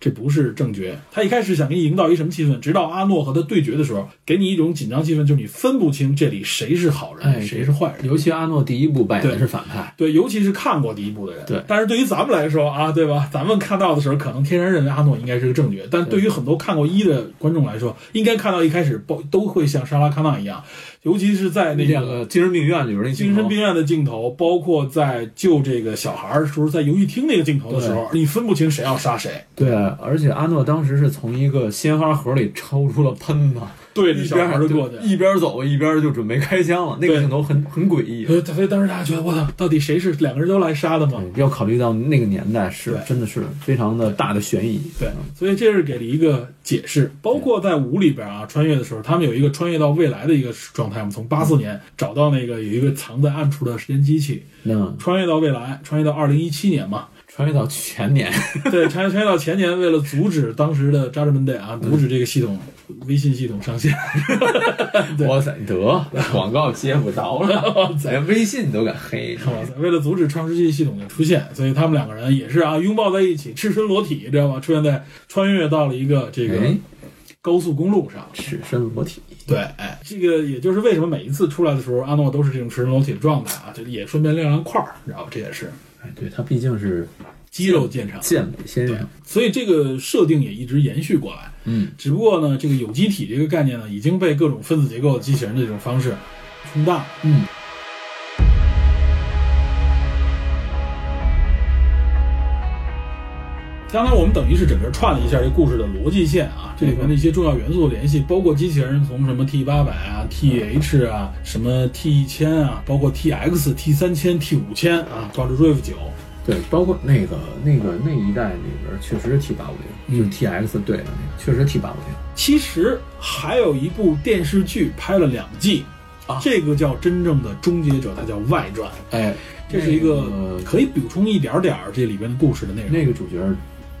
这不是正觉。他一开始想给你营造一什么气氛，直到阿诺和他对决的时候，给你一种紧张气氛，就是你分不清这里谁是好人，
哎
谁是坏人。
尤其阿诺第一部扮演的
对
是反派，
对，尤其是看过第一部的人，
对
但是对于咱们来说啊，对吧？咱们看到的时候，可能天然认为阿诺应该是个正觉，但对于很多看过一的观众来说，应该看到一开始都都会像莎拉康纳一样，尤其是在那
两
个
个精神病院里边那
精神病院的镜头，包括在救这个小孩儿的时候，在游戏厅那个镜头的时候，你分不清谁要杀谁。
对，而且阿诺当时是从一个鲜花盒里抽出了喷子，
对着
一
小孩
边
儿就过去，
一边走一边就准备开枪了，那个
对
镜头很很诡异。
所以所以当时大家觉得，我操，到底谁是两个人都来杀的吗？
嗯要考虑到那个年代是
对
真的是非常的大的悬疑，
对，所以这是给了一个解释。包括在五里边啊，穿越的时候，他们有一个穿越到未来的一个状态。我们从八四年找到那个有一个藏在暗处的时间机器，
那
穿越到未来，穿越到二零一七年嘛。
穿越到前年，
对，穿越穿越到前年，为了阻止当时的扎 a 门 d 啊，阻止这个系统微信系统上线。 对
哇塞， 得广告接不着了，咱微信都敢黑，
哇塞！为了阻止创世纪系统的出现，所以他们两个人也是啊拥抱在一起，赤身裸体，知道吗？出现在穿越到了一个这个
哎，
高速公路上。
赤身裸体，
对，哎，这个也就是为什么每一次出来的时候，阿诺都是这种赤身裸体的状态啊，这也顺便亮亮块儿，然后这也是
哎，对他毕竟是
肌肉见长，
健美先生，
所以这个设定也一直延续过来。
嗯，
只不过呢，这个有机体这个概念呢，已经被各种分子结构机器人的这种方式冲淡了。
嗯，
刚才我们等于是整个串了一下这故事的逻辑线啊，这里面的一些重要元素的联系，包括机器人从什么 T 八百啊、TH 啊、什么 T 一千啊，包括 TX、T 三千、T 五千啊，包括 Rive 九，
对，包括那个那个那一代里边确实是 T 八五
嗯
零，就是 TX 对的那个，确实 T 八五零，
其实还有一部电视剧拍了两季，
啊
这个叫真正的终结者，它叫外传，
哎，
这是一个
那个
可以补充一点点儿这里边的故事的内容。
那个主角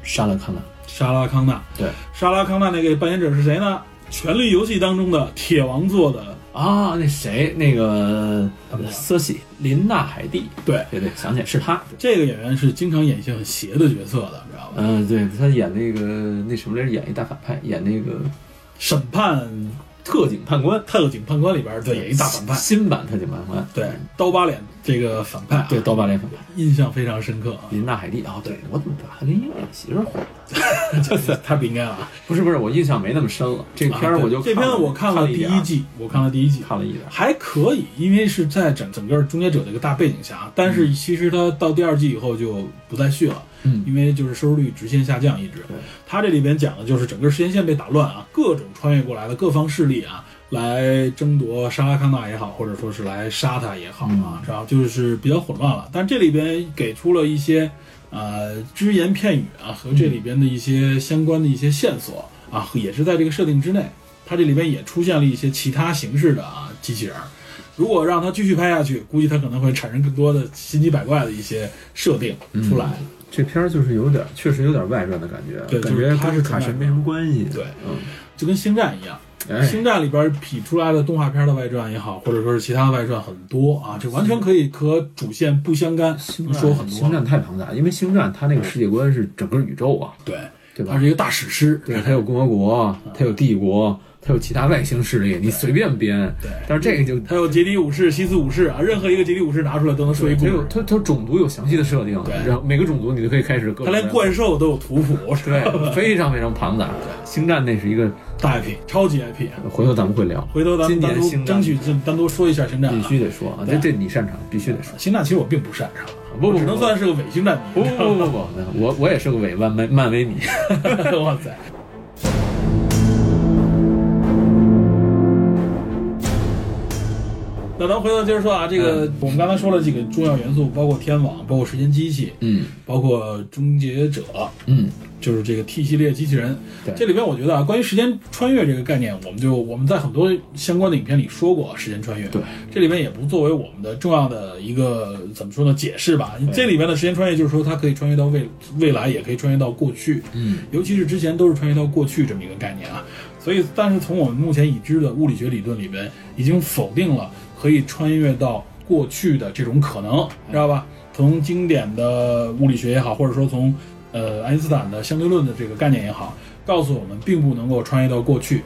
杀了康纳，
莎拉康纳，
对，
莎拉康纳那个扮演者是谁呢？《权力游戏》当中的铁王座的，
啊，那谁，那个
他们俩
瑟西琳娜海蒂，
对，
对对，想起来是他。
这个演员是经常演一些很邪的角色的，你知道吧？
嗯、对他演那个那什么来着，演一大反派，演那个
审判
特警判官，
特警判官里边儿的演一大反派，
新版特警判官，
对，刀疤脸这个反派、啊，
对，刀疤脸反派
印象非常深刻啊。
琳娜海蒂啊、对我怎么把他跟英演媳妇儿混了？
就是他不应该啊。
不是不是，我印象没那么深了。这片
啊
儿
对
我就、
这片我看
了
第
点儿啊
一，季，我看了第一季，
看了一点儿。
还可以，因为是在整整个终结者这个大背景下，但是其实它到第二季以后就不再续了。
嗯
因为就是收视率直线下降，一直
对。
它这里边讲的就是整个时间线被打乱啊，各种穿越过来的各方势力啊，来争夺莎拉康纳也好，或者说是来杀他也好啊，
嗯
然后就是比较混乱了。但这里边给出了一些呃只言片语啊，和这里边的一些相关的一些线索啊，也是在这个设定之内。它这里边也出现了一些其他形式的啊机器人儿。如果让它继续拍下去，估计它可能会产生更多的千奇百怪的一些设定出来。
这片儿就是有点，确实有点外传的感觉，
对
感
就
觉
是它
跟
是
卡
纯
神没
外传
什么关系。
对
嗯，
就跟星战一样，
哎，
星战里边劈出来的动画片的外传也好，或者说是其他的外传很多啊，这完全可以和主线不相干，
星
能
战
说很多
星
了。
战太庞大，因为星战它那个世界观是整个宇宙啊，
对，
对
它
吧？
是一个大史诗。
对，它有共和国，
嗯
它有帝国，它有其他外星势力，你随便编。
对
但是这个就
它有杰迪武士、西斯武士啊，任何一个杰迪武士拿出来都能说一故
它有
事。
它它种族有详细的设定，
对
然后每个种族你就可以开始各种
它连
各样
怪兽都有图谱，是吧
的 对非常非常庞大。星战那是一个，
大 IP，超级 IP。
回头咱们会聊，
回头咱们
今
单
年
独
星战
争取就单独说一下星战
必
啊。
须得说啊，
对哦
这这你擅长，必须得说。
星战其实我并不擅长，
不不
我只能算是个伪星战
不
迷
不。不不不，我我也是个伪漫漫漫威迷。
哇塞！那咱回头接着说啊，这个、
嗯
我们刚才说了几个重要元素，包括天网，包括时间机器，
嗯
包括终结者，
嗯，
就是这个 T 系列机器人
对。
这里边我觉得啊，关于时间穿越这个概念，我们就我们在很多相关的影片里说过时间穿越。
对，
这里边也不作为我们的重要的一个怎么说呢解释吧。这里边的时间穿越就是说，它可以穿越到未未来，也可以穿越到过去。
嗯，
尤其是之前都是穿越到过去这么一个概念啊。所以，但是从我们目前已知的物理学理论里边，已经否定了可以穿越到过去的这种可能，知道吧？从经典的物理学也好，或者说从呃爱因斯坦的相对论的这个概念也好，告诉我们并不能够穿越到过去。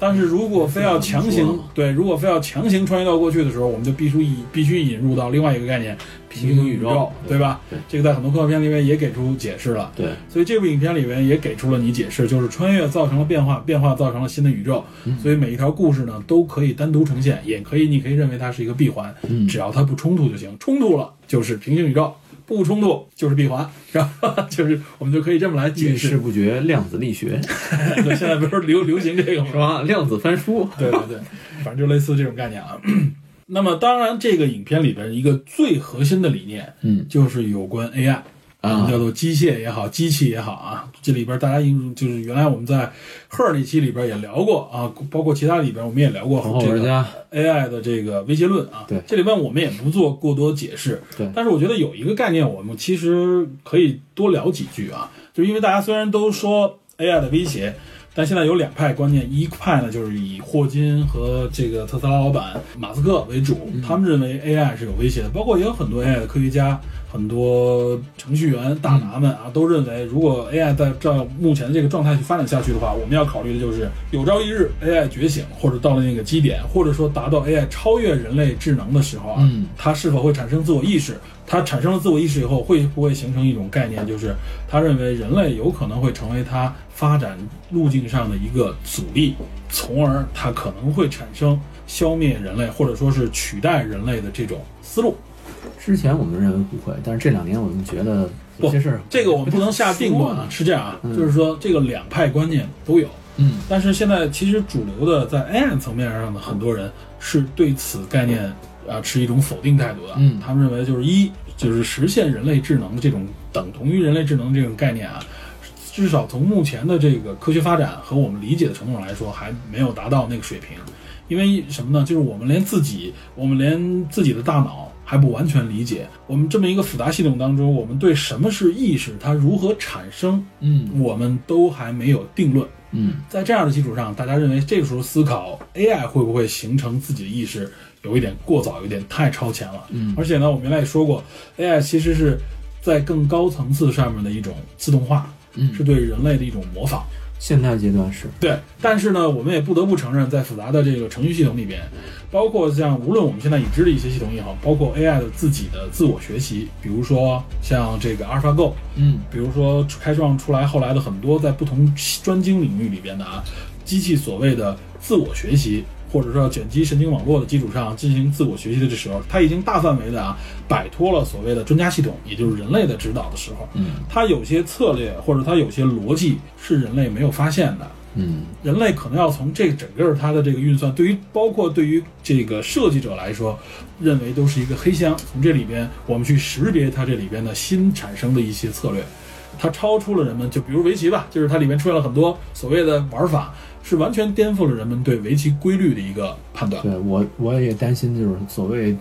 但是如果非要强
这个怎么
行
说呢
对，如果非要强行穿越到过去的时候，我们就必须引必须引入到另外一个概念——平行宇
平行宇宙
对吧？
对
这个在很多科幻片里面也给出解释了。
对，
所以这部影片里面也给出了你解释，就是穿越造成了变化，变化造成了新的宇宙，所以每一条故事呢都可以单独呈现，也可以你可以认为它是一个闭环，只要它不冲突就行，冲突了就是平行宇宙，不冲突就是闭环，是吧？ 就是我们就可以这么来解
遇
释
事。不决，量子力学
对， 现在不是流流行这个吗
是？吧？量子翻书。
对对对，反正就类似这种概念啊。那么，当然，这个影片里边一个最核心的理念，
嗯，
就是有关 AI
啊
叫做机械也好，机器也好啊。这里边大家应就是原来我们在 Her 那期里边也聊过啊，包括其他里边我们也聊过
皇后
这
玩
个
家，
AI 的这个威胁论啊。
对
这里边我们也不做过多解释。
对
但是我觉得有一个概念，我们其实可以多聊几句啊，就是因为大家虽然都说 AI 的威胁。但现在有两派观念，一派呢就是以霍金和这个特斯拉老板马斯克为主，
嗯
他们认为 AI 是有威胁的，包括也有很多 AI 的科学家、很多程序员大拿们啊，都认为如果 AI 在照目前的这个状态去发展下去的话，我们要考虑的就是有朝一日 AI 觉醒或者到了那个基点，或者说达到 AI 超越人类智能的时候啊，
嗯
它是否会产生自我意识？它产生了自我意识以后，会不会形成一种概念，就是他认为人类有可能会成为它发展路径上的一个阻力，从而它可能会产生消灭人类或者说是取代人类的这种思路。
之前我们认为不会，但是这两年我们觉得有
不
些事儿，
这个我们不能下定论啊，是这样啊，就是说这个两派观念都有，
嗯，
但是现在其实主流的在 AI 层面上的很多人是对此概念啊、持一种否定态度的。
嗯
他们认为就是一就是实现人类智能的这种等同于人类智能这种概念啊，至少从目前的这个科学发展和我们理解的程度上来说，还没有达到那个水平。因为什么呢？就是我们连自己，我们连自己的大脑还不完全理解。我们这么一个复杂系统当中，我们对什么是意识，它如何产生，
嗯
我们都还没有定论。
嗯
在这样的基础上，大家认为这个时候思考 AI 会不会形成自己的意识，有一点过早，有一点太超前了。
嗯
而且呢，我们原来也说过，AI 其实是在更高层次上面的一种自动化，
嗯，
是对人类的一种模仿。
现在阶段是，
对，但是呢，我们也不得不承认，在复杂的这个程序系统里边，包括像无论我们现在已知的一些系统也好，包括 AI 的自己的自我学习，比如说像这个 AlphaGo，
嗯
比如说开创出来后来的很多在不同专精领域里边的啊，机器所谓的自我学习，或者说卷积神经网络的基础上进行自我学习的这时候，它已经大范围的啊摆脱了所谓的专家系统，也就是人类的指导的时候，
嗯
它有些策略或者它有些逻辑是人类没有发现的。
嗯
人类可能要从这个整个它的这个运算，对于包括对于这个设计者来说，认为都是一个黑箱。从这里边我们去识别它这里边的新产生的一些策略，它超出了人们，就比如围棋吧，就是它里面出现了很多所谓的玩法，是完全颠覆了人们对围棋规律的一个判断。
对我我也担心，就是所谓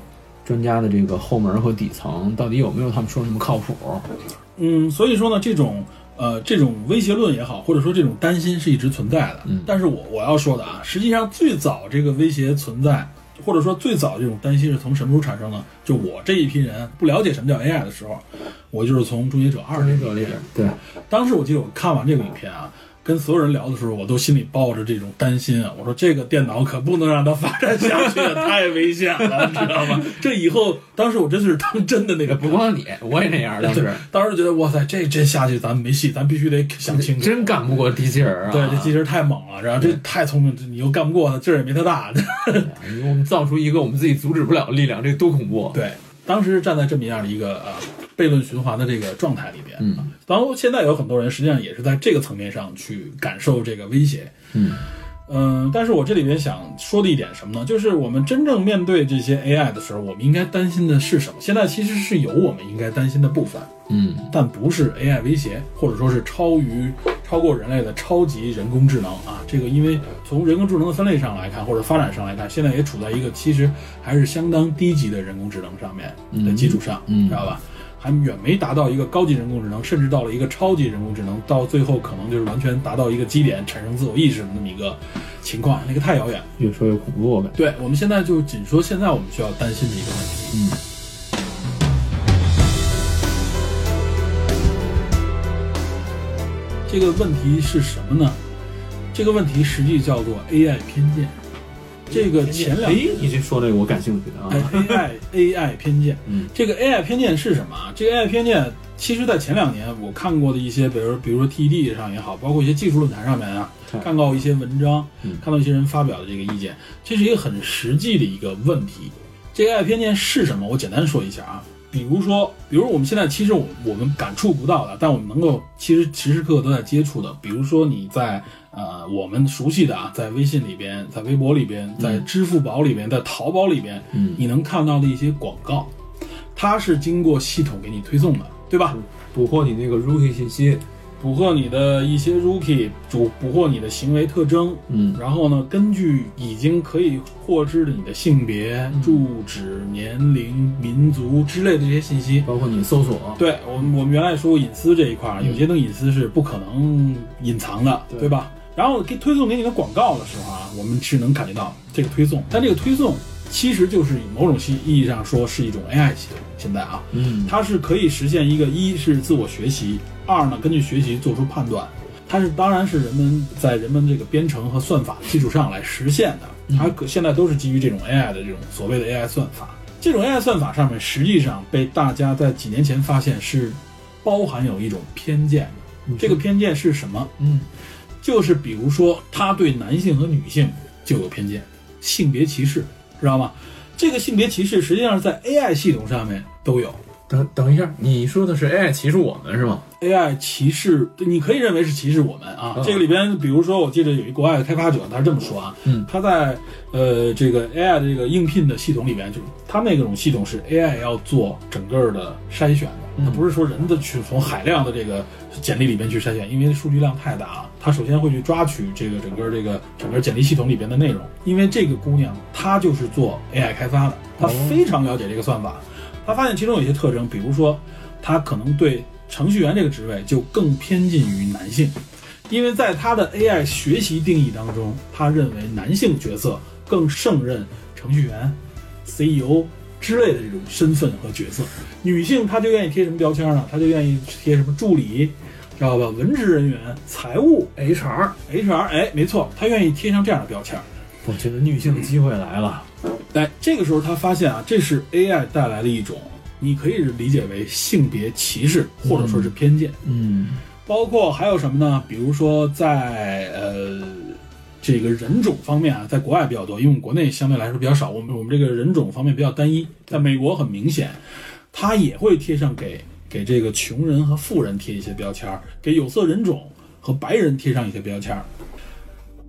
专家的这个后门和底层，到底有没有他们说那么靠谱？
嗯，所以说呢，这种呃这种威胁论也好，或者说这种担心是一直存在的。
嗯
但是我我要说的啊，实际上最早这个威胁存在，或者说最早这种担心是从什么时候产生呢？就我这一批人不了解什么叫 AI 的时候，我就是从《终结者二》这个里边
对，
当时我记得我看完这个影片啊，跟所有人聊的时候，我都心里抱着这种担心啊。我说这个电脑可不能让它发展下去， 太危险了，你知道吗？这以后，当时我真是当真的那个
不光你，我也那样，当时
当时觉得哇塞，这这下去咱们没戏，咱必须得想清楚。
真干不过机器人啊！
对，这机器人太猛了，然后这太聪明，这你又干不过他，劲儿也没他大。
人，我们造出一个我们自己阻止不了的力量，这多恐 怖！
对，当时站在这么样的一个呃悖论循环的这个状态里边，啊
嗯
然后现在有很多人实际上也是在这个层面上去感受这个威胁。
嗯
嗯，但是我这里边想说的一点是什么呢？就是我们真正面对这些 AI 的时候，我们应该担心的是什么？现在其实是有我们应该担心的部分，
嗯
但不是 AI 威胁，或者说是超于超过人类的超级人工智能啊。这个因为从人工智能的分类上来看，或者发展上来看，现在也处在一个其实还是相当低级的人工智能上面的基础上，
嗯
知道吧？还远没达到一个高级人工智能，甚至到了一个超级人工智能，到最后可能就是完全达到一个基点，产生自我意识的那么一个情况，那个太遥远。
越说越恐怖，我感觉。
对我们现在就仅说现在我们需要担心的一个问题。
嗯
这个问题是什么呢？这个问题实际叫做 AI 偏见。这个前两
哎，你这说这个我感兴趣的啊。
哎 AI AI 偏见，
嗯
这个 AI 偏见是什么啊？这个 AI 偏见，其实在前两年我看过的一些，比如比如说 TED 上也好，包括一些技术论坛上面啊
对，
看到一些文章
嗯，
看到一些人发表的这个意见，这是一个很实际的一个问题。这个 AI 偏见是什么？我简单说一下啊。比如说，比如我们现在其实我我们感触不到的，但我们能够其实时时刻刻都在接触的。比如说你在呃我们熟悉的啊，在微信里边，在微博里边，在支付宝里边，在淘宝里边，
嗯
你能看到的一些广告，它是经过系统给你推送的，对吧？
捕获你那个 rookie 信息，
捕获你的一些 rookie，主捕获你的行为特征，
嗯
然后呢，根据已经可以获知的你的性别、住址、年龄、民族之类的这些信息。
包括你搜索，
对我们，我们原来说过隐私这一块儿，有些东西隐私是不可能隐藏的，
对
对吧？然后给推送给你的广告的时候啊，我们是能感觉到这个推送，但这个推送其实就是某种意义上说是一种 AI 系统。现在啊，
嗯
它是可以实现一个一是自我学习，二呢根据学习做出判断，它是当然是人们在人们这个编程和算法基础上来实现的，它可现在都是基于这种 AI 的这种所谓的 AI 算法。这种 AI 算法上面实际上被大家在几年前发现是包含有一种偏见的，这个偏见是什么？
嗯
就是比如说，他对男性和女性就有偏见，性别歧视，知道吗？这个性别歧视实际上是在 AI 系统上面都有，
等等一下，你说的是 AI 歧视哎我们是吗？
AI 歧视，你可以认为是歧视我们啊。
嗯
这个里边，比如说，我记得有一国外的开发者，他是这么说啊，
嗯
他在呃这个 AI 的这个应聘的系统里面，就是他那种系统是 AI 要做整个的筛选
嗯
的，它不是说人的去从海量的这个简历里面去筛选，因为数据量太大了。他首先会去抓取这个整个这个整个简历系统里边的内容，因为这个姑娘她就是做 AI 开发的，
哦
她非常了解这个算法。他发现其中有一些特征，比如说，他可能对程序员这个职位就更偏近于男性，因为在他的 AI 学习定义当中，他认为男性角色更胜任程序员、CEO 之类的这种身份和角色，女性她就愿意贴什么标签呢？她就愿意贴什么助理，知道吧？文职人员、财务、
HR，
HR，哎，没错，她愿意贴上这样的标签。
我觉得女性的机会来了。
哎，这个时候他发现啊，这是 AI 带来的一种，你可以理解为性别歧视或者说是偏见。
嗯
包括还有什么呢？比如说在呃这个人种方面啊，在国外比较多，因为我们国内相对来说比较少，我们我们这个人种方面比较单一。在美国很明显，它也会贴上给给这个穷人和富人贴一些标签儿，给有色人种和白人贴上一些标签儿。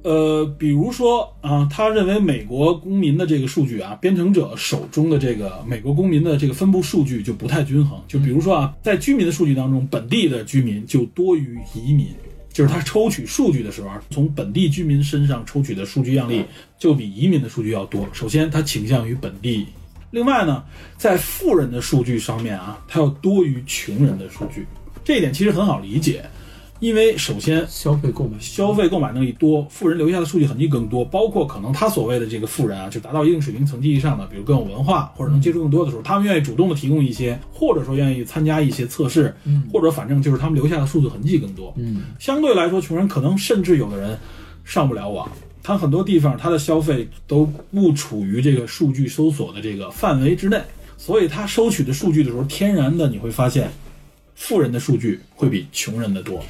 呃，比如说啊、他认为美国公民的这个数据啊，编程者手中的这个美国公民的这个分布数据就不太均衡。就比如说啊，在居民的数据当中，本地的居民就多于移民，就是他抽取数据的时候啊，从本地居民身上抽取的数据样例就比移民的数据要多。首先，他倾向于本地。另外呢，在富人的数据上面啊，它要多于穷人的数据，这一点其实很好理解，因为首先
消费购买，
消费购买能力多，富人留下的数据痕迹更多，包括可能他所谓的这个富人啊，就达到一定水平层级以上的，比如更有文化或者能接触更多的时候，他们愿意主动的提供一些，或者说愿意参加一些测试，或者反正就是他们留下的数据痕迹更多。
嗯，
相对来说，穷人可能甚至有的人上不了网，他很多地方他的消费都不处于这个数据搜索的这个范围之内，所以他收取的数据的时候，天然的你会发现，富人的数据会比穷人的多。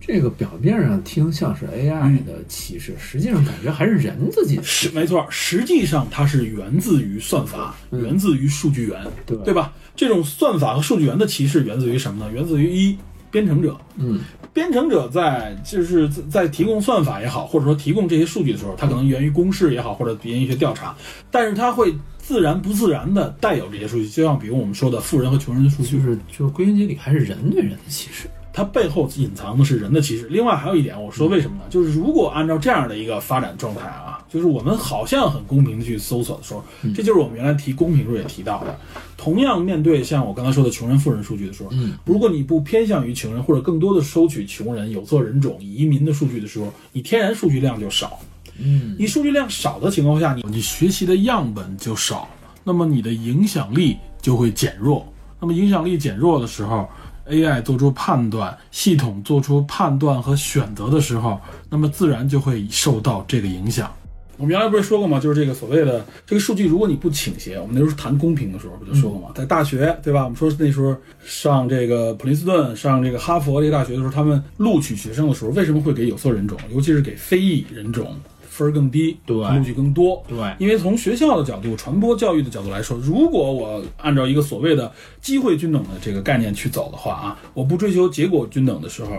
这个表面上听像是 AI 的歧视，实际上感觉还是人自己。
是没错，实际上它是源自于算法，源自于数据源，
对
吧？这种算法和数据源的歧视源自于什么呢？源自于一编程者，
嗯，
编程者在就是在在提供算法也好，或者说提供这些数据的时候，它可能源于公式也好，或者源于一些调查，但是它会自然不自然的带有这些数据，就像比如我们说的富人和穷人的数据
就，是就归根结底还是人对人的歧视。
它背后隐藏的是人的歧视。另外还有一点，我说为什么呢？就是如果按照这样的一个发展状态啊，就是我们好像很公平的去搜索的时候，这就是我们原来提公平时候也提到的。同样面对像我刚才说的穷人、富人数据的时候，如果你不偏向于穷人，或者更多的收取穷人、有色人种、移民的数据的时候，你天然数据量就少。
嗯，
你数据量少的情况下，你你学习的样本就少，那么你的影响力就会减弱。那么影响力减弱的时候，AI 做出判断，系统做出判断和选择的时候，那么自然就会受到这个影响。我们原来不是说过吗？就是这个所谓的这个数据，如果你不倾斜，我们那时候谈公平的时候不就说过吗？在大学，对吧？我们说那时候上这个普林斯顿、上这个哈佛这个大学的时候，他们录取学生的时候，为什么会给有色人种，尤其是给非裔人种分儿更低，
对
录取更多，
对
因为从学校的角度、传播教育的角度来说，如果我按照一个所谓的机会均等的这个概念去走的话啊，我不追求结果均等的时候，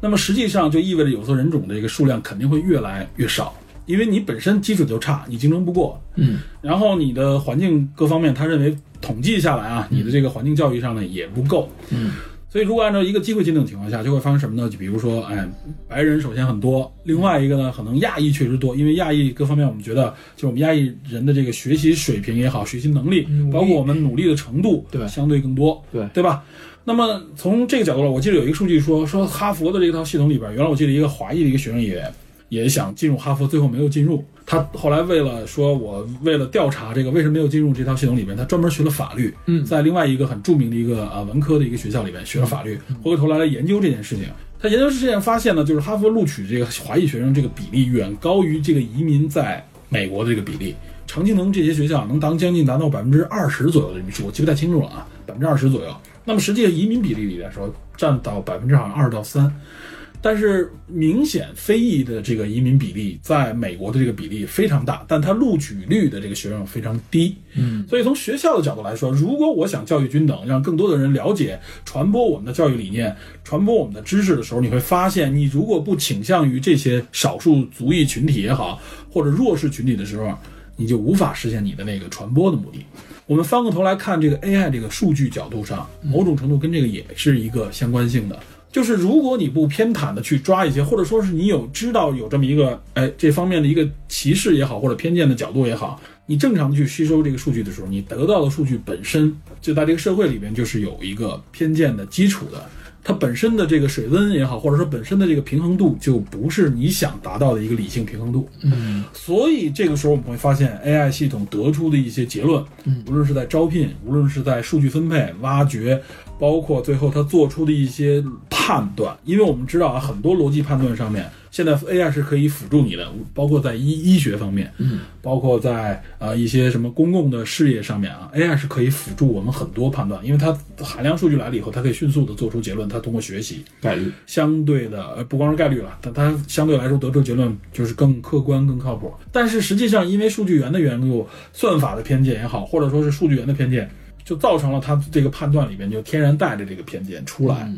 那么实际上就意味着有色人种的这个数量肯定会越来越少，因为你本身基础就差，你竞争不过，
嗯，
然后你的环境各方面，他认为统计下来啊，你的这个环境教育上呢也不够，
嗯，
所以如果按照一个机会均等情况下，就会发生什么呢？就比如说，哎，白人首先很多，另外一个呢，可能亚裔确实多，因为亚裔各方面我们觉得，就我们亚裔人的这个学习水平也好，学习能力
努，力
包括我们努力的程度，
对
相对更多，
对
对吧？那么从这个角度来，我记得有一个数据说，说哈佛的这套系统里边，原来我记得一个华裔的一个学生也也想进入哈佛，最后没有进入。他后来为了说，我为了调查这个为什么没有进入这套系统里边，他专门学了法律，
嗯
在另外一个很著名的一个啊文科的一个学校里边学了法律，
嗯
回过头来来研究这件事情。他研究这件发现呢，就是哈佛录取这个华裔学生这个比例远高于这个移民在美国的这个比例。常青藤这些学校能达将近达到百分之二十左右的这么数，我记不太清楚了啊啊，百分之二十左右。那么实际移民比例里来说，占到百分之好像二到三。但是明显非裔的这个移民比例在美国的这个比例非常大，但它录取率的这个学生非常低。嗯，所以从学校的角度来说，如果我想教育均等，让更多的人了解、传播我们的教育理念、传播我们的知识的时候，你会发现，你如果不倾向于这些少数族裔群体也好，或者弱势群体的时候，你就无法实现你的那个传播的目的。我们翻过头来看这个 AI 这个数据角度上，某种程度跟这个也是一个相关性的。就是如果你不偏袒的去抓一些，或者说是你有知道有这么一个哎这方面的一个歧视也好，或者偏见的角度也好，你正常的去吸收这个数据的时候，你得到的数据本身就在这个社会里边就是有一个偏见的基础的。它本身的这个水温也好，或者说本身的这个平衡度，就不是你想达到的一个理性平衡度。嗯，所以这个时候我们会发现 AI 系统得出的一些结论，无论是在招聘，无论是在数据分配、挖掘，包括最后它做出的一些判断，因为我们知道啊，很多逻辑判断上面，现在 AI 是可以辅助你的，包括在医医学方面，嗯，包括在呃一些什么公共的事业上面啊，AI 是可以辅助我们很多判断，因为它海量数据来了以后，它可以迅速的做出结论，它通过学习
概率。
相对的，呃，不光是概率了，但它相对来说得出结论就是更客观、更靠谱。但是实际上，因为数据源的缘故，算法的偏见也好，或者说是数据源的偏见，就造成了它这个判断里边就天然带着这个偏见出来。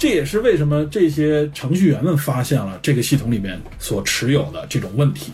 这也是为什么这些程序员们发现了这个系统里面所持有的这种问题。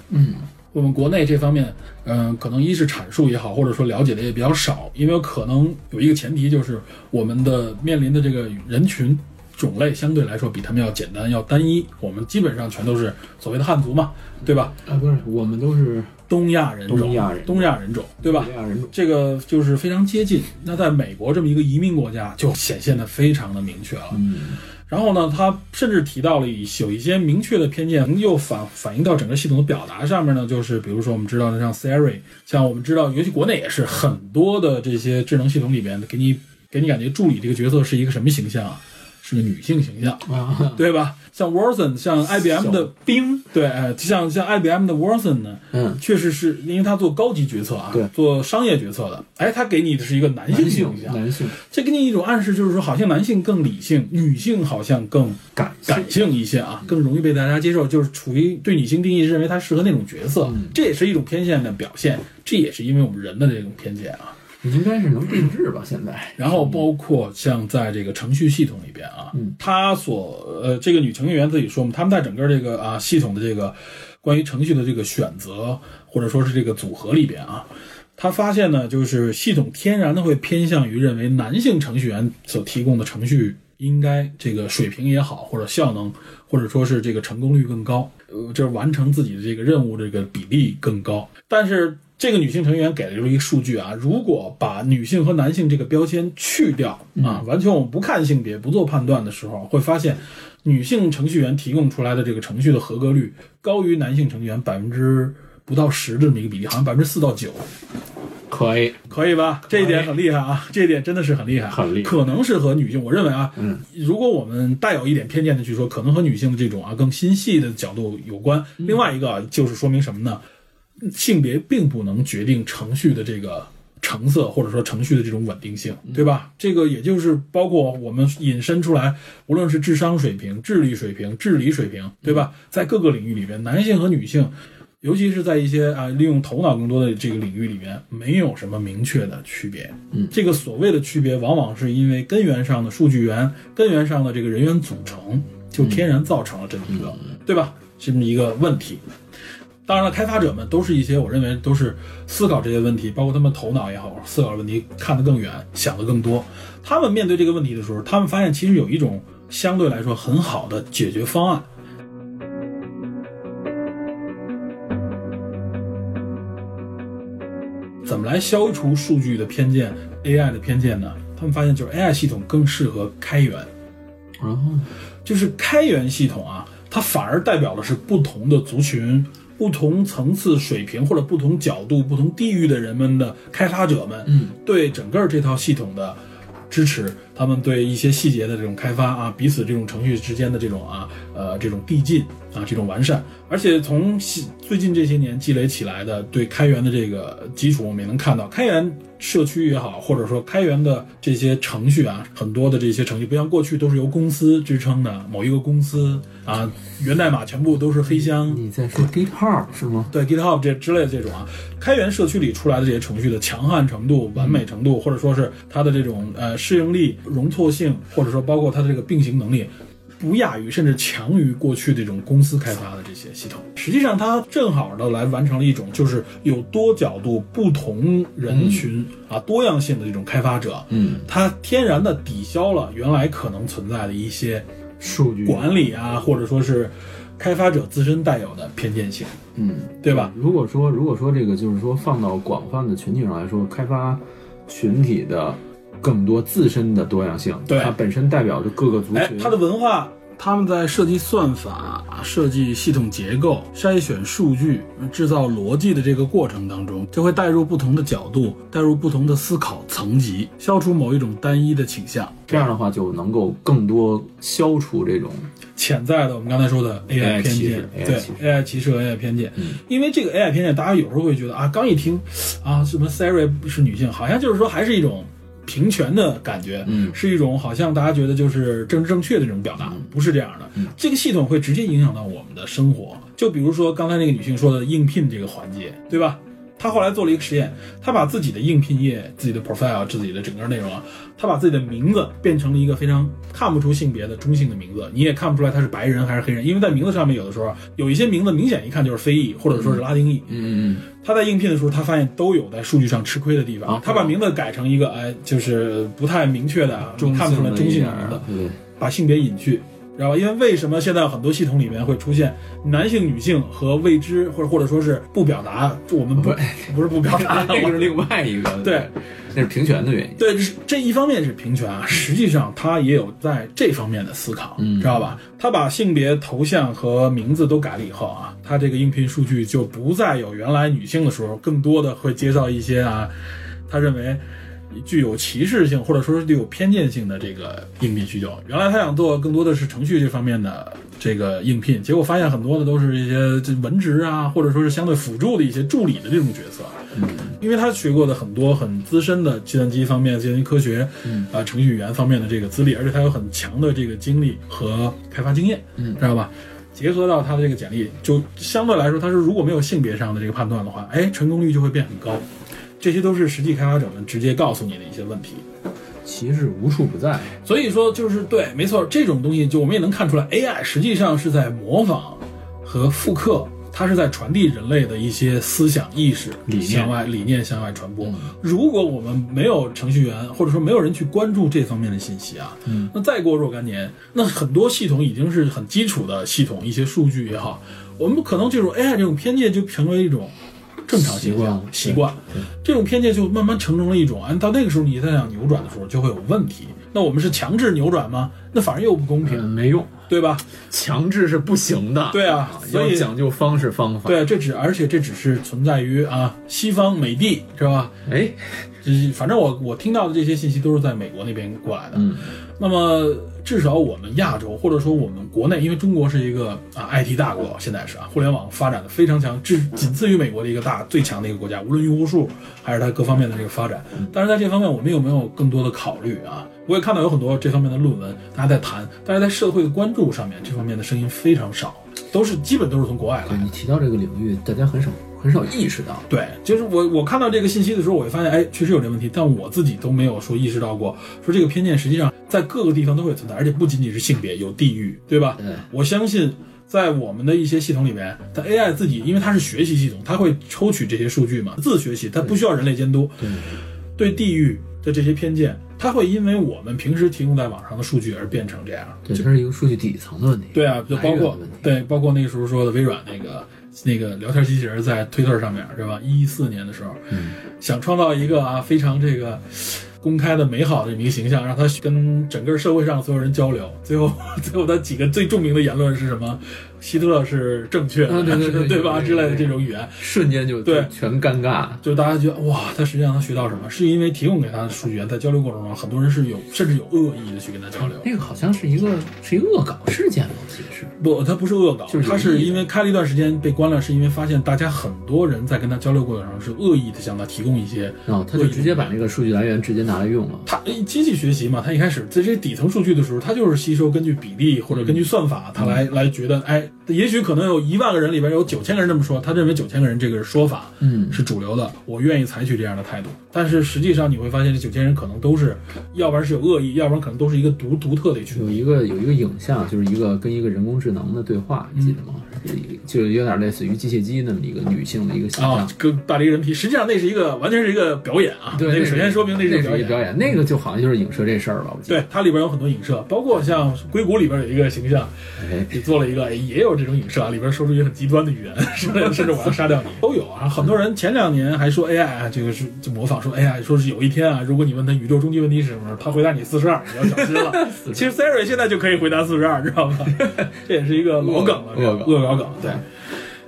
我们国内这方面，嗯、可能一是阐述也好，或者说了解的也比较少，因为可能有一个前提就是我们的面临的这个人群种类相对来说比他们要简单、要单一，我们基本上全都是所谓的汉族嘛，对吧？
啊，不是，我们都是
东亚人种，
东亚人
东亚人种，对吧？
这样人种。
这个就是非常接近。那在美国这么一个移民国家，就显现的非常的明确了。
嗯，
然后呢，他甚至提到了一有一些明确的偏见，又反反映到整个系统的表达上面呢，就是比如说我们知道的像 Siri，像我们知道，尤其国内也是很多的这些智能系统里边，给你给你感觉助理这个角色是一个什么形象啊？是个女性形象，
啊，
对吧？像 Watson，像 IBM 的
冰，
对，哎像像 IBM 的 Watson 呢，
嗯，
确实是因为他做高级决策啊
对，
做商业决策的，哎，他给你的是一个男性形
男性，
象，
男性
这给你一种暗示，就是说好像男性更理性，女性好像更
感性
感性一些啊，更容易被大家接受，就是处于对女性定义认为她适合那种角色，这也是一种偏见的表现，这也是因为我们人的这种偏见啊。
你应该是能定制吧？现在
然后包括像在这个程序系统里边啊，
嗯
她所呃这个女程序员自己说嘛，他们在整个这个啊系统的这个关于程序的这个选择或者说是这个组合里边啊，她发现呢，就是系统天然的会偏向于认为男性程序员所提供的程序应该这个水平也好，或者效能，或者说是这个成功率更高，呃，就是完成自己的这个任务这个比例更高。但是这个女性成员给了一个数据啊，如果把女性和男性这个标签去掉啊，完全我们不看性别、不做判断的时候，会发现女性程序员提供出来的这个程序的合格率高于男性程序员百分之不到十这么一个比例，好像百分之四到九。
可以，
可以吧？这一点很厉害啊，这一点真的是很厉害，
很厉害
可能是和女性，我认为啊，
嗯，
如果我们带有一点偏见的去说，可能和女性的这种啊更心细的角度有关。另外一个啊就是说明什么呢？性别并不能决定程序的这个成色，或者说程序的这种稳定性，对吧？这个也就是包括我们引申出来，无论是智商水平、智力水平、治理水平，对吧？在各个领域里边，男性和女性。尤其是在一些啊利用头脑更多的这个领域里面，没有什么明确的区别。
嗯
这个所谓的区别，往往是因为根源上的数据源、根源上的这个人员组成，就天然造成了这么一个，对吧？这么一个问题。当然了，开发者们都是一些我认为都是思考这些问题，包括他们头脑也好，思考的问题看得更远，想得更多。他们面对这个问题的时候，他们发现其实有一种相对来说很好的解决方案，怎么来消除数据的偏见、AI 的偏见呢？他们发现就是 AI 系统更适合开源，
然后
就是开源系统啊，它反而代表的是不同的族群、不同层次、水平或者不同角度、不同地域的人们的开发者们，
嗯，
对整个这套系统的支持，他们对一些细节的这种开发啊，彼此这种程序之间的这种啊呃这种递进啊这种完善，而且从西最近这些年积累起来的对开源的这个基础，我们也能看到开源。社区也好，或者说开源的这些程序啊，很多的这些程序，不像过去都是由公司支撑的，某一个公司啊，源代码全部都是黑箱，
你在说 GitHub 是吗？
对 GitHub 这之类的这种啊，开源社区里出来的这些程序的强悍程度、完美程度，或者说是它的这种呃适应力、容错性，或者说包括它的这个并行能力。不亚于甚至强于过去这种公司开发的这些系统。实际上，它正好的来完成了一种就是有多角度、不同人群、啊多样性的这种开发者，
嗯，
它天然的抵消了原来可能存在的一些
数据
管理啊，或者说是开发者自身带有的偏见性，
嗯，
对吧？
如果说如果说这个就是说放到广泛的群体上来说，开发群体的更多自身的多样性，
对
它本身代表着各个族
哎
群，，
它的文化，他们在设计算法、设计系统结构、筛选数据、制造逻辑的这个过程当中，就会带入不同的角度，带入不同的思考层级，消除某一种单一的倾向。
这样的话就能够更多消除这种
潜在的我们刚才说的
AI
AI 偏
歧
见
视，AI
对嗯
歧
AI 歧视和 AI 偏见，因为这个 AI 偏见，大家有时候会觉得啊，刚一听啊，什么 Siri 是女性，好像就是说还是一种。平权的感觉，
嗯
是一种好像大家觉得就是政治正确的这种表达，不是这样的。这个系统会直接影响到我们的生活，就比如说刚才那个女性说的应聘这个环节，对吧？她后来做了一个实验，她把自己的应聘页、自己的 profile、自己的整个内容啊，她把自己的名字变成了一个非常看不出性别的中性的名字，你也看不出来他是白人还是黑人，因为在名字上面有的时候有一些名字明显一看就是非裔或者说是拉丁裔。
嗯嗯
他在应聘的时候，他发现都有在数据上吃亏的地
啊
方。他把名字改成一个哎，就是不太明确的，
嗯，
你看不出来中性
一
的
点
名字
儿，，对，
把性别隐去，知道吧？因为为什么现在很多系统里面会出现男性、女性和未知，或者或者说是不表达，就我们不
不
不是不表 达，
那个是另外一个，
对，
那是平权的原因。
对，这这一方面是平权啊，实际上他也有在这方面的思考，
嗯
知道吧？他把性别、头像和名字都改了以后啊，他这个应聘数据就不再有原来女性的时候，更多的会介绍一些啊，他认为。具有歧视性或者说是具有偏见性的这个应聘需求，原来他想做更多的是程序这方面的这个应聘，结果发现很多的都是一些这文职啊，或者说是相对辅助的一些助理的这种角色，因为他学过的很多很资深的计算机方面、计算机科学，嗯啊、程序语言方面的这个资历，而且他有很强的这个经历和开发经验，
嗯
知道吧？结合到他的这个简历，就相对来说，他是如果没有性别上的这个判断的话，哎，成功率就会变很高。这些都是实际开发者们直接告诉你的一些问题。
歧视无处不在，
所以说，就是对，没错，这种东西就我们也能看出来，AI 实际上是在模仿和复刻，它是在传递人类的一些思想意识、
理念嗯
向外理念向外传播。如果我们没有程序员，或者说没有人去关注这方面的信息啊，
嗯
那再过若干年，那很多系统已经是很基础的系统，一些数据也好，我们可能这种 AI 这种偏见就成为一种正常习惯
习惯
习惯。这种偏见就慢慢成成了一种，哎按到那个时候你再想扭转的时候就会有问题。那我们是强制扭转吗？那反而又不公平，
嗯，没用，
对吧？
强制是不行的。
对啊所
要
以
讲究方式方法。，
对，这只而且这只是存在于啊西方美帝是吧？
哎，
就是反正我我听到的这些信息都是在美国那边过来的。
嗯，
那么至少我们亚洲或者说我们国内，因为中国是一个啊 IT 大国，现在是啊互联网发展的非常强，至仅次于美国的一个大最强的一个国家，无论用户数还是它各方面的这个发展。但是在这方面，我们有没有更多的考虑啊？我也看到有很多这方面的论文，大家在谈，但是在社会的关注上面，这方面的声音非常少，都是基本都是从国外来的
对。你提到这个领域，大家很少很少意识到。
对，就是我我看到这个信息的时候，我会发现，哎，确实有这问题，但我自己都没有说意识到过，说这个偏见实际上在各个地方都会存在，而且不仅仅是性别，有地域，对吧？
对
我相信。在我们的一些系统里面，它 AI 自己，因为它是学习系统，它会抽取这些数据嘛，自学习，它不需要人类监督。
对，
对地域的这些偏见，它会因为我们平时提供在网上的数据而变成这样。
对，这是一个数据底层的问题。
对啊，就包
来源的
括
问题
对，包括那个时候说的微软那个那个聊天机器人在推特上面是吧？一四年的时候，
嗯
想创造一个啊非常这个公开的美好的这么一个形象，让 他跟整个社会上所有人交流。最后，最后他几个最著名的言论是什么？希特勒是正确的，
啊对对对
对
对
吧
对对
之类的
对
这种语言，
瞬间就
对
全尴尬。
就大家觉得哇，他实际上他学到什么，是因为提供给他的数学，在交流过程中，很多人是有甚至有恶意的去跟他交流。
那个好像是一个是一个恶搞事件吧，我记得是。
不，他不是恶搞，
就是有
他是
意义
因为开了一段时间被关了，是因为发现大家很多人在跟他交流过程中是恶意的向他提供一些
然后他就直接把那个数据来源直接拿来用了。
他诶机器学习嘛，他一开始在这底层数据的时候，他就是吸收根据比例或者根据
嗯
算法，他来来觉得，哎，也许可能有一万个人里边有九千个人这么说，他认为九千个人这个说法，
嗯
是主流的，我愿意采取这样的态度。但是实际上你会发现，这九千人可能都是，要不然是有恶意，要不然可能都是一个独独特的一群
有一个有一个影像，就是一个跟一个人工智能的对话，你记得吗？
嗯
就是有点类似于机械姬那么一个女性的一个形
啊
象。，
跟大梨人皮，实际上那是一个完全是一个表演啊，
对，
那
那
个
是
首先说明
那
是
是一
表
个
演。
表演，那个就好像就是影射这事儿了。我记得，
对，它里边有很多影射，包括像硅谷里边有一个形象，
哎，
你做了一个，哎也有这种影射啊，里边说出一些很极端的语言， 甚至甚至我要杀掉你，都有啊。很多人前两年还说 AI 啊，这个是就模仿说 AI，说是有一天啊，如果你问他宇宙终极问题是什么，他回答你四十二，你要小心 了。其实 Siri 现在就可以回答四十二，知道 吗？这也是一个老梗了，
恶搞
恶搞梗。对，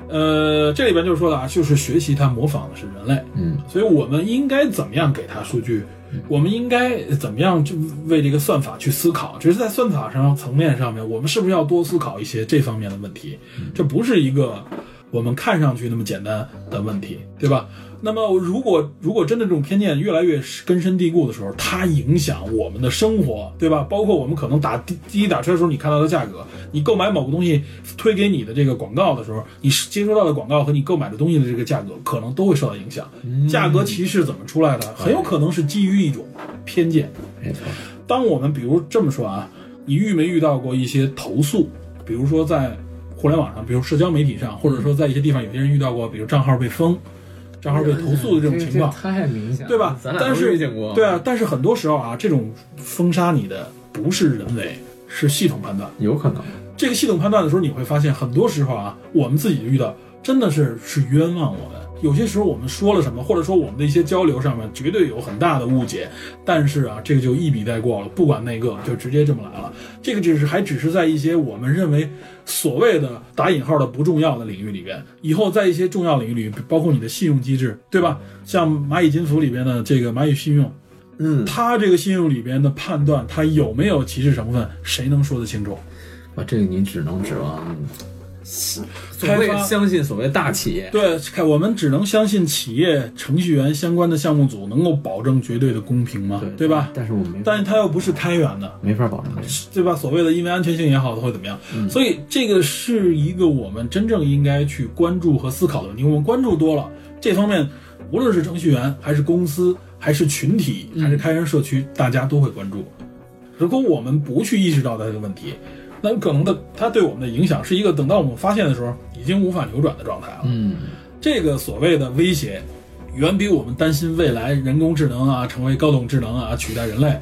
呃，这里边就说了啊，就是学习它模仿的是人类，
嗯，
所以我们应该怎么样给它数据？我们应该怎么样去为这个算法去思考？就是在算法上层面上面，我们是不是要多思考一些这方面的问题？这不是一个我们看上去那么简单的问题，对吧？那么如果如果真的这种偏见越来越根深蒂固的时候，它影响我们的生活，对吧？包括我们可能打滴滴滴打车的时候，你看到的价格，你购买某个东西推给你的这个广告的时候，你接收到的广告和你购买的东西的这个价格，可能都会受到影响。价格歧视怎么出来的？很有可能是基于一种偏见。
没错，
当我们比如这么说啊，你遇没遇到过一些投诉？比如说在互联网上，比如社交媒体上，或者说在一些地方，有些人遇到过，比如账号被封、账号被投诉的这种情况，
太明显了，
嗯对吧？
咱俩
但
都
是
遇见过，嗯
对啊，但是很多时候啊，这种封杀你的不是人为，是系统判断。
有可能，
这个系统判断的时候，你会发现很多时候啊，我们自己遇到真的是是冤枉我们。有些时候我们说了什么，或者说我们的一些交流上面绝对有很大的误解，但是啊，这个就一笔带过了，不管那个，就直接这么来了。这个只是还只是在一些我们认为所谓的打引号的不重要的领域里边，以后在一些重要领域里，包括你的信用机制，对吧？像蚂蚁金服里边的这个蚂蚁信用，
嗯，
它这个信用里边的判断，它有没有歧视成分，谁能说得清楚？
哇，这个你只能指望。嗯所
开
谓
发
相信所谓大企业，
对，看我们只能相信企业程序员相关的项目组能够保证绝对的公平吗？
对
对吧？
但是我没，
但是它又不是开源的，
没法保证这个。
对吧？所谓的因为安全性也好，会怎么样？所以这个是一个我们真正应该去关注和思考的问题。我们关注多了这方面，无论是程序员还是公司，还是群体，还是开源社区，大家都会关注。如果我们不去意识到它这个问题，那可能的它对我们的影响是一个等到我们发现的时候已经无法扭转的状态了。
嗯，
这个所谓的威胁，远比我们担心未来人工智能啊成为高等智能啊取代人类，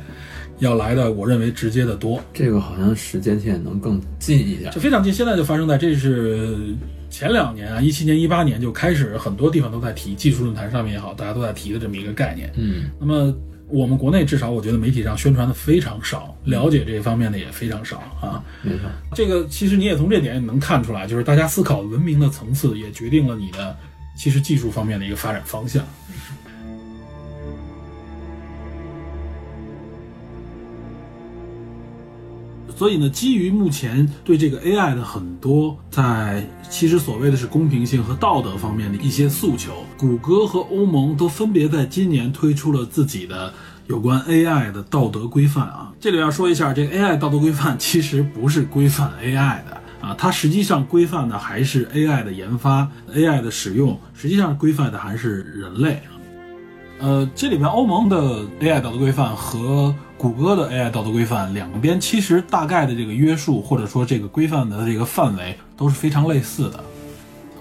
要来的我认为直接的多。
这个好像时间线能更近一点。
这非常近，现在就发生在这是前两年啊，一七年、一八年就开始很多地方都在提技术论坛上面也好，大家都在提的这么一个概念。
嗯，
那么我们国内至少我觉得媒体上宣传的非常少，了解这方面的也非常少啊。
没错。
这个其实你也从这点也能看出来，就是大家思考文明的层次，也决定了你的其实技术方面的一个发展方向。所以呢，基于目前对这个 AI 的很多在其实所谓的是公平性和道德方面的一些诉求，谷歌和欧盟都分别在今年推出了自己的有关 AI 的道德规范啊。这里要说一下，这个 AI 道德规范 其实不是规范 AI 的。啊，它实际上规范的还是 AI 的研发、AI 的使用，实际上规范的还是人类啊。呃，这里面欧盟的 AI 道德规范和谷歌的 AI 道德规范两边其实大概的这个约束或者说这个规范的这个范围都是非常类似的。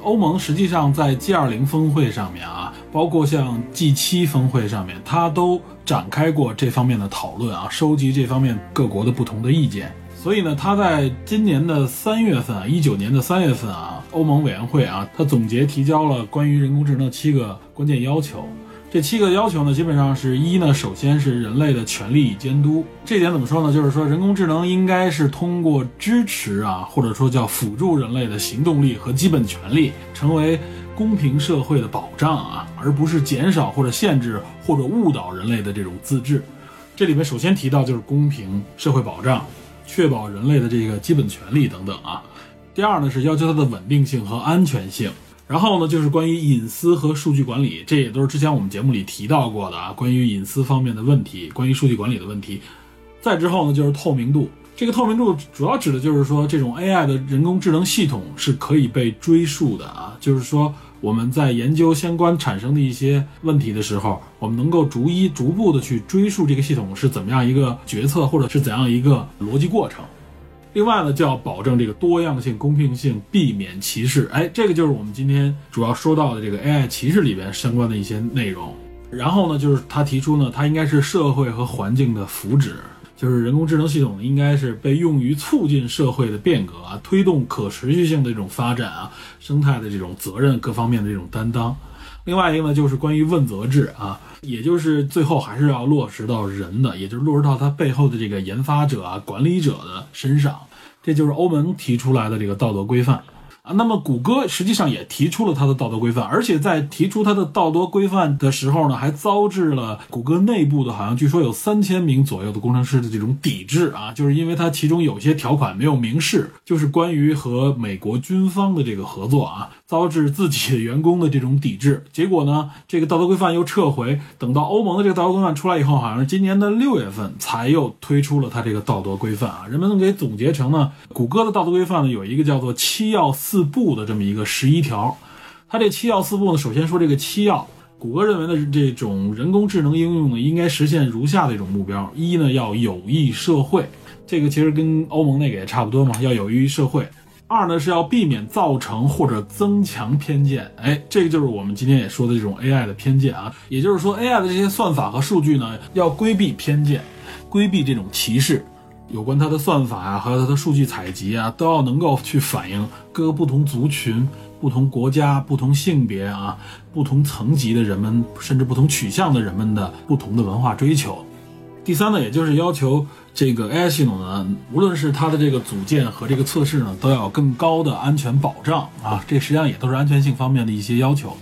欧盟实际上在 G20 峰会上面啊，包括像 G7 峰会上面，它都展开过这方面的讨论啊，收集这方面各国的不同的意见。所以呢，它在今年的三月份啊，一九年的三月份啊，欧盟委员会啊，它总结提交了关于人工智能的七个关键要求。这七个要求呢，基本上是一呢，首先是人类的权利与监督。这点怎么说呢？就是说，人工智能应该是通过支持啊，或者说叫辅助人类的行动力和基本权利，成为公平社会的保障啊，而不是减少或者限制或者误导人类的这种自治。这里面首先提到就是公平社会保障，确保人类的这个基本权利等等啊。第二呢是要求它的稳定性和安全性。然后呢，就是关于隐私和数据管理，这也都是之前我们节目里提到过的啊，关于隐私方面的问题，关于数据管理的问题。再之后呢，就是透明度。这个透明度主要指的就是说，这种 AI 的人工智能系统是可以被追溯的啊，就是说我们在研究相关产生的一些问题的时候，我们能够逐一逐步的去追溯这个系统是怎么样一个决策，或者是怎样一个逻辑过程。另外呢，就要保证这个多样性、公平性，避免歧视。哎，这个就是我们今天主要说到的这个 AI 歧视里边相关的一些内容。然后呢，就是他提出呢，它应该是社会和环境的福祉，就是人工智能系统应该是被用于促进社会的变革啊，推动可持续性的这种发展啊，生态的这种责任各方面的这种担当。另外一个呢，就是关于问责制啊，也就是最后还是要落实到人的，也就是落实到它背后的这个研发者啊、管理者的身上。这就是欧盟提出来的这个道德规范啊。那么谷歌实际上也提出了它的道德规范，而且在提出它的道德规范的时候呢，还遭致了谷歌内部的好像据说有三千名左右的工程师的这种抵制啊，就是因为它其中有些条款没有明示，就是关于和美国军方的这个合作啊，遭致自己的员工的这种抵制。结果呢，这个道德规范又撤回，等到欧盟的这个道德规范出来以后，好像是今年的六月份才又推出了它这个道德规范啊。人们给总结成呢，谷歌的道德规范呢有一个叫做“七要四不”的这么一个十一条。它这七要四不呢，首先说这个七要，谷歌认为呢这种人工智能应用呢应该实现如下的一种目标：一呢要有益社会，这个其实跟欧盟那个也差不多嘛，要有益于社会。二呢是要避免造成或者增强偏见，哎，这个就是我们今天也说的这种 AI 的偏见啊，也就是说 AI 的这些算法和数据呢，要规避偏见，规避这种歧视，有关它的算法啊，还有它的数据采集啊，都要能够去反映各个不同族群、不同国家、不同性别啊、不同层级的人们，甚至不同取向的人们的不同的文化追求。第三呢，也就是要求这个 AI 系统呢，无论是它的这个组件和这个测试呢，都要有更高的安全保障啊。这实际上也都是安全性方面的一些要求。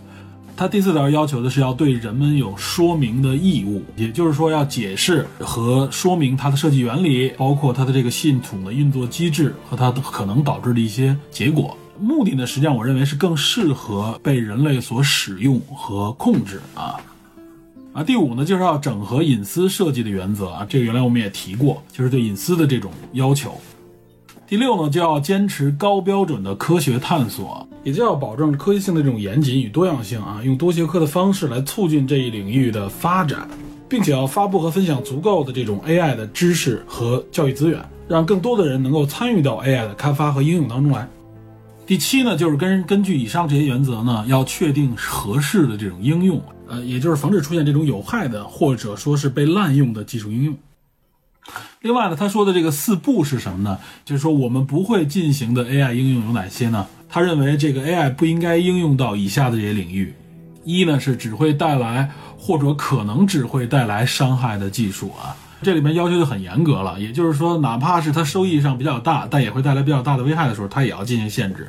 它第四条要求的是要对人们有说明的义务，也就是说要解释和说明它的设计原理，包括它的这个系统的运作机制和它可能导致的一些结果。目的呢，实际上我认为是更适合被人类所使用和控制啊。啊，第五呢，就是要整合隐私设计的原则啊，这个原来我们也提过，就是对隐私的这种要求。第六呢，就要坚持高标准的科学探索，也就要保证科学性的这种严谨与多样性啊，用多学科的方式来促进这一领域的发展，并且要发布和分享足够的这种 AI 的知识和教育资源，让更多的人能够参与到 AI 的开发和应用当中来。第七呢，就是根根据以上这些原则呢，要确定合适的这种应用，呃，也就是防止出现这种有害的或者说是被滥用的技术应用。另外呢，他说的这个四不是什么呢？就是说我们不会进行的 AI 应用有哪些呢？他认为这个 AI 不应该应用到以下的这些领域：一呢是只会带来或者可能只会带来伤害的技术啊，这里面要求就很严格了，也就是说，哪怕是它收益上比较大，但也会带来比较大的危害的时候，它也要进行限制。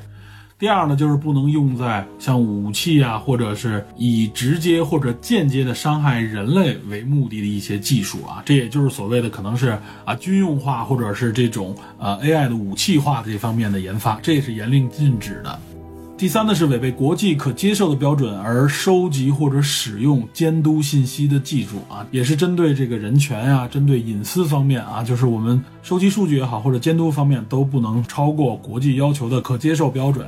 第二呢，就是不能用在像武器啊，或者是以直接或者间接的伤害人类为目的的一些技术啊，这也就是所谓的可能是啊军用化或者是这种呃 AI 的武器化这方面的研发，这也是严令禁止的。第三呢是违背国际可接受的标准而收集或者使用监督信息的技术啊，也是针对这个人权啊，针对隐私方面啊，就是我们收集数据也好，或者监督方面都不能超过国际要求的可接受标准。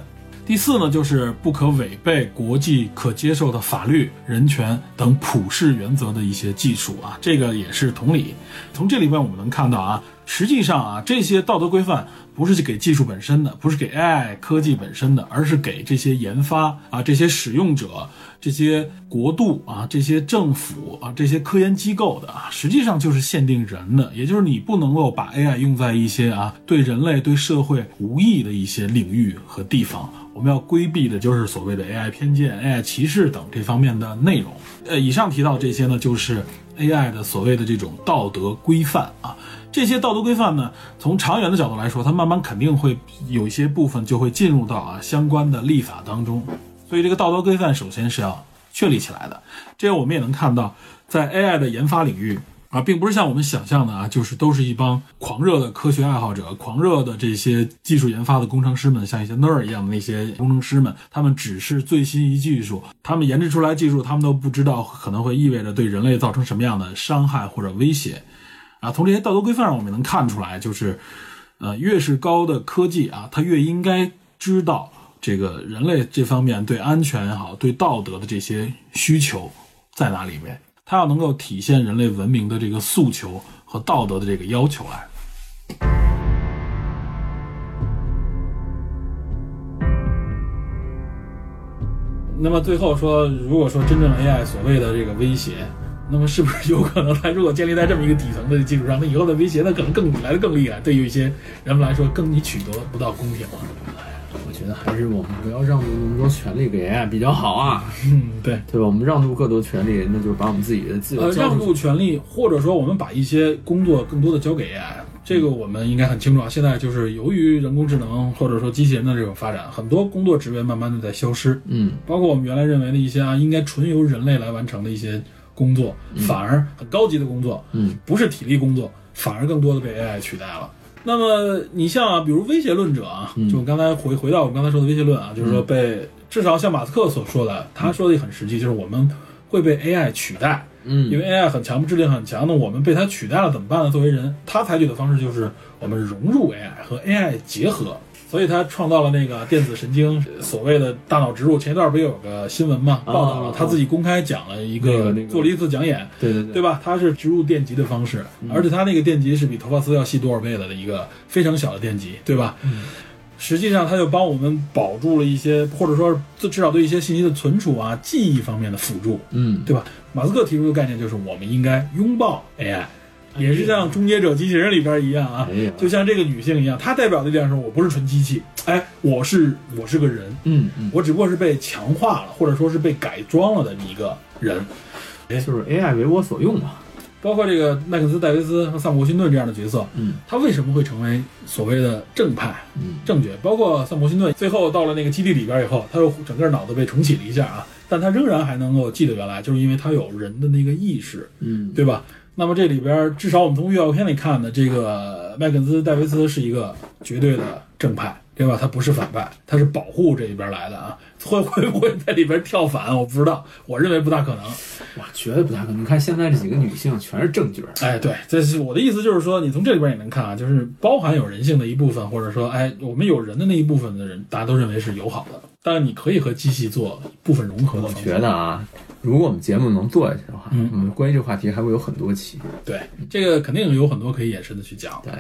第四呢，就是不可违背国际可接受的法律、人权等普世原则的一些技术啊，这个也是同理。从这里面我们能看到啊，实际上啊，这些道德规范不是给技术本身的，不是给 AI 科技本身的，而是给这些研发啊、这些使用者、这些国度啊、这些政府啊、这些科研机构的啊，实际上就是限定人的，也就是你不能够把 AI 用在一些啊对人类、对社会无益的一些领域和地方。我们要规避的就是所谓的 AI 偏见、AI 歧视等这方面的内容。呃，以上提到这些呢，就是 AI 的所谓的这种道德规范啊。这些道德规范呢，从长远的角度来说，它慢慢肯定会有一些部分就会进入到啊相关的立法当中。所以这个道德规范首先是要确立起来的。这样我们也能看到，在 AI 的研发领域啊，并不是像我们想象的啊，就是都是一帮狂热的科学爱好者、狂热的这些技术研发的工程师们，像一些 nerd 一样的那些工程师们，他们只是最新一技术，他们研制出来技术，他们都不知道可能会意味着对人类造成什么样的伤害或者威胁。啊，从这些道德规范上我们也能看出来，就是，呃，越是高的科技啊，它越应该知道这个人类这方面对安全也好，对道德的这些需求在哪里面，它要能够体现人类文明的这个诉求和道德的这个要求来。那么最后说，如果说真正 AI 所谓的这个威胁，那么是不是有可能它如果建立在这么一个底层的基础上，那以后的威胁那可能更来的更厉害，对于一些人们来说更你取得不到公平了。
我觉得还是我们不要让渡那么多权利给 AI 比较好啊，
嗯，对。
对吧？我们让渡更多权利，那就是把我们自己的自由
呃，
交
让
出去。
渡权利，或者说我们把一些工作更多的交给 AI，这个我们应该很清楚啊。现在就是由于人工智能或者说机器人的这种发展，很多工作职位慢慢的在消失，
嗯，
包括我们原来认为的一些啊，应该纯由人类来完成的一些工作，反而很高级的工作，
嗯，
不是体力工作，反而更多的被 AI 取代了。那么你像啊，比如威胁论者啊，
嗯
就我刚才回回到我们刚才说的威胁论啊，就是说被至少像马斯克所说的，他说的也很实际，就是我们会被 AI 取代，
嗯
因为 AI 很强，制力很强，那我们被它取代了怎么办呢？作为人，他采取的方式就是我们融入 AI 和 AI 结合，所以他创造了那个电子神经呃所谓的大脑植入。前一段不也有个新闻嘛，
啊
报道了他自己公开讲了一
那个
个
那个
做了一次讲演，
对对嗯
对吧？它是植入电极的方式，而且它那个电极是比头发丝要细多少倍的一个非常小的电极，对吧？
嗯
实际上，它就帮我们保住了一些，或者说至至少对一些信息的存储啊、记忆方面的辅助，
嗯，
对吧？马斯克提出的概念就是，我们应该拥抱 AI，也是像《终结者机器人》里边一样啊
哎呀，
就像这个女性一样，她代表的力量是我不是纯机器，哎，我是我是个人，
嗯嗯，
我只不过是被强化了，或者说是被改装了的一个人。
就是 AI 为我所用嘛。
包括这个麦克斯·戴维斯和萨姆·沃辛顿这样的角色，
嗯
他为什么会成为所谓的正派、
嗯
正觉？包括萨姆·沃辛顿最后到了那个基地里边以后，他又整个脑子被重启了一下啊，但他仍然还能够记得原来，就是因为他有人的那个意识，
嗯，
对吧？那么这里边至少我们从预告片里看的，这个麦克斯·戴维斯是一个绝对的正派。对吧？他不是反派，他是保护这一边来的啊！ 会会不会在里边跳反？我不知道，我认为不大可能。
哇，绝对不太可能。你看现在这几个女性全是正角儿，
哎，对，这是我的意思，就是说，你从这里边也能看啊，就是包含有人性的一部分，或者说，哎，我们有人的那一部分的人，大家都认为是友好的，但你可以和机器做部分融合的
我
方式。
觉得啊，如果我们节目能做下去的话，
嗯
我们关于这个话题还会有很多期。
对，这个肯定有很多可以延伸的去讲。
对，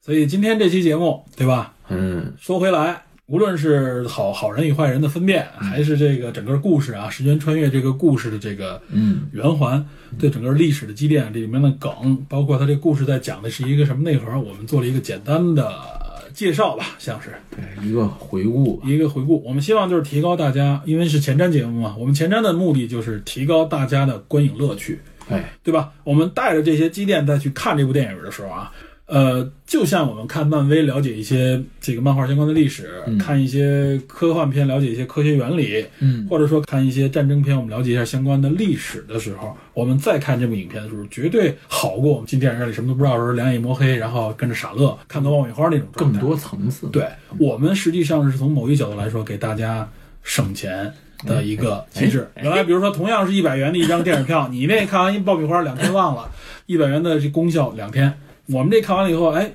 所以今天这期节目，对吧？
嗯，
说回来，无论是好好人与坏人的分辨，还是这个整个故事啊，时间穿越这个故事的这个
嗯
圆环，对整个历史的积淀，这里面的梗，包括它这故事在讲的是一个什么内核，我们做了一个简单的呃介绍吧，像是
对，一个回顾啊吧。
一个回顾。我们希望就是提高大家，因为是前瞻节目嘛，我们前瞻的目的就是提高大家的观影乐趣，
哎，
对吧？我们带着这些积淀再去看这部电影的时候啊，呃，就像我们看漫威了解一些这个漫画相关的历史，看一些科幻片了解一些科学原理，
嗯，
或者说看一些战争片，我们了解一下相关的历史的时候，我们再看这部影片的时候，绝对好过我们进电影院里什么都不知道的时候，两眼一抹黑，然后跟着傻乐，看个爆米花那种状
更
态。
多层次。，
对我们实际上是从某一角度来说，给大家省钱的一个
哎
机制。原来比如说，同样是一百元的一张电影 票，你那看完一爆米花两天忘了，一百元的这功效两天，我们这看完了以后，哎，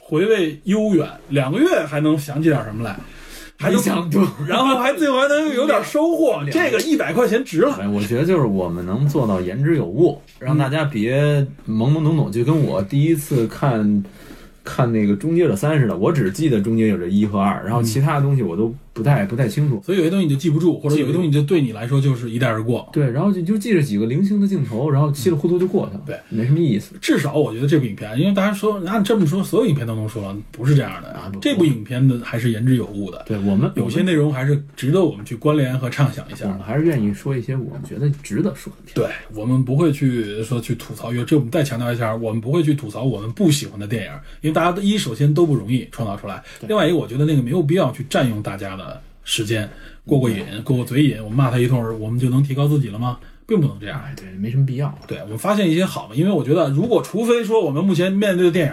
回味悠远，两个月还能想起点什么来，还
没
能
想多。
然后还最后还能有点收获，这个一百块钱值了。
哎，我觉得就是我们能做到言之有物，让大家别懵懵懂懂，就跟我第一次看看那个《终结者三》似的，我只记得《终结者》一和二，然后其他的东西我都不太不太清楚。
所以有些东西你就记不住，或者
记
有
不
些
住
东西就对你来说就是一带而过。
对，然后就就记着几个零星的镜头，然后稀里糊涂就过去了，
对，
没什么意思。
至少我觉得这部影片，因为大家说按这么说，所有影片都能说了，不是这样的
啊不
这部影片的还是言之有物的，
对我们
有些内容还是值得我们去关联和畅想一
我
下
们
的。
还是愿意说一些我们觉得值得说的片。
对我们不会去说去吐槽，有这我们再强调一下，我们不会去吐槽我们不喜欢的电影，因为大家一首先都不容易创造出来，另外一个我觉得那个没有必要去占用大家的时间，过过瘾，过过嘴瘾，我们骂他一通，我们就能提高自己了吗？并不能这样。
哎，对，没什么必要。
对我们发现一些好的，因为我觉得，如果除非说我们目前面对的电影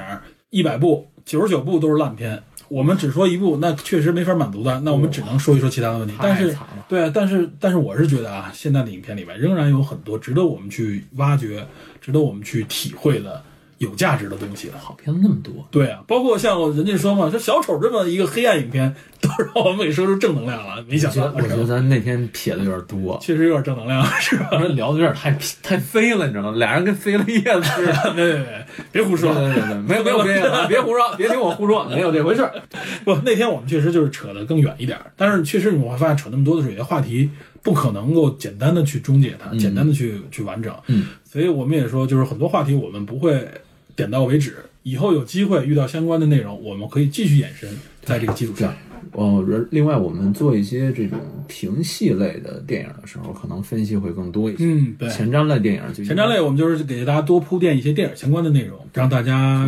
一百部九十九部都是烂片，我们只说一部，那确实没法满足的，那我们只能说一说其他的问题。
太
但是
惨了，
对啊，但是但是我是觉得啊，现在的影片里面仍然有很多值得我们去挖掘、值得我们去体会的有价值的东西的。
好片子那么多，
对啊，包括像人家说嘛，说小丑这么一个黑暗影片，都让我们给说出正能量了，没想
我觉
到
得我觉得咱那天撇的有点多，
确实有点正能量，是吧？
当时聊的有点太 太飞了，你知道吗？俩人跟飞了叶子似的。
对对对，别胡
对
说。
对对，没有没有这个，啊别胡说，别听我胡说，没有这回事儿。
不，那天我们确实就是扯得更远一点儿，但是确实你会发现扯那么多的水些话题，不可能够简单的去终结它，简单的去去完整。
嗯，
所以我们也说，就是很多话题我们不会点到为止，以后有机会遇到相关的内容，我们可以继续延伸，在这个基础上。
哦，而另外我们做一些这种评戏类的电影的时候，可能分析会更多一些。
嗯，对。
前瞻类电影就
前瞻类我们就是给大家多铺垫一些电影相关的内容，让大家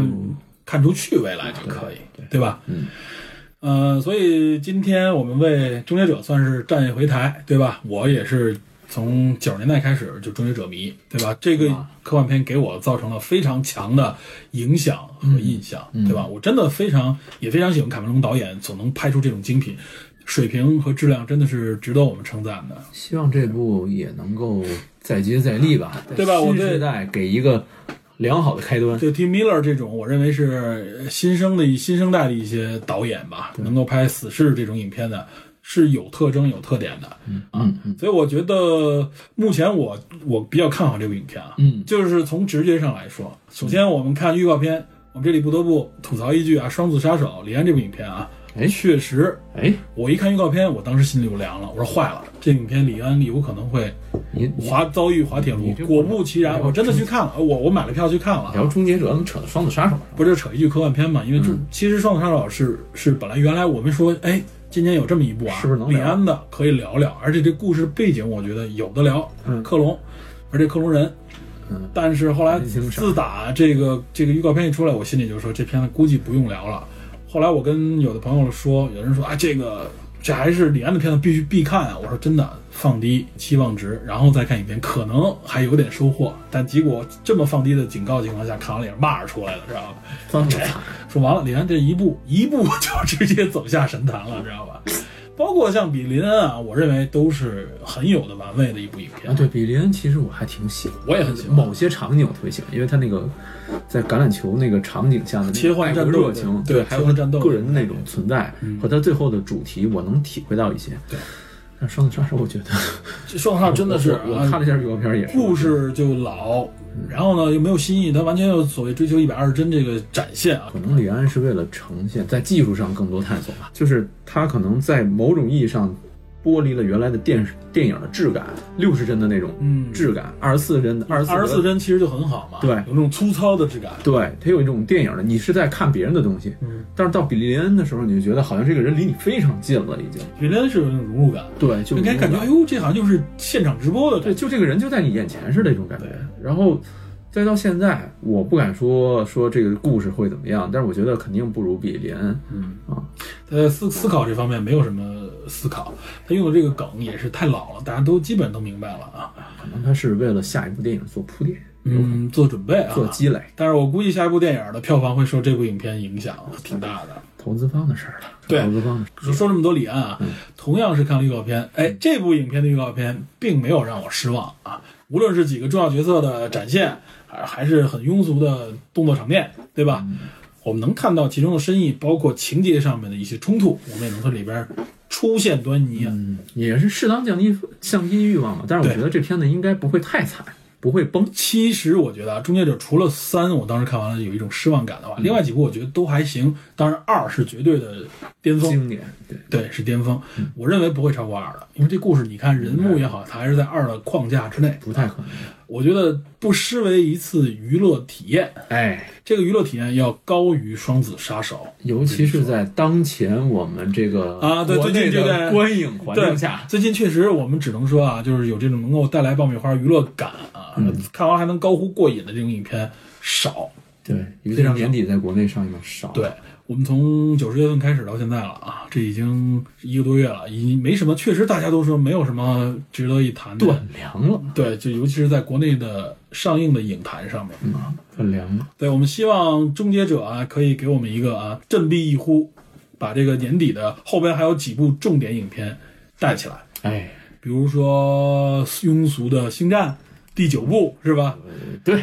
看出趣味来就可以，对吧？
嗯。
呃，所以今天我们为《终结者》算是站一回台，对吧？我也是从九十年代开始就《终结者》迷，对吧？这个
是吧
科幻片给我造成了非常强的影响和
嗯
印象，对吧？我真的非常也非常喜欢卡梅隆导演所能拍出这种精品，水平和质量真的是值得我们称赞的。
希望这部也能够再接再厉吧，
对吧
在
我
新
对
时代给一个良好的开端。
对 Tim Miller 这种，我认为是新生的新生代的一些导演吧，能够拍死侍这种影片的，是有特征、有特点的。嗯
嗯
所以我觉得目前我我比较看好这部影片啊。
嗯，
就是从直觉上来说，首先我们看预告片，我们这里不得不吐槽一句啊，《双子杀手》李安这部影片啊，
哎
确实，
哎，
我一看预告片，我当时心里就凉了，我说坏了，这影片李安有可能会
你你
滑遭遇滑铁卢
你。这
果不其然，我真的去看了，我我买了票去看了啊。
聊终结者能扯到双子杀手上
不是扯一句科幻片嘛？因为
嗯
这、其实《双子杀手》是是本来原来我们说，哎，今年有这么一部啊，
是不是能
李
聊
安的可以聊聊，而且这故事背景我觉得有的聊，
嗯
克隆，而且克隆人。
嗯
但是后来
没听上
自打这个这个预告片一出来，我心里就说这片子估计不用聊了。后来我跟有的朋友说，有人说啊，这个这还是李安的片子，必须必看啊！我说真的，放低期望值，然后再看影片，可能还有点收获。但结果这么放低的警告情况下，看完了也是骂着出来了，知道吧？
双子杀
说完了，李安这一步一步 就直接走下神坛了，知道吧？包括像比林恩啊，我认为都是很有的玩味的一部影
啊，
片，
对，比利恩其实我还挺喜欢，
我也很喜欢
某些场景我特别喜欢，因为他那个在橄榄球那个场景下的那个
切换战斗
爱国热情，
对对
还
切
有
换战斗嗯
个人的那种存在和他最后的主题，我能体会到一些。
对，
但双子杀手我觉得
这双号真的是
我我看了一下预告片也是
故事就老，然后呢又没有新意，它完全有所谓追求一百二十帧这个展现啊。
可能李安是为了呈现在技术上更多探索吧，就是他可能在某种意义上剥离了原来的电视电影的质感，六十帧的那种
嗯
质感，二十四帧的二十
二十四
帧，
帧其实就很好嘛，
对
有那种粗糙的质感。
对，它有一种电影的，你是在看别人的东西，
嗯，
但是到比利林恩的时候，你就觉得好像这个人离你非常近了，已经，
比林恩是有那种融入感，
对，就
你可以感觉，哎呦，这好像就是现场直播的感
对，
觉。
就这个人就在你眼前是那种感觉
对。
然后再到现在，我不敢说说这个故事会怎么样，但是我觉得肯定不如比利恩。
嗯
啊，
他在思思考这方面没有什么思考，他用的这个梗也是太老了，大家都基本都明白了啊。
可能他是为了下一部电影做铺垫，
嗯，做准备啊，
做积累，
但是我估计下一部电影的票房会受这部影片影响挺大的。
投资方的事儿了。
对
投资方的事儿。
说这么多李安啊，同样是看了预告片，哎，这部影片的预告片并没有让我失望啊。无论是几个重要角色的展现，还还是很庸俗的动作场面，对吧？我们能看到其中的深意，包括情节上面的一些冲突，我们也能从里边出现端倪啊。
嗯，也是适当降低降低欲望嘛，但是我
对
觉得这片子应该不会太惨，不会崩。
其实我觉得啊，《终结者》除了三，我当时看完了有一种失望感的话，另外几部我觉得都还行。当然，二是绝对的巅峰，
经典，对，
对，是巅峰。我认为不会超过二的，因为这故事你看人物也好，它还是在二的框架之内。
不太可能。
我觉得不失为一次娱乐体验，
哎，
这个娱乐体验要高于《双子杀手》。
尤其是在当前我们这个
啊对
国内
最近这
的
个
观影环
对
境下，
最近确实我们只能说啊，就是有这种能够带来爆米花娱乐感啊，看完还能高呼过瘾的这种影片少。
对，尤其
嗯非
是
常
年底在国内上映的少，
对，我们从九十月份开始到现在了啊，这已经一个多月了，已经没什么，确实大家都说没有什么值得一谈的。
断粮了，
对，就尤其是在国内的上映的影坛上面啊。
嗯断粮了。
对，我们希望《终结者》啊，可以给我们一个啊振臂一呼，把这个年底的后边还有几部重点影片带起来，
哎，
比如说庸俗的《星战》第九部是吧？
对，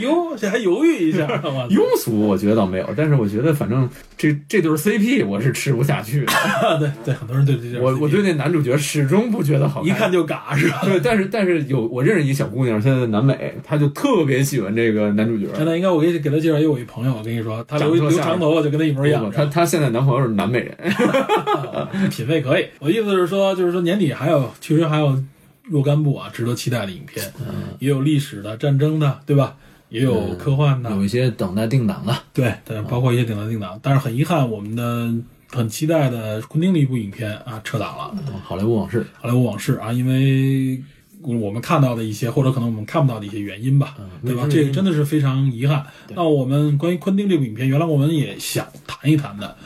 哟，这还犹豫一下，我操
庸俗我觉得倒没有，但是我觉得反正这这对 CP 我是吃不下去的。
啊对对，很多人 对这件
我
事
我
情
对那男主角始终不觉得好看，
一看就嘎是吧？
对，但是但是有我认识一小姑娘，现在在南美，她就特别喜欢这个男主角。
真的，应该我给你给他介绍，因为我一朋友，我跟你说，他留
长头
留
下
长头发就跟他一模一样
不，她她现在男朋友是南美人，
品味可以。我意思是说，就是说年底还有，其实还有若干部啊，值得期待的影片，
嗯
也有历史的、战争的，对吧？也有科幻的，
一些等待定档的。
对，对，
嗯
包括一些顶档定档。但是很遗憾，我们的很期待的昆汀的一部影片啊，撤档了，
好莱坞往事，
《好莱坞往事》啊，因为。我们看到的一些，或者可能我们看不到的一些原因吧，对吧？
那是
这个真的是非常遗憾。那我们关于昆汀这部影片，原来我们也想谈一谈的，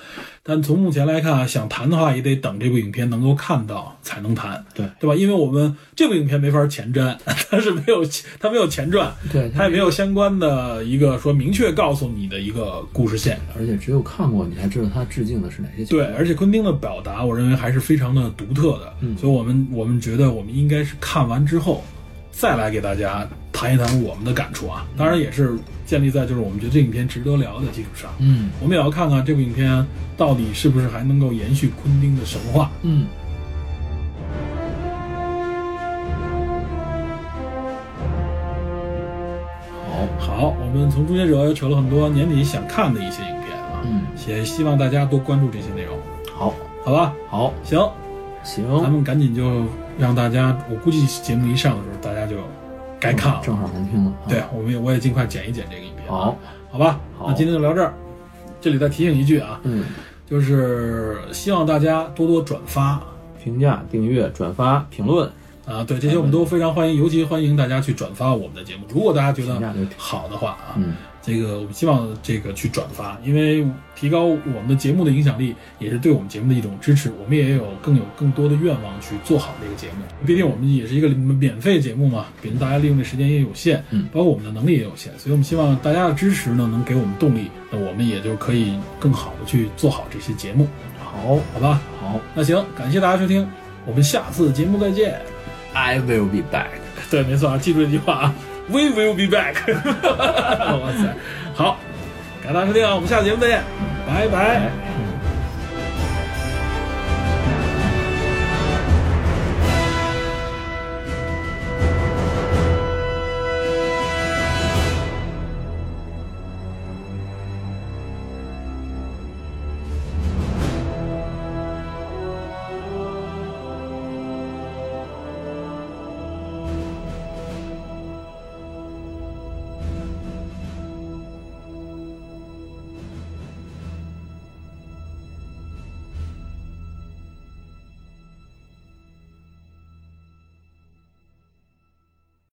但从目前来看啊，想谈的话也得等这部影片能够看到才能谈，
对
对吧？因为我们这部影片没法前瞻，它是没有它没有前传，
对
它也没有相关的一个说明确告诉你的一个故事线。
而且只有看过你才知道他致敬的是哪些。
对，，而且昆汀的表达，我认为还是非常的独特的，嗯所以我们我们觉得我们应该是看完之后，再来给大家谈一谈我们的感触啊。当然也是建立在就是我们觉得这影片值得聊的基础上，
嗯
我们也要看看这部影片到底是不是还能够延续昆汀的神话。
嗯。好，
好，我们从《终结者》扯了很多年底想看的一些影片啊，
嗯，
也希望大家多关注这些内容，
好，
好吧？
好，
行，
行，
咱们赶紧就让大家，我估计节目一上的时候，大家就该看了。
正好能听了。啊，
对，我们也我也尽快剪一剪这个影片。，
好，
好吧，
好
那今天就聊这儿。这里再提醒一句啊，
嗯，
就是希望大家多多转发
评价、订阅、转发、评论，
啊，对这些我们都非常欢迎，尤其欢迎大家去转发我们的节目。如果大家觉
评价
得
就评
好的话啊，
嗯，
这个我们希望这个去转发，因为提高我们的节目的影响力，也是对我们节目的一种支持。我们也有更有更多的愿望去做好这个节目，毕竟我们也是一个免费节目嘛，给大家利用的时间也有限，
嗯
包括我们的能力也有限，所以我们希望大家的支持呢，能给我们动力，那我们也就可以更好的去做好这些节目，
好，
好吧？
好
那行，感谢大家收听，我们下次节目再见。
，I will be back。
对，没错啊，记住这句话啊，We will be back。哇塞，好，感谢大家收听啊，我们下期节目再见，拜拜